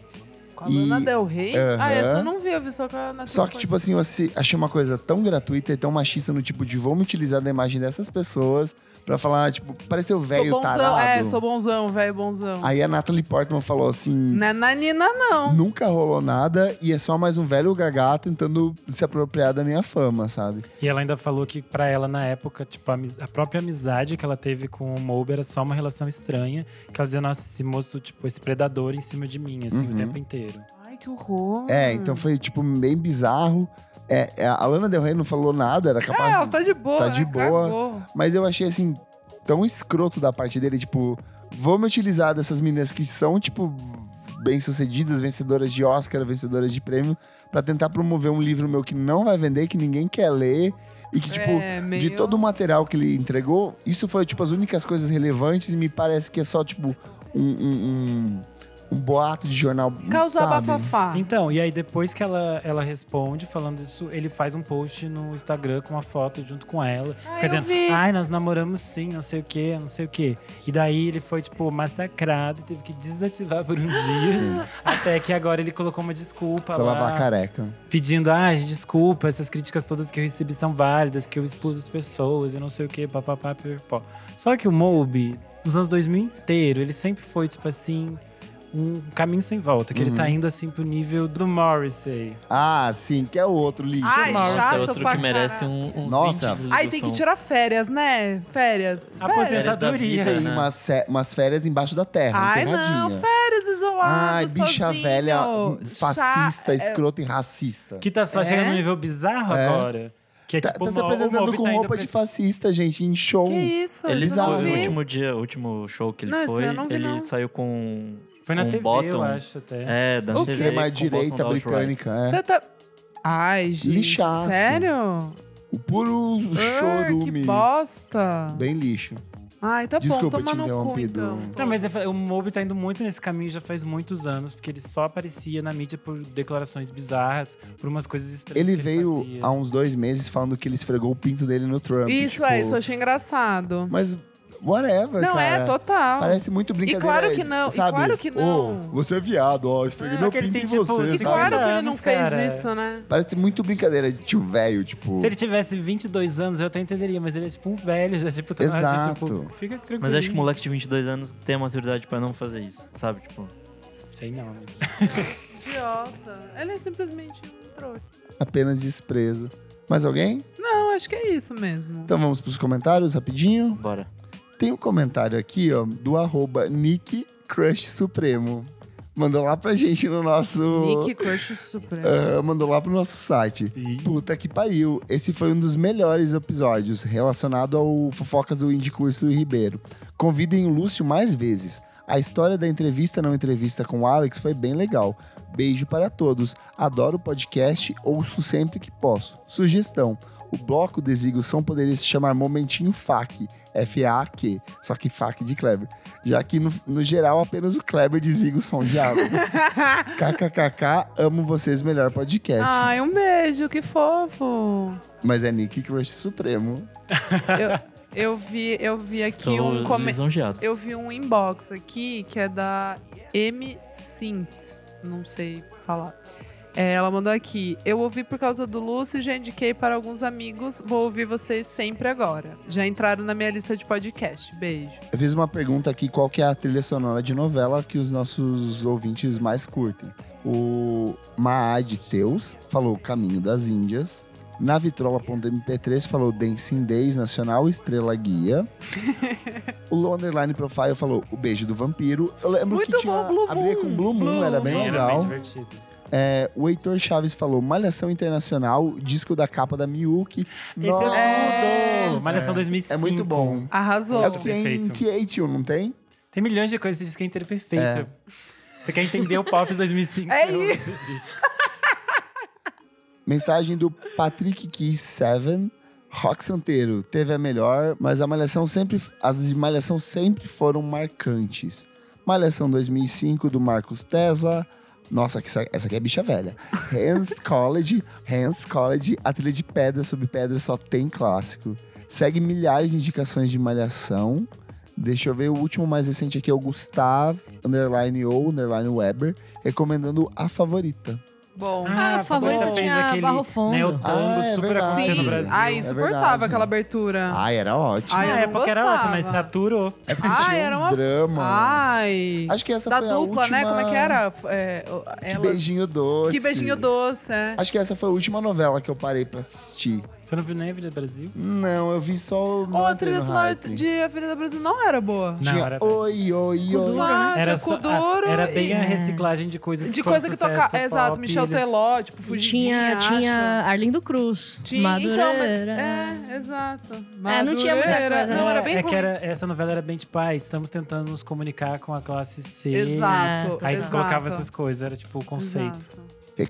S3: Com a
S1: E-
S3: Lana Del Rey? Ah,
S1: Aham.
S3: essa eu não vi, eu vi só com a Natalie
S1: Só que, tipo assim, eu assi- achei uma coisa tão gratuita e tão machista no tipo de vamos utilizar da imagem dessas pessoas pra falar, tipo, pareceu
S3: Sou
S1: velho
S3: bonzão,
S1: tarado.
S3: é, sou bonzão, velho bonzão.
S1: Aí a Natalie Portman falou assim:
S3: Não é nanina, não.
S1: nunca rolou nada e é só mais um velho gagá tentando se apropriar da minha fama, sabe?
S4: E ela ainda falou que pra ela, na época, tipo, a, amiz- a própria amizade que ela teve com o Mober era só uma relação estranha. Que ela dizia, nossa, esse moço, tipo, esse predador em cima de mim, assim,
S1: Uhum.
S4: o tempo inteiro.
S3: Ai, que horror.
S1: É, então foi tipo bem bizarro. É, é, a Lana Del Rey não falou nada, era
S3: É, ela
S1: capaz.
S3: tá de boa,
S1: tá
S3: né?
S1: de boa.
S3: Cagou.
S1: Mas eu achei assim, tão escroto da parte dele, tipo, vou me utilizar dessas meninas que são, tipo, bem-sucedidas, vencedoras de Oscar, vencedoras de prêmio, pra tentar promover um livro meu que não vai vender, que ninguém quer ler. E que, tipo,
S3: É, meio-
S1: De todo o material que ele entregou, isso foi, tipo, as únicas coisas relevantes e me parece que é só, tipo, um, um, um, um boato de jornal,
S3: Causar
S1: sabe?
S3: bafafá.
S4: Então, e aí depois que ela, ela responde falando isso, ele faz um post no Instagram com uma foto junto com ela.
S3: Ah,
S4: fica
S3: eu
S4: dizendo,
S3: vi.
S4: ai, nós namoramos sim, não sei o quê, não sei o quê. E daí ele foi, tipo, massacrado e teve que desativar por uns dias. até que agora ele colocou uma desculpa
S1: Pra lavar a
S4: lá.
S1: careca.
S4: Pedindo, ah, gente, desculpa, essas críticas todas que eu recebi são válidas, que eu expus as pessoas e não sei o quê, papapá, pipipó. Só que o Moby, nos anos 2000 inteiro, ele sempre foi, tipo assim, um caminho sem volta, que
S1: Uhum.
S4: ele tá indo, assim, pro nível do Morrissey.
S1: Ah, sim, que é o outro livro.
S3: Ai,
S2: Nossa, é
S3: chato
S2: outro
S3: pra
S2: que merece
S3: caralho.
S2: um, um
S1: Nossa.
S3: Ai, tem que tirar férias, né? Férias.
S4: Aposentadoria.
S1: Tem
S3: Férias.
S2: né?
S1: umas, sé- umas férias embaixo da terra,
S3: Ai, não,
S1: enterradinha.
S3: férias
S1: Ai,
S3: isoladas,
S1: bicha
S3: sozinho.
S1: velha, hum, fascista,
S3: Chá-
S1: escrota e racista.
S4: Que tá só
S3: É?
S4: chegando num nível bizarro
S1: É.
S4: agora. Que é
S1: Tá,
S4: tipo,
S1: tá
S4: o
S1: se
S4: Mo- o
S1: apresentando
S4: Moby
S1: com
S4: tá indo
S1: roupa
S4: pra
S1: de
S4: esse-
S1: fascista, gente, em show.
S3: Que isso, tá
S2: Ele
S3: eu não
S1: Bizarro.
S2: foi o
S3: vi.
S4: tipo,
S2: último dia, o último show que ele
S3: Não, esse
S2: foi.
S3: eu não vi,
S2: ele
S3: não.
S2: saiu com.
S4: Foi na
S2: um
S4: TV, eu
S2: bottom.
S4: acho, até.
S2: É, da
S1: O
S2: TV,
S1: Extrema
S2: com
S1: direita
S2: bottom da alt-right.
S1: britânica, é.
S3: Você tá... Ai, gente,
S1: Lixaço.
S3: sério?
S1: O puro
S3: Ah,
S1: chorume.
S3: é que bosta.
S1: Bem lixo.
S3: Ai, tá
S1: Desculpa
S3: bom, toma
S1: te
S3: no cu,
S1: interromper, Du.
S3: então.
S4: Não, mas eu falei, o Moby tá indo muito nesse caminho já faz muitos anos, porque ele só aparecia na mídia por declarações bizarras, por umas coisas estranhas.
S1: Ele
S4: que
S1: veio um
S4: fazia.
S1: há uns dois meses falando que ele esfregou o pinto dele no Trump.
S3: Isso,
S1: tipo,
S3: é, isso eu achei engraçado.
S1: Mas whatever,
S3: Não,
S1: cara.
S3: é, total.
S1: Parece muito brincadeira.
S3: claro que não, e
S1: sabe?
S3: claro que não.
S1: Ô, você é viado, ó, esfreguei
S4: É,
S1: meu
S4: que ele
S1: pinto em
S4: tem, tipo,
S1: você,
S3: E
S1: sabe?
S4: cinquenta
S3: claro que ele não
S4: anos,
S3: fez
S4: cara.
S3: isso, né?
S1: Parece muito brincadeira de tio velho, tipo...
S4: Se ele tivesse 22 anos, eu até entenderia, mas ele é tipo um velho, já tipo... tá na hora de,
S1: Exato.
S4: tipo, fica tranquilo.
S2: Mas acho que o moleque de 22 anos tem a maturidade pra não fazer isso, sabe? Tipo,
S4: Sei não. né? amigo.
S3: Idiota. Ele é simplesmente um trouxa.
S1: Apenas desprezo. Mais alguém?
S3: Não, acho que é isso mesmo.
S1: Então vamos pros comentários rapidinho.
S2: bora.
S1: Tem um comentário aqui, ó, do arroba Nick Crush Supremo. Mandou lá pra gente no nosso...
S3: Nick Crush Supremo.
S1: Ah, mandou lá pro nosso site. Puta que pariu. Esse foi um dos melhores episódios relacionado ao Fofocas do Indie Curso do Ribeiro. Convidem o Lúcio mais vezes. A história da entrevista não entrevista com o Alex foi bem legal. Beijo para todos. Adoro o podcast, ouço sempre que posso. Sugestão. O bloco Desliga o Som poderia se chamar Momentinho FAQ, F-A-Q, só que FAQ de Kleber. Já que, no, no geral, apenas o Kleber desliga o som de água. KKKK, amo vocês, melhor podcast.
S3: Ai, um beijo, que fofo.
S1: Mas é Nick Crush Supremo.
S3: Eu vi, eu vi aqui
S2: Estou
S3: um come-
S2: lisonjeado.
S3: Eu vi um inbox aqui que é da M Sintz, não sei falar. É, ela mandou aqui. Eu ouvi por causa do Lúcio, já indiquei para alguns amigos. Vou ouvir vocês sempre agora. Já entraram na minha lista de podcast. Beijo.
S1: Eu fiz uma pergunta aqui, qual que é a trilha sonora de novela que os nossos ouvintes mais curtem? O Maad Teus falou Caminho das Índias. Na vitrola.mp3 falou Dancing Days Nacional Estrela Guia. o Low Underline Profile falou O Beijo do Vampiro. Eu lembro
S3: Muito
S1: que
S3: bom,
S1: tinha,
S3: Blue
S1: abria
S3: Moon.
S1: com Blue Moon,
S3: Blue
S1: era
S3: Moon.
S1: bem
S4: Era bem
S1: legal.
S4: divertido.
S1: É, o Heitor Chaves falou Malhação Internacional, disco da capa da Miyuki.
S4: Esse
S1: Nossa,
S4: é
S3: Nossa.
S4: tudo! Malhação 2005.
S1: é muito bom.
S3: Arrasou.
S1: É o que tem em
S4: Perfeito.
S1: T81, não tem?
S4: Tem milhões de coisas, esse disco é inteiro perfeito. Você quer entender o pop de 2005?
S3: É
S4: eu ouvi esse disco.
S1: Mensagem do Patrick Keys 7. Rock Santeiro teve a melhor, mas a Malhação sempre, as de Malhação sempre foram marcantes. Malhação 2005 do Marcos Tesla. Nossa, que essa, essa aqui é bicha velha. Hans College, Hans College, a trilha de pedra sobre pedra só tem clássico. Segue milhares de indicações de Malhação. Deixa eu ver, o último mais recente aqui é o Gustavo, underline ou underline Weber, recomendando a favorita.
S3: Bom.
S5: Ah,
S4: a favorita
S5: favorita
S4: fez
S5: tinha
S4: aquele
S5: Barro Fundo.
S4: neotango
S1: Ah, é
S4: super
S1: verdade.
S4: acontecendo no
S1: Sim.
S4: Brasil.
S3: Ah,
S1: é
S3: insuportável
S1: verdade.
S3: aquela abertura.
S1: Ai, era ótimo.
S3: Ai,
S4: Na
S3: Ah, eu não
S4: época era ótimo, mas
S3: gostava.
S4: saturou.
S1: É porque
S3: Ah,
S1: tinha
S3: era
S1: um
S3: uma-
S1: drama.
S3: Ai.
S1: Acho que essa
S3: da
S1: foi
S3: dupla,
S1: a última...
S3: né? Como é que era? F- é, o-
S1: Que
S3: elas-
S1: beijinho doce.
S3: Que beijinho doce, é.
S1: Acho que essa foi a última novela que eu parei pra assistir.
S4: Você não viu nem a vida do Brasil?
S1: Não, eu vi só... o
S3: Ou a
S1: Modern
S3: trilha sonora
S1: Hype.
S3: de A Avenida Brasil não era boa.
S4: Não,
S1: Tinha
S4: era
S1: oi, oi, oi.
S3: Só
S4: Era,
S3: era
S4: só,
S3: Kuduro
S4: a- era
S3: Ah, é e- É.
S4: bem a reciclagem de coisas que
S3: de
S4: foram
S3: coisa que
S4: sucesso,
S3: tocava. Exato,
S4: pop,
S3: Michel
S4: eles-
S3: Teló, tipo,
S5: E
S3: Fugidinha,
S5: Tinha,
S3: acho.
S5: tinha Arlindo Cruz,
S3: Tinha-
S5: Madureira.
S3: então, mas- é, exato.
S5: É, não tinha muita
S3: Madureira.
S5: coisa,
S3: Não,
S5: né?
S3: era bem
S4: é que
S3: ruim.
S4: era, essa novela era bem tipo, ai, estamos tentando nos comunicar com a classe C.
S3: Exato.
S4: assim, é. Aí
S3: exato.
S4: colocava essas coisas, era tipo o conceito.
S3: Exato.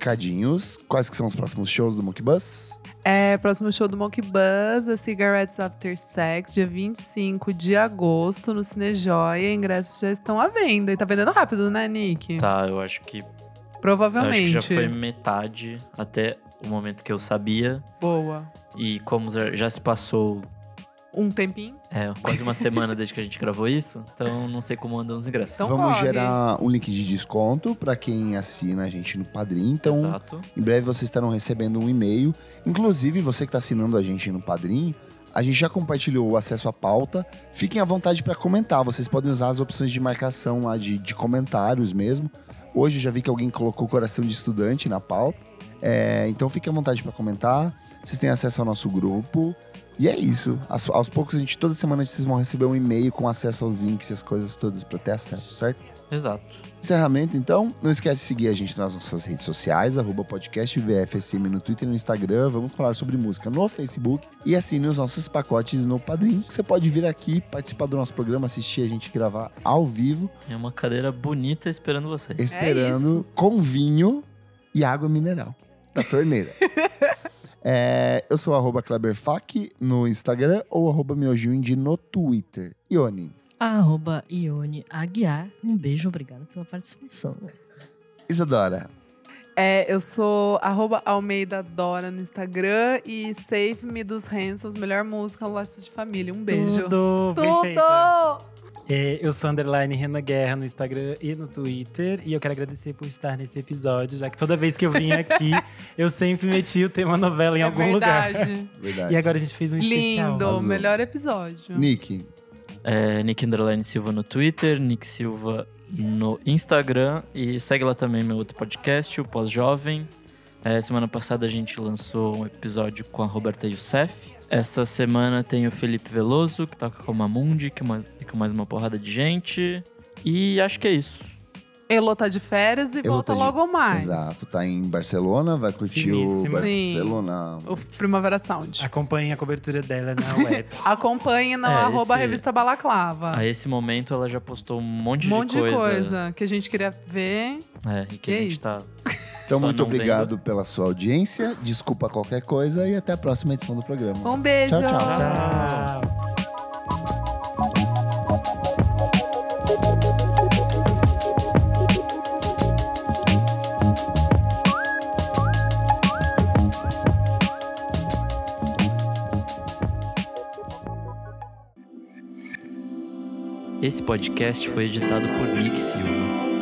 S1: Recadinhos. Quais que são os próximos shows do Monkey Bus?
S3: É, próximo show do Monkey Buzz, a Cigarettes After Sex, dia 25 de agosto, no Cinejoia. Ingressos já estão à venda. E tá vendendo rápido, né, Nick?
S2: Tá, eu acho que, eu acho que
S3: Provavelmente.
S2: já foi metade até o momento que eu sabia.
S3: Boa.
S2: E como já já se passou
S3: Um tempinho?
S2: é, quase uma semana desde que a gente gravou isso, então não sei como andam os ingressos.
S3: Então
S1: Vamos
S3: corre.
S1: gerar um link de desconto pra quem assina a gente no Padrim. Então,
S2: Exato.
S1: Em breve vocês estarão recebendo um e-mail. Inclusive, você que está assinando a gente no Padrim, a gente já compartilhou o acesso à pauta. Fiquem à vontade para comentar. Vocês podem usar as opções de marcação lá de, de comentários mesmo. Hoje eu já vi que alguém colocou coração de estudante na pauta. É, então fiquem à vontade para comentar. Vocês têm acesso ao nosso grupo. E é isso. Aos, aos poucos, a gente, toda semana vocês vão receber um e-mail com acesso aos links e as coisas todas para ter acesso, certo?
S2: Exato.
S1: Encerramento, então. Não esquece de seguir a gente nas nossas redes sociais, arroba podcast VFSM no Twitter e no Instagram. Vamos falar sobre música no Facebook e assine os nossos pacotes no Padrim. que Você pode vir aqui, participar do nosso programa, assistir a gente gravar ao vivo,
S2: Tem É uma cadeira bonita esperando
S1: É.
S2: vocês.
S1: esperando
S3: isso.
S1: com vinho e água mineral da torneira. É, eu sou o arroba Kleberfac no Instagram ou arroba Miojuindy no Twitter. Ione,
S5: Arroba Ione Aguiar. Um beijo, obrigada pela participação.
S1: Isadora,
S3: É, eu sou arroba Almeida Dora no Instagram e Save Me dos Hansons, melhor música, Laços de Família. Um beijo.
S4: Tudo, bem feito.
S3: Tudo!
S4: É, eu sou underline Renan Guerra no Instagram e no Twitter. E eu quero agradecer por estar nesse episódio, já que toda vez que eu vim aqui, eu sempre meti o tema novela em
S3: é
S4: algum lugar.
S3: verdade.
S1: verdade.
S4: E agora a gente fez um especial.
S3: Lindo,
S1: Arrasou.
S3: melhor episódio.
S1: Nick,
S2: É, Nick Underline Silva no Twitter, Nick Silva no Instagram e segue lá também meu outro podcast, o Pós-Jovem. É, semana passada a gente lançou um episódio com a Roberta Youssef. Essa semana tem o Felipe Veloso, que toca com a Mamundi, que é mais, e com mais uma porrada de gente. E acho que é isso.
S3: Elo tá de férias e
S1: Elo tá
S3: volta
S1: de-
S3: logo mais.
S1: Exato, tá em Barcelona, vai curtir o
S4: Finíssima.
S3: Sim.
S1: Barcelona.
S3: O Primavera Sound.
S4: Acompanhe a cobertura dela na web.
S3: Acompanhe no
S2: É,
S3: arroba
S2: esse-
S3: revista Balaclava.
S2: A esse momento ela já postou um monte,
S3: Ah. um monte
S2: de coisa.
S3: que a gente queria ver.
S2: É, e que,
S3: Que
S2: a gente
S3: isso.
S2: tá.
S1: Então,
S2: Só
S1: muito
S2: não
S1: obrigado pela sua audiência, desculpa qualquer coisa e até a próxima edição do programa.
S3: Um beijo.
S1: Tchau, tchau.
S4: tá? Tchau.
S2: Esse podcast foi editado por Nick Silva.